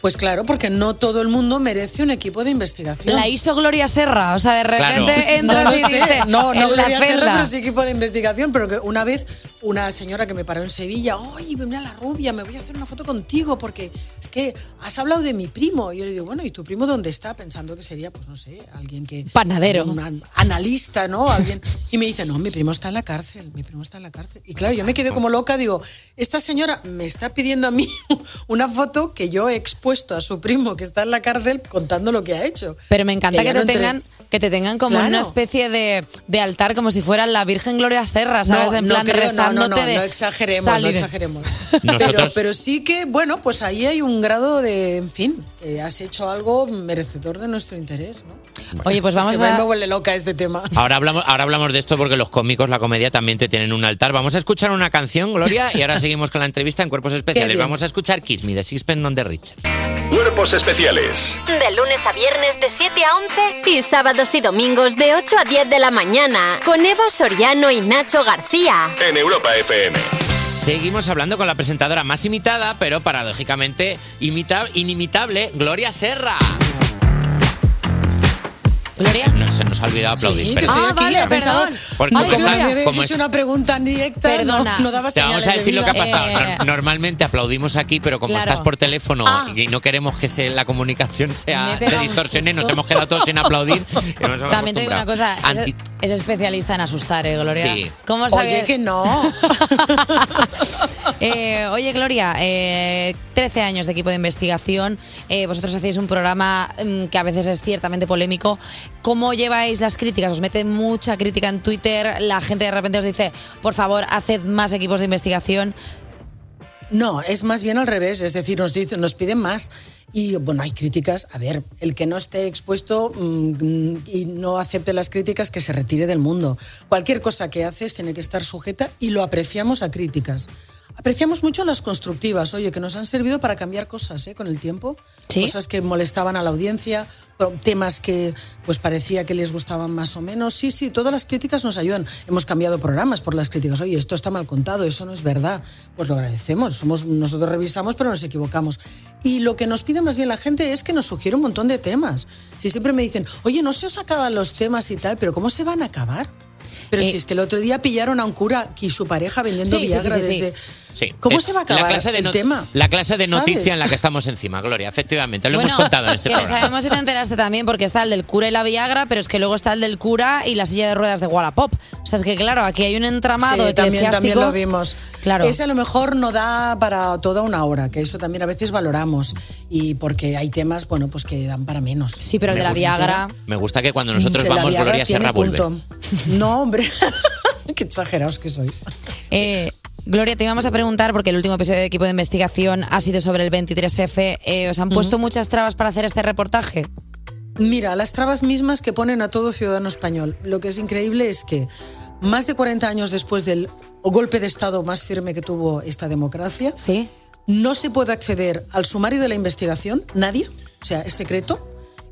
Pues claro, porque no todo el mundo merece un equipo de investigación. La hizo Gloria Serra, o sea, de Claro. repente entras no, lo y sé. dices, no, no en la Gloria Serra, celda. pero sí equipo de investigación, pero que una vez una señora que me paró en Sevilla, oye, mira la rubia, me voy a hacer una foto contigo porque es que has hablado de mi primo. Y yo le digo, bueno, ¿y tu primo dónde está? Pensando que sería, pues no sé, alguien que... Panadero. Un an- analista, ¿no? Alguien. Y me dice, no, mi primo está en la cárcel, mi primo está en la cárcel. Y claro, yo me quedé como loca, digo, esta señora me está pidiendo a mí una foto que yo he expuesto a su primo que está en la cárcel contando lo que ha hecho. Pero me encanta Ella que te no entre- tengan que te tengan como en una Claro. especie de, de altar, como si fuera la Virgen Gloria Serra, ¿sabes? en plan, creo- no, no, no, rezándote de no exageremos, salir. no exageremos. Pero, Nosotros- pero sí que, bueno, pues ahí hay un grado de, en fin, eh, has hecho algo merecedor de nuestro interés, ¿no? Oye, pues Se vamos me- a... me vuelve loca este tema. Ahora hablamos, ahora hablamos de esto porque los cómicos, la comedia también te tienen un altar. Vamos a escuchar una canción, Gloria, y ahora seguimos con la entrevista en Cuerpos Especiales. bien. Vamos a escuchar Kiss Me de Sixpence Non The Rich. Cuerpos especiales De lunes a viernes de 7 a 11 y sábados y domingos de 8 a 10 de la mañana con Evo Soriano y Nacho García. en Europa FM. Seguimos hablando con la presentadora más imitada, pero paradójicamente imita- inimitable, Gloria Serra. Eh, Gloria. No, se nos ha olvidado aplaudir. Sí, que pero- Ah, estoy aquí, vale, he pensado- perdón. Porque Ay, como- como me habéis como hecho es- una pregunta en directa, Perdona. no, no daba Te señales vamos a decir de lo que ha vida. pasado. Eh. No- Normalmente aplaudimos aquí, pero como Claro. estás por teléfono Ah. y no queremos que se- la comunicación Me sea he se pegado un distorsione, nos susto. hemos quedado todos sin aplaudir. y nos hemos También te digo una cosa, acostumbrado. es, Anti- es especialista en asustar, ¿eh, Gloria? Sí. ¿Cómo Oye, saber- que no. Eh, oye, Gloria, eh, 13 años de equipo de investigación. eh, vosotros hacéis un programa mm, que a veces es ciertamente polémico. ¿Cómo lleváis las críticas? Os mete mucha crítica en Twitter. La gente de repente os dice, por favor, haced más equipos de investigación. No, es más bien al revés, es decir, nos dicen, nos piden más y bueno, hay críticas, a ver, el que no esté expuesto mm, mm, y no acepte las críticas que se retire del mundo. Cualquier cosa que haces tiene que estar sujeta y lo apreciamos a críticas. Apreciamos mucho las constructivas, oye, que nos han servido para cambiar cosas ¿eh? con el tiempo. Cosas que molestaban a la audiencia, pro- temas que pues parecía que les gustaban más o menos. Sí, sí, todas las críticas nos ayudan. Hemos cambiado programas por las críticas. Oye, esto está mal contado, eso no es verdad. Pues lo agradecemos. Somos, nosotros revisamos, pero nos equivocamos. Y lo que nos pide más bien la gente es que nos sugiere un montón de temas. Si siempre me dicen, oye, no se os acaban los temas y tal, pero ¿cómo se van a acabar? Pero si es que el otro día pillaron a un cura y su pareja vendiendo Eh, Sí, sí, Viagra sí, sí, sí. desde. Sí. ¿Cómo Es se va a acabar el not- tema? La clase de ¿Sabes? noticia en la que estamos encima, Gloria, efectivamente. Lo Bueno, hemos contado en este que programa. sabemos si te enteraste también, porque está el del cura y la Viagra, pero es que luego está el del cura y la silla de ruedas de Wallapop. O sea, es que claro, aquí hay un entramado Sí, también, eclesiástico. también lo vimos. Claro. Ese a lo mejor no da para toda una hora, que eso también a veces valoramos. Y porque hay temas, bueno, pues que dan para menos. Sí, pero el de la Viagra. Me gusta que cuando nosotros La vamos, Viagra Gloria tiene Serra vuelve. punto. No, hombre. Qué exagerados que sois. Eh, Gloria, te íbamos a preguntar, porque el último episodio de equipo de investigación ha sido sobre el 23F. eh, ¿Os han puesto muchas trabas para hacer este reportaje? Mira, las trabas mismas que ponen a todo ciudadano español. Lo que es increíble es que más de 40 años después del golpe de Estado más firme que tuvo esta democracia, no se puede acceder al sumario de la investigación, nadie, o sea, es secreto.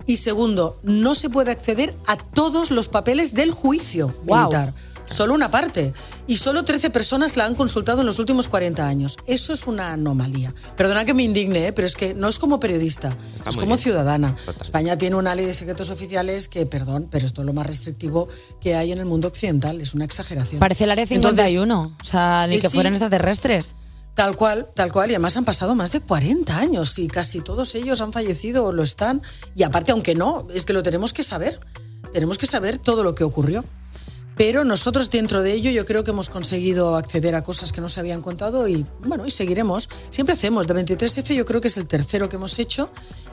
Y segundo, no se puede acceder a todos los papeles del juicio Guau. militar. Solo una parte. Y solo 13 personas la han consultado en los últimos 40 años. Eso es una anomalía. Perdona que me indigne, ¿eh? pero es que no es como periodista, Está es muy como bien. ciudadana. España tiene una ley de secretos oficiales que, perdón, pero esto es lo más restrictivo que hay en el mundo occidental. Es una exageración. Parece el área Entonces, 51. o sea, ni eh, que sí. fueran extraterrestres. Tal cual, tal cual. Y además han pasado más de 40 años y casi todos ellos han fallecido o lo están. Y aparte, aunque no, es que lo tenemos que saber. Tenemos que saber todo lo que ocurrió. Pero nosotros dentro de ello yo creo que hemos conseguido acceder a cosas que no se habían contado y bueno, y seguiremos. Siempre hacemos. De 23F yo creo que es el tercero que hemos hecho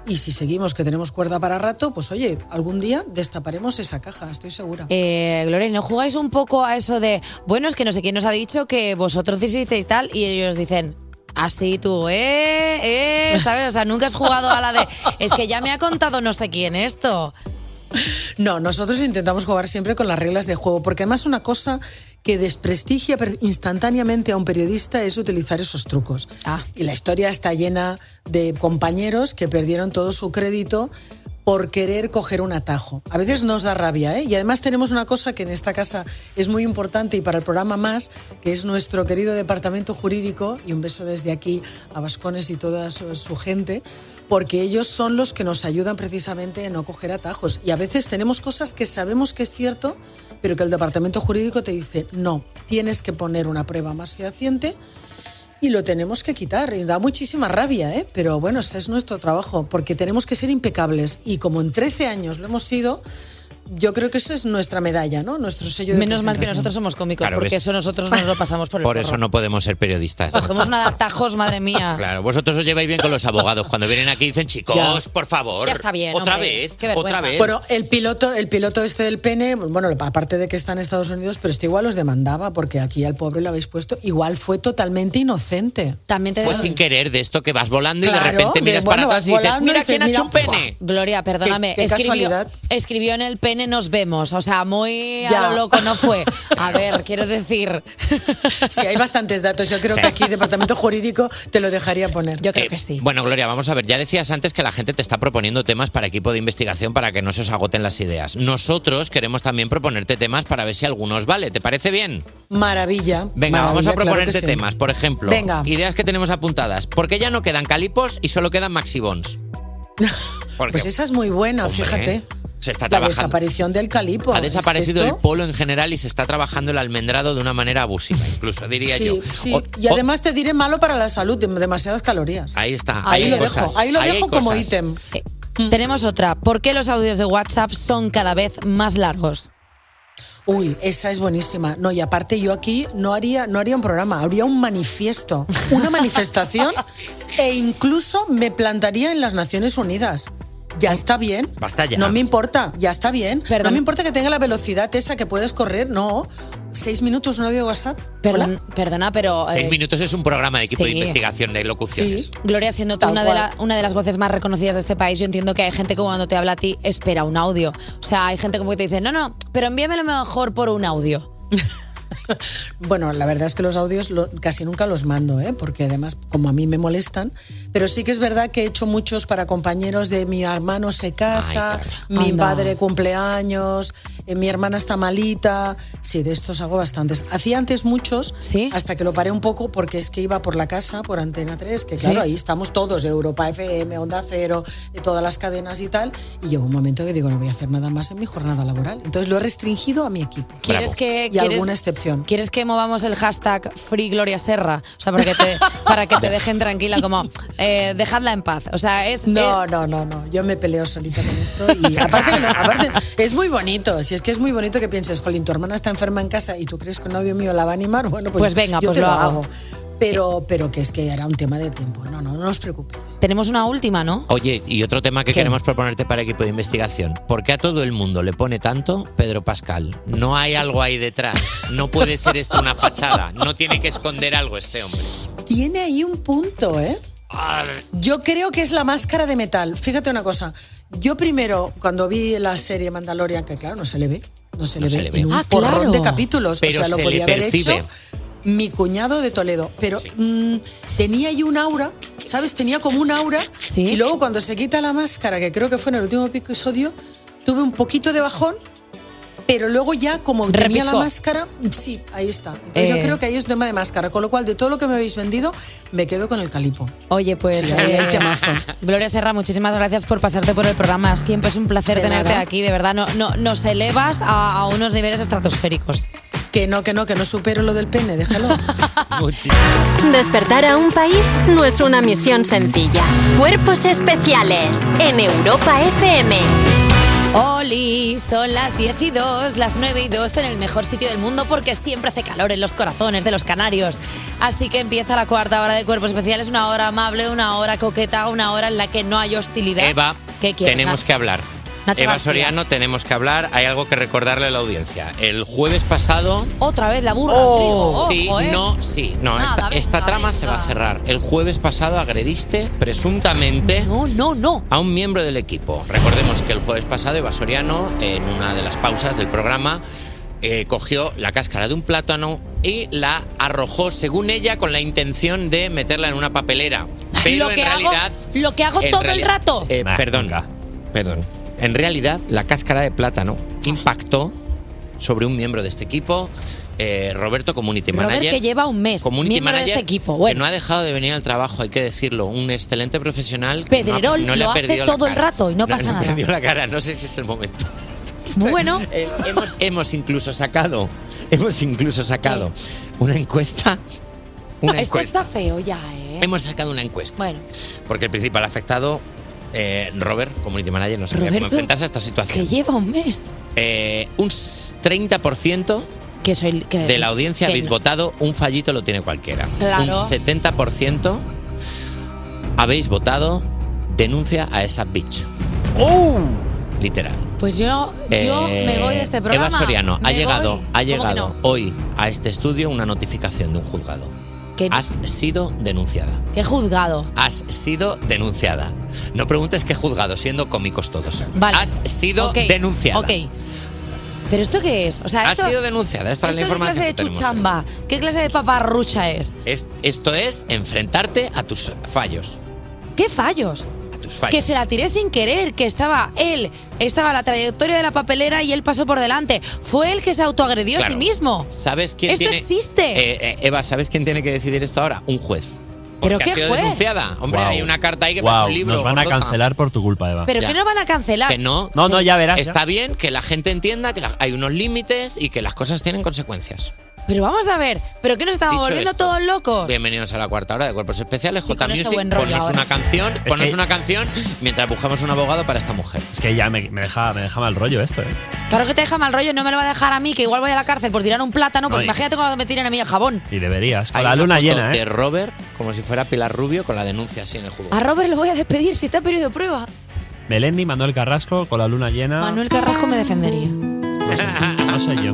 y si seguimos que tenemos cuerda para rato, pues oye, algún día destaparemos esa caja, estoy segura. Eh, Gloria, ¿y ¿no jugáis un poco a eso de, bueno, es que no sé quién nos ha dicho que vosotros hicisteis tal y ellos dicen... Así tú, eh, eh, ¿sabes? O sea, nunca has jugado a la de. Es que ya me ha contado no sé quién esto. No, nosotros intentamos jugar siempre con las reglas de juego, porque además una cosa que desprestigia per- instantáneamente a un periodista es utilizar esos trucos. Y la historia está llena de compañeros que perdieron todo su crédito por querer coger un atajo. A veces nos da rabia, ¿eh? Y además tenemos una cosa que en esta casa es muy importante y para el programa más, que es nuestro querido departamento jurídico, y un beso desde aquí a Vascones y toda su, su gente, porque ellos son los que nos ayudan precisamente a no coger atajos. Y a veces tenemos cosas que sabemos que es cierto, pero que el departamento jurídico te dice, no, tienes que poner una prueba más fehaciente y lo tenemos que quitar. Y da muchísima rabia, ¿eh? pero bueno, ese es nuestro trabajo, porque tenemos que ser impecables. Y como en 13 años lo hemos sido, yo creo que eso es nuestra medalla, ¿no? Nuestro sello de Menos mal que presentación. nosotros somos cómicos, Claro, porque ¿ves? eso nosotros nos lo pasamos por el Por forro. eso no podemos ser periodistas. Cogemos una de atajos, madre mía. Claro, vosotros os lleváis bien con los abogados. Cuando vienen aquí dicen, chicos, Ya. por favor. Ya está bien, Otra hombre. vez, Qué vergüenza. otra vez. Bueno, el piloto, el piloto este del pene, bueno, aparte de que está en Estados Unidos, pero esto igual os demandaba, porque aquí al pobre lo habéis puesto, igual fue totalmente inocente. También Pues sin querer, de esto que vas volando y de Claro, repente de- miras bueno, para atrás vas y dices, volando y mira dices, quién ha hecho un mira, pene. Gloria, perdóname. Qué- qué escribió, casualidad. escribió en el pene nos vemos. O sea, muy a Ya. lo loco no fue. A ver, quiero decir. Sí, hay bastantes datos. Yo creo que aquí Departamento Jurídico te lo dejaría poner. Yo creo que sí. Bueno, Gloria, vamos a ver. Ya decías antes que la gente te está proponiendo temas para equipo de investigación para que no se os agoten las ideas. Nosotros queremos también proponerte temas para ver si algunos vale. ¿Te parece bien? Maravilla. Venga, maravilla, vamos a este claro que proponerte sí. temas. Por ejemplo, Venga. ideas que tenemos apuntadas. Porque ya no quedan calipos y solo quedan maxibons. Porque Pues esa es muy buena, Hombre, fíjate. se está La trabajando. desaparición del calipo. Ha ¿Es que desaparecido esto? el polo en general y se está trabajando el almendrado de una manera abusiva, incluso diría Sí, yo. sí. O- y o- además te diré malo para la salud, dem- demasiadas calorías. ahí está. Ahí, Ah, hay lo cosas, dejo, ahí lo hay dejo como cosas. ítem. Eh. Tenemos otra. ¿Por qué los audios de WhatsApp son cada vez más largos? Uy, esa es buenísima. No, y aparte yo aquí no haría, no haría un programa, haría un manifiesto, una manifestación e incluso me plantaría en las Naciones Unidas. Ya está bien. Basta ya. No me importa, ya está bien. No me importa que tenga la velocidad esa que puedes correr, no. Seis minutos, un audio de WhatsApp. Perdón- perdona, pero. eh, Seis minutos es un programa de equipo de sí. investigación de locuciones. Gloria, siendo tú Tal una de, la- cual. una de las voces más reconocidas de este país, yo entiendo que hay gente que cuando te habla a ti espera un audio. O sea, hay gente como que te dice, no, no, pero envíamelo mejor por un audio. Bueno, la verdad es que los audios lo- casi nunca los mando, ¿eh? porque además como a mí me molestan, pero sí que es verdad que he hecho muchos para compañeros de mi hermano se casa, mi Anda. padre cumpleaños, eh, mi hermana está malita, sí, de estos hago bastantes. Hacía antes muchos, hasta que lo paré un poco porque es que iba por la casa, por Antena 3, que claro, Sí. ahí estamos todos, de Europa FM, Onda Cero, de todas las cadenas y tal, y llegó un momento que digo, no voy a hacer nada más en mi jornada laboral, entonces lo he restringido a mi equipo. ¿Quieres que, y quieres- alguna excepción. ¿Quieres que movamos el hashtag Free Gloria Serra? O sea, porque te- para que te dejen tranquila, como eh, dejadla en paz. O sea, es. eh, No, es- no, no, no. Yo me peleo solita con esto. Y aparte, que no- aparte, es muy bonito. Si es que es muy bonito que pienses, Colin, tu hermana está enferma en casa y tú crees que un audio mío la va a animar, bueno, pues, Pues venga, yo pues te lo lo hago. hago. Pero, pero que es que era un tema de tiempo. No, no, no os preocupéis. Tenemos una última, ¿no? Oye, y otro tema que queremos proponerte para equipo de investigación. ¿Por qué a todo el mundo le pone tanto Pedro Pascal? No hay algo ahí detrás. No puede ser esto una fachada. No tiene que esconder algo este hombre. Tiene ahí un punto, ¿eh? Yo creo que es la máscara de metal. Fíjate una cosa. Yo primero, cuando vi la serie Mandalorian, que claro, no se le ve. No se, No le, se ve le ve. en un Ah, porrón claro. de capítulos. Pero o sea, lo se le podía haber percibe. hecho mi cuñado de Toledo. Pero mm, tenía ahí un aura, ¿sabes? Tenía como un aura. Y luego cuando se quita la máscara, que creo que fue en el último episodio, tuve un poquito de bajón. Pero luego ya, como tenía la Repicó. máscara, sí, ahí está. Entonces yo Eh. creo que ahí es tema de máscara. Con lo cual, de todo lo que me habéis vendido, me quedo con el calipo. Oye, pues. Sí, ahí hay temazo. Gloria Serra, muchísimas gracias por pasarte por el programa. Siempre es un placer tenerte aquí, de verdad. No, no, nos elevas a, a unos niveles estratosféricos. Que no, que no, que no supero lo del pene, déjalo. Despertar a un país no es una misión sencilla. Cuerpos especiales en Europa FM. Oli, son las 10 y 2, las 9 y 2 en el mejor sitio del mundo porque siempre hace calor en los corazones de los canarios. Así que empieza la cuarta hora de Cuerpos Especiales, una hora amable, una hora coqueta, una hora en la que no hay hostilidad. Eva, ¿qué quieres? tenemos Nacho? que hablar. Nacho Eva García. Soriano, tenemos que hablar. Hay algo que recordarle a la audiencia. El jueves pasado Otra vez la burra, Oh, trigo, sí, ojo, ¿eh? no, sí, no, Nada, esta, venga, esta trama se va a cerrar. El jueves pasado agrediste presuntamente a un miembro del equipo. Recordemos que el jueves pasado Eva Soriano, en una de las pausas del programa, eh, cogió la cáscara de un plátano y la arrojó, según ella, con la intención de meterla en una papelera. Pero lo en que realidad hago, lo que hago en todo realidad- el rato. eh, perdón, perdón. En realidad, la cáscara de plátano impactó sobre un miembro de este equipo, eh, Roberto Community Robert, Manager. que lleva un mes, Community miembro de manager este equipo. que Bueno, no ha dejado de venir al trabajo, hay que decirlo. Un excelente profesional. que no ha- Pedrerol no le lo ha hace perdido la todo el cara. rato y no, No, pasa no nada. perdió la cara, no sé si es el momento. Bueno, Eh, hemos, hemos incluso sacado, hemos incluso sacado una encuesta. no, Una esto encuesta. está feo ya, ¿eh? Hemos sacado una encuesta. Bueno, Porque el principal afectado, eh, Robert, Community Manager, no sabía cómo Roberto, enfrentarse a esta situación. que lleva un mes. eh, un s- 30% Que soy, que- de la audiencia Eh, que habéis no. votado, un fallito lo tiene cualquiera. Claro. Un 70% habéis votado denuncia a esa bitch. Literal. Pues yo, yo Eh, me voy de este programa. Eva Soriano, ha Me llegado, voy. ha ¿Cómo que llegado no? hoy a este estudio una notificación de un juzgado. ¿Qué? Has sido denunciada. Qué juzgado. Has sido denunciada. No preguntes qué juzgado, siendo cómicos todos. Vale. Has sido Ok, denunciada. Ok. ¿Pero esto qué es? O sea, Has esto, sido denunciada, esta es la ¿esto información que ¿Qué clase de tenemos chuchamba? ¿Qué clase de paparrucha es? Es- esto es enfrentarte a tus fallos. ¿Qué fallos? A tus fallos. Que se la tiré sin querer, que estaba él, estaba la trayectoria de la papelera y él pasó por delante. Fue él que se autoagredió a Claro. sí mismo. ¿Sabes quién Esto tiene- existe. Eh, eh, Eva, ¿sabes quién tiene que decidir esto ahora? Un juez. Porque ¿Pero qué ha sido juez? denunciada. Hombre, Guau. hay una carta ahí que Guau, parece un libro. Nos van a gordota. cancelar por tu culpa, Eva. ¿Pero Ah. Ya. qué no van a cancelar? Que no. No, no, ya verás, ya. Está bien que la gente entienda que la- hay unos límites y que las cosas tienen consecuencias. Pero vamos a ver, ¿pero qué nos estamos Dicho volviendo esto, todos locos? Bienvenidos a la cuarta hora de Cuerpos Especiales. J con este Music, buen rollo ponnos ahora. una canción, ponnos una canción mientras buscamos un abogado para esta mujer. Es que ya me, me deja, me deja mal rollo esto, ¿eh? Claro que te deja mal rollo, no me lo va a dejar a mí, que igual voy a la cárcel por tirar un plátano, pues No, y- imagínate cuando me tiran a mí el jabón. Y deberías. Con Hay la una luna foto llena, ¿eh? Ah. De Robert, como si fuera Pilar Rubio, con la denuncia así en el juego. A Robert lo voy a despedir si está en periodo de prueba. Melendi, Manuel Carrasco, con la luna llena. Manuel Carrasco me defendería. No sé yo.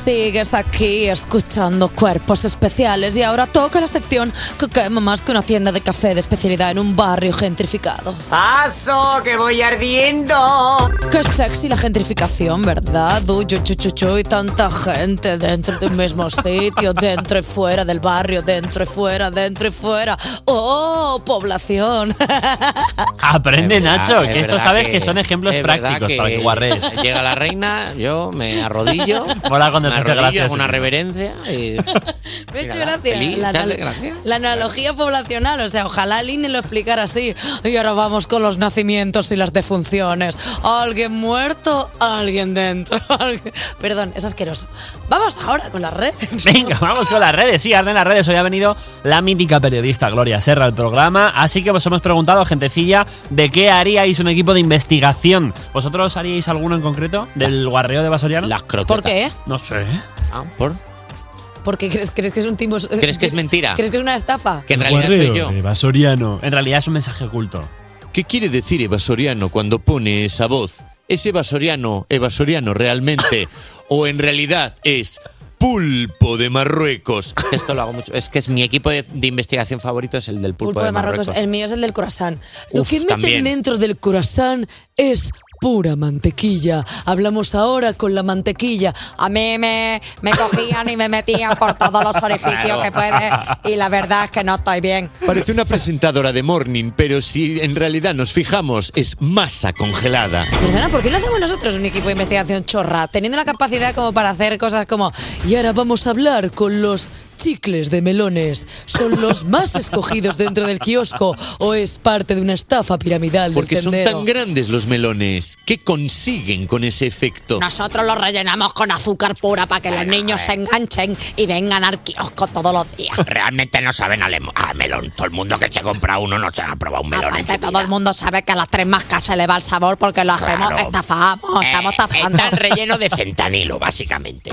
Sigues aquí escuchando cuerpos especiales y ahora toca la sección que quema más que una tienda de café de especialidad en un barrio gentrificado. ¡Paso, que voy ardiendo! Qué sexy la gentrificación, ¿verdad? Uy, uy, uy, uy, uy, tanta gente dentro de un mismo sitio, dentro y fuera del barrio, dentro y fuera, dentro y fuera. ¡Oh, población! Aprende, Es verdad, Nacho, es que esto verdad sabes que, son ejemplos es verdad prácticos para que guarres. Llega la reina, yo me arrodillo. Mola cuando me se hace arrodillo, gracia, hago una sí. reverencia y. ¿Ves qué Mírala, gracia? feliz, la, ¿sabes anal- qué gracia? la analogía poblacional, o sea, ojalá Aline lo explicara así. Y ahora vamos con los nacimientos y las defunciones. Alguien muerto, alguien dentro. alguien- Perdón, es asqueroso. Vamos ahora con las redes. Venga, vamos con las redes. Sí, arden las redes. Hoy ha venido la mítica periodista Gloria Serra al programa. Así que os hemos preguntado, gentecilla, de qué haríais un equipo de investigación. ¿Vosotros haríais alguno en concreto? ¿Del guarreo de Basoriano? Las croquetas. ¿Por qué? No sé. Ah, ¿por? Porque crees, crees que es un timo. ¿Crees que es mentira? ¿Crees que es una estafa? Que en realidad soy Guarreo. yo. Basoriano. En realidad es un mensaje oculto. ¿Qué quiere decir evasoriano cuando pone esa voz? ¿Es evasoriano, evasoriano realmente? ¿O en realidad es pulpo de Marruecos? Esto lo hago mucho. Es que es mi equipo de, de investigación favorito es el del pulpo, Pulpo de Marruecos. El mío es el del croissant. Lo Uf, que meten también. dentro del croissant es pura mantequilla. Hablamos ahora con la mantequilla. A mí me, me cogían y me metían por todos los orificios que puede y la verdad es que no estoy bien. Parece una presentadora de morning, pero si en realidad nos fijamos, es masa congelada. Perdona, ¿por qué no hacemos nosotros un equipo de investigación chorra? Teniendo la capacidad como para hacer cosas como y ahora vamos a hablar con los chicles de melones. ¿Son los más escogidos dentro del kiosco o es parte de una estafa piramidal del Porque son tendero? tan grandes los melones. ¿Qué consiguen con ese efecto? Nosotros los rellenamos con azúcar pura para que los eh. niños se enganchen y vengan al kiosco todos los días. Realmente no saben a, lem- a melón. Todo el mundo que se compra uno no se ha probado un melón. en Aparte, todo el mundo sabe que a las tres mascas se le va el sabor porque lo hacemos, Claro. estafamos, estamos estafando. Están relleno de fentanilo, básicamente.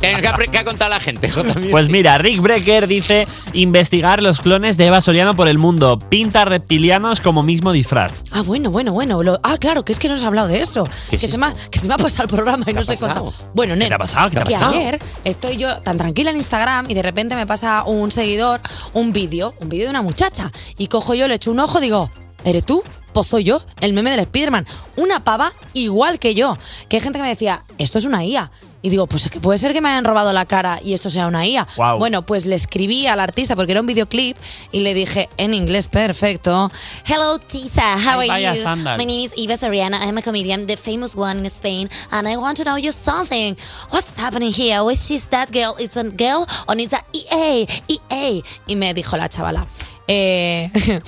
¿Qué, qué ha pre- qué ha contado la gente? Jota? Pues mira, Rick Brecker dice investigar los clones de Eva Soriano por el mundo. Pinta reptilianos como mismo disfraz. Ah, bueno, bueno, bueno. lo- ah, claro, que es que no has hablado de eso. Que, se me ha, que se me ha pasado el programa y no se he contado. Bueno, ¿Qué te ha pasado? Ah, ¿Qué te ha que pasado? ayer estoy yo tan tranquila en Instagram y de repente me pasa un seguidor un vídeo, un vídeo de una muchacha. Y cojo yo, le echo un ojo, digo, ¿eres tú? Pues soy yo, el meme del Spiderman. Una pava igual que yo. Que hay gente que me decía, esto es una IA. Y digo, pues es que puede ser que me hayan robado la cara y esto sea una IA. Guau. Bueno, pues le escribí al artista porque era un videoclip y le dije en inglés perfecto, Hello Tisa, how Ay, are vaya you? sándal. My name is Eva Soriano. I'm a comedian, the famous one in Spain, and I want to know you something. What's happening here? Which is that girl? It's a girl or it's a EA, EA. Y me dijo la chavala. eh,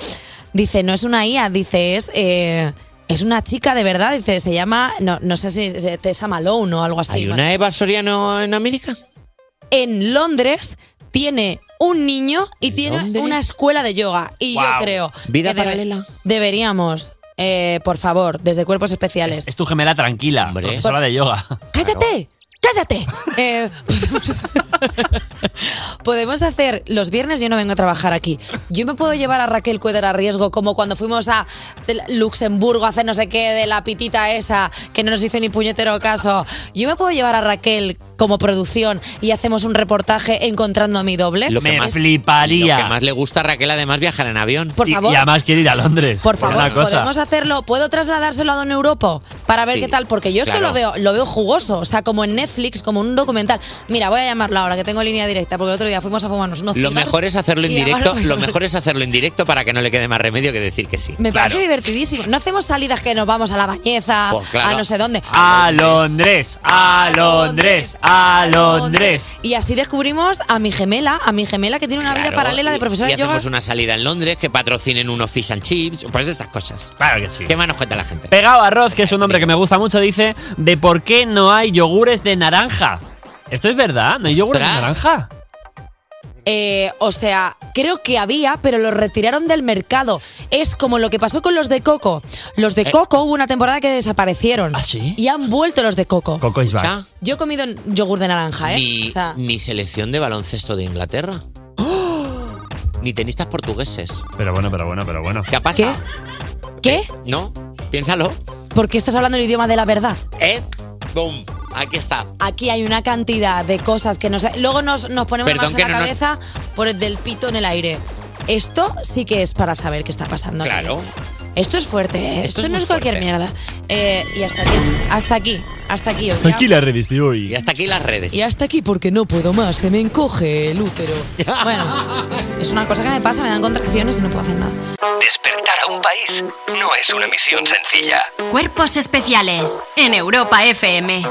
dice, no es una IA, dice, es. eh, es una chica de verdad, dice, se llama, no, no sé si es eh, Tessa Malone o algo así. ¿Hay una Eva Soriano en América? En Londres tiene un niño y tiene una escuela de yoga. Y yo Guau. creo. Vida que debe- paralela. Deberíamos, eh, por favor, desde cuerpos especiales. Es tu gemela tranquila, profesora de yoga. ¡Cállate! ¡Cállate! Eh, podemos hacer los viernes, yo no vengo a trabajar aquí. Yo me puedo llevar a Raquel Cuéder a riesgo, como cuando fuimos a tel- Luxemburgo a hacer no sé qué de la pitita esa, que no nos hizo ni puñetero caso. Yo me puedo llevar a Raquel como producción y hacemos un reportaje encontrando a mi doble. Me Es- fliparía. Lo que más le gusta a Raquel además viajar en avión. Por Y- favor. Y, además quiere ir a Londres. Por es favor, una cosa. podemos hacerlo. ¿Puedo trasladárselo a Don Europa para ver Sí, qué tal? Porque yo esto claro. lo veo, lo veo jugoso, o sea, como en Netflix, como un documental. Mira, voy a llamarlo ahora que tengo línea directa, porque el otro día fuimos a fumarnos unos Lo cigars mejor es hacerlo en y ahora directo. voy a- Lo mejor es hacerlo en directo para que no le quede más remedio que decir que sí. Me Claro. parece divertidísimo. No hacemos salidas que nos vamos a la bañeza, Pues claro. a no sé dónde. A Londres, a Londres, a Londres. Y así descubrimos a mi gemela, a mi gemela que tiene una vida Claro, paralela de y- profesora Y de yoga. hacemos una salida en Londres que patrocinen unos fish and chips, pues esas cosas. Claro que sí. ¿Qué más nos cuenta la gente? Pegado Arroz, que es un nombre que me gusta mucho, dice de por qué no hay yogures de naranja. Esto es verdad, no hay yogures de naranja. Eh, o sea, creo que había, pero los retiraron del mercado. Es como lo que pasó con los de Coco. Los de Eh. Coco hubo una temporada que desaparecieron. ¿Ah, sí? Y han vuelto los de Coco. Coco is back. Ya. Yo he comido yogur de naranja, ¿eh? Ni, O sea, ni selección de baloncesto de Inglaterra. Ni tenistas portugueses. ¡Oh! Pero bueno, pero bueno, pero bueno. ¿Qué ha pasado? ¿Qué? No, piénsalo. ¿Por qué estás hablando el idioma de la verdad? ¿Eh? Boom. Aquí está. Aquí hay una cantidad de cosas que nos... Luego nos, nos ponemos Perdón más que en la no nos- cabeza por el del pito en el aire. Esto sí que es para saber qué está pasando. Claro. Esto es fuerte, ¿eh? Esto Esto, es no muy es cualquier fuerte. mierda. Eh, y hasta aquí, hasta aquí, hasta aquí. hoy ya. las redes de hoy. Y hasta aquí las redes. Y hasta aquí porque no puedo más, se me encoge el útero. Bueno, es una cosa que me pasa, me dan contracciones y no puedo hacer nada. Despertar a un país no es una misión sencilla. Cuerpos especiales en Europa FM.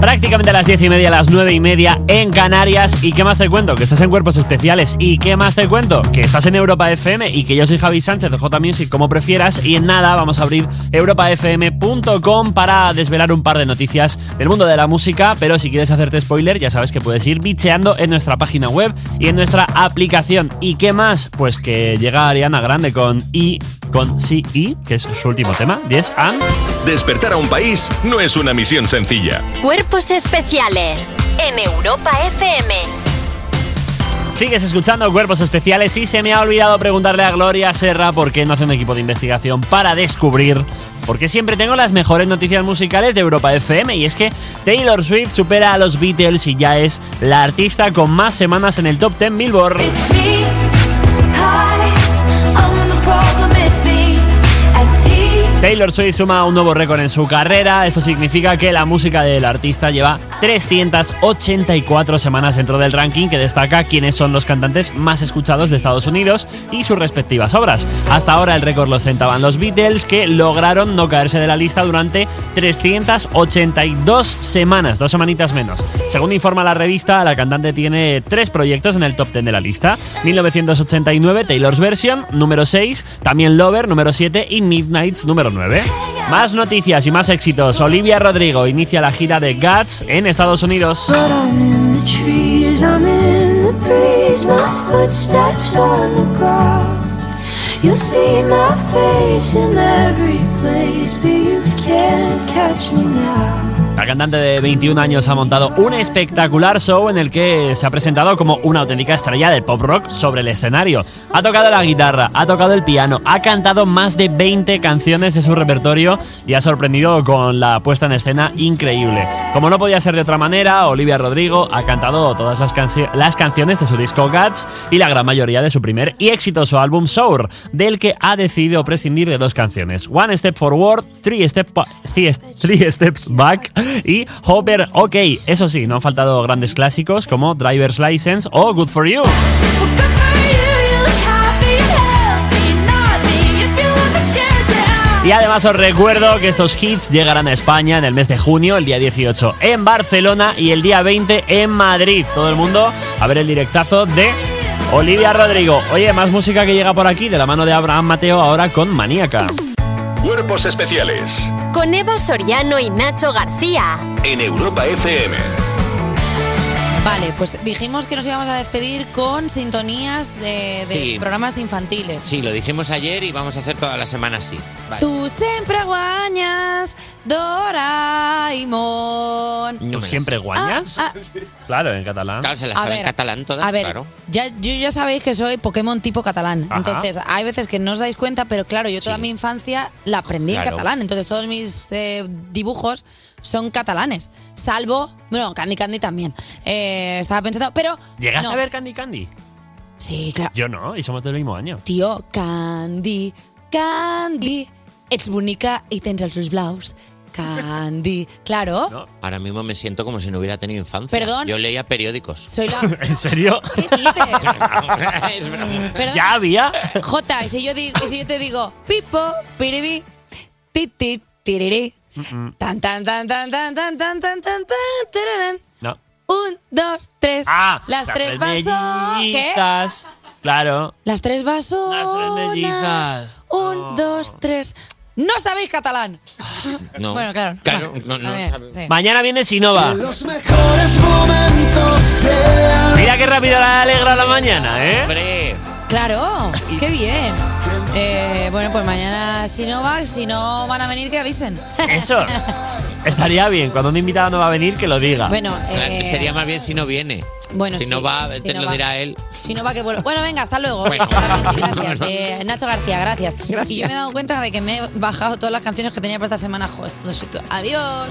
Prácticamente a las 10 y media, a las 9 y media en Canarias. ¿Y qué más te cuento? Que estás en Cuerpos Especiales. ¿Y qué más te cuento? Que estás en Europa FM y que yo soy Javi Sánchez de J Music, como prefieras. Y en nada, vamos a abrir europafm.com para desvelar un par de noticias del mundo de la música. Pero si quieres hacerte spoiler, ya sabes que puedes ir bicheando en nuestra página web y en nuestra aplicación. ¿Y qué más? Pues que llega Ariana Grande con I, con Sí I, que es su último tema, 10 and. ¿Ah? Despertar a un país no es una misión sencilla. Cuerpos especiales en Europa FM. Sigues escuchando Cuerpos Especiales y se me ha olvidado preguntarle a Gloria Serra por qué no hace un equipo de investigación para descubrir. Porque siempre tengo las mejores noticias musicales de Europa FM y es que Taylor Swift supera a los Beatles y ya es la artista con más semanas en el top 10 Billboard. Taylor Swift suma un nuevo récord en su carrera. Esto significa que la música del artista lleva 384 semanas dentro del ranking que destaca quiénes son los cantantes más escuchados de Estados Unidos y sus respectivas obras. Hasta ahora el récord lo ostentaban los Beatles que lograron no caerse de la lista durante 382 semanas, dos semanitas menos. Según informa la revista, la cantante tiene tres proyectos en el top 10 de la lista. 1989, Taylor's Version, número 6, también Lover, número 7 y Midnights, número 9. Más noticias y más éxitos. Olivia Rodrigo inicia la gira de Guts en Estados Unidos. But I'm in the trees, I'm in the breeze, my footsteps on the ground. You'll see my face in every place, but you can't catch me now. La cantante de 21 años ha montado un espectacular show en el que se ha presentado como una auténtica estrella del pop rock sobre el escenario. Ha tocado la guitarra, ha tocado el piano, ha cantado más de 20 canciones de su repertorio y ha sorprendido con la puesta en escena increíble. Como no podía ser de otra manera, Olivia Rodrigo ha cantado todas las, cancio- las canciones de su disco Guts y la gran mayoría de su primer y exitoso álbum Sour, del que ha decidido prescindir de dos canciones, One Step Forward, Three, Step Pa- Three Step- Three Steps Back y Hopper OK. Eso sí, no han faltado grandes clásicos como Driver's License o Good For You. Y además os recuerdo que estos hits llegarán a España en el mes de junio, el día 18 en Barcelona y el día 20 en Madrid. Todo el mundo a ver el directazo de Olivia Rodrigo. Oye, más música que llega por aquí de la mano de Abraham Mateo ahora con Maníaca. Cuerpos especiales Con Eva Soriano y Nacho García. en Europa FM. Vale, pues dijimos que nos íbamos a despedir con sintonías de, de Sí. programas infantiles. Sí, lo dijimos ayer y vamos a hacer toda la semana así. Vale. Tú siempre guañas, Doraemon. ¿Tú siempre guañas? Ah, Claro, en catalán. Claro, se la A sabe en ver, catalán todas, a ver, claro. ya, yo ya sabéis que soy Pokémon tipo catalán. Ajá. Entonces, hay veces que no os dais cuenta, pero claro, yo toda mi infancia la aprendí en Claro. catalán. Entonces, todos mis eh, dibujos son catalanes. Salvo, bueno, Candy Candy también. Eh, estaba pensando, pero. ¿Llegaste no. a ver Candy Candy? Sí, claro. Yo no, y somos del mismo año. Tío, Candy, Candy, ets bonica y tens els ulls blaus. Candy, claro. Ahora mismo me siento como si no hubiera tenido infancia. Perdón. Yo leía periódicos. Soy la... ¿En serio? Perdón. ¿Ya había? Jota, y si yo, di- y si yo te digo pipo, piribi, ti, ti, tirirí, Mm, tan, tan, tan, tan, tan, tan, tan, tan, tan, tan, tararán. No. Un, dos, tres. Ah, las las tres tres vasos. ¿Qué? mellizas. Claro. Las tres vasos. mellizas. Un, dos, tres. No sabéis catalán. No. Bueno, claro. Claro, Bueno, no, no. a ver, sí. Mañana viene Sinova. sean- Mira qué rápido la alegra la mañana, ¿eh? Claro, qué bien. Eh, bueno, pues mañana si no va, si no van a venir, que avisen. Eso. Estaría bien, cuando un invitado no va a venir, que lo diga. Bueno, Claro, eh, sería más bien si no viene. Bueno, Si no sí, va, si te no lo va. dirá él. Si no va, que vuelva. Bueno, venga, hasta luego. Gracias. eh, Nacho García, gracias. Y yo me he dado cuenta de que me he bajado todas las canciones que tenía para esta semana. Joder, esto lo siento. Adiós.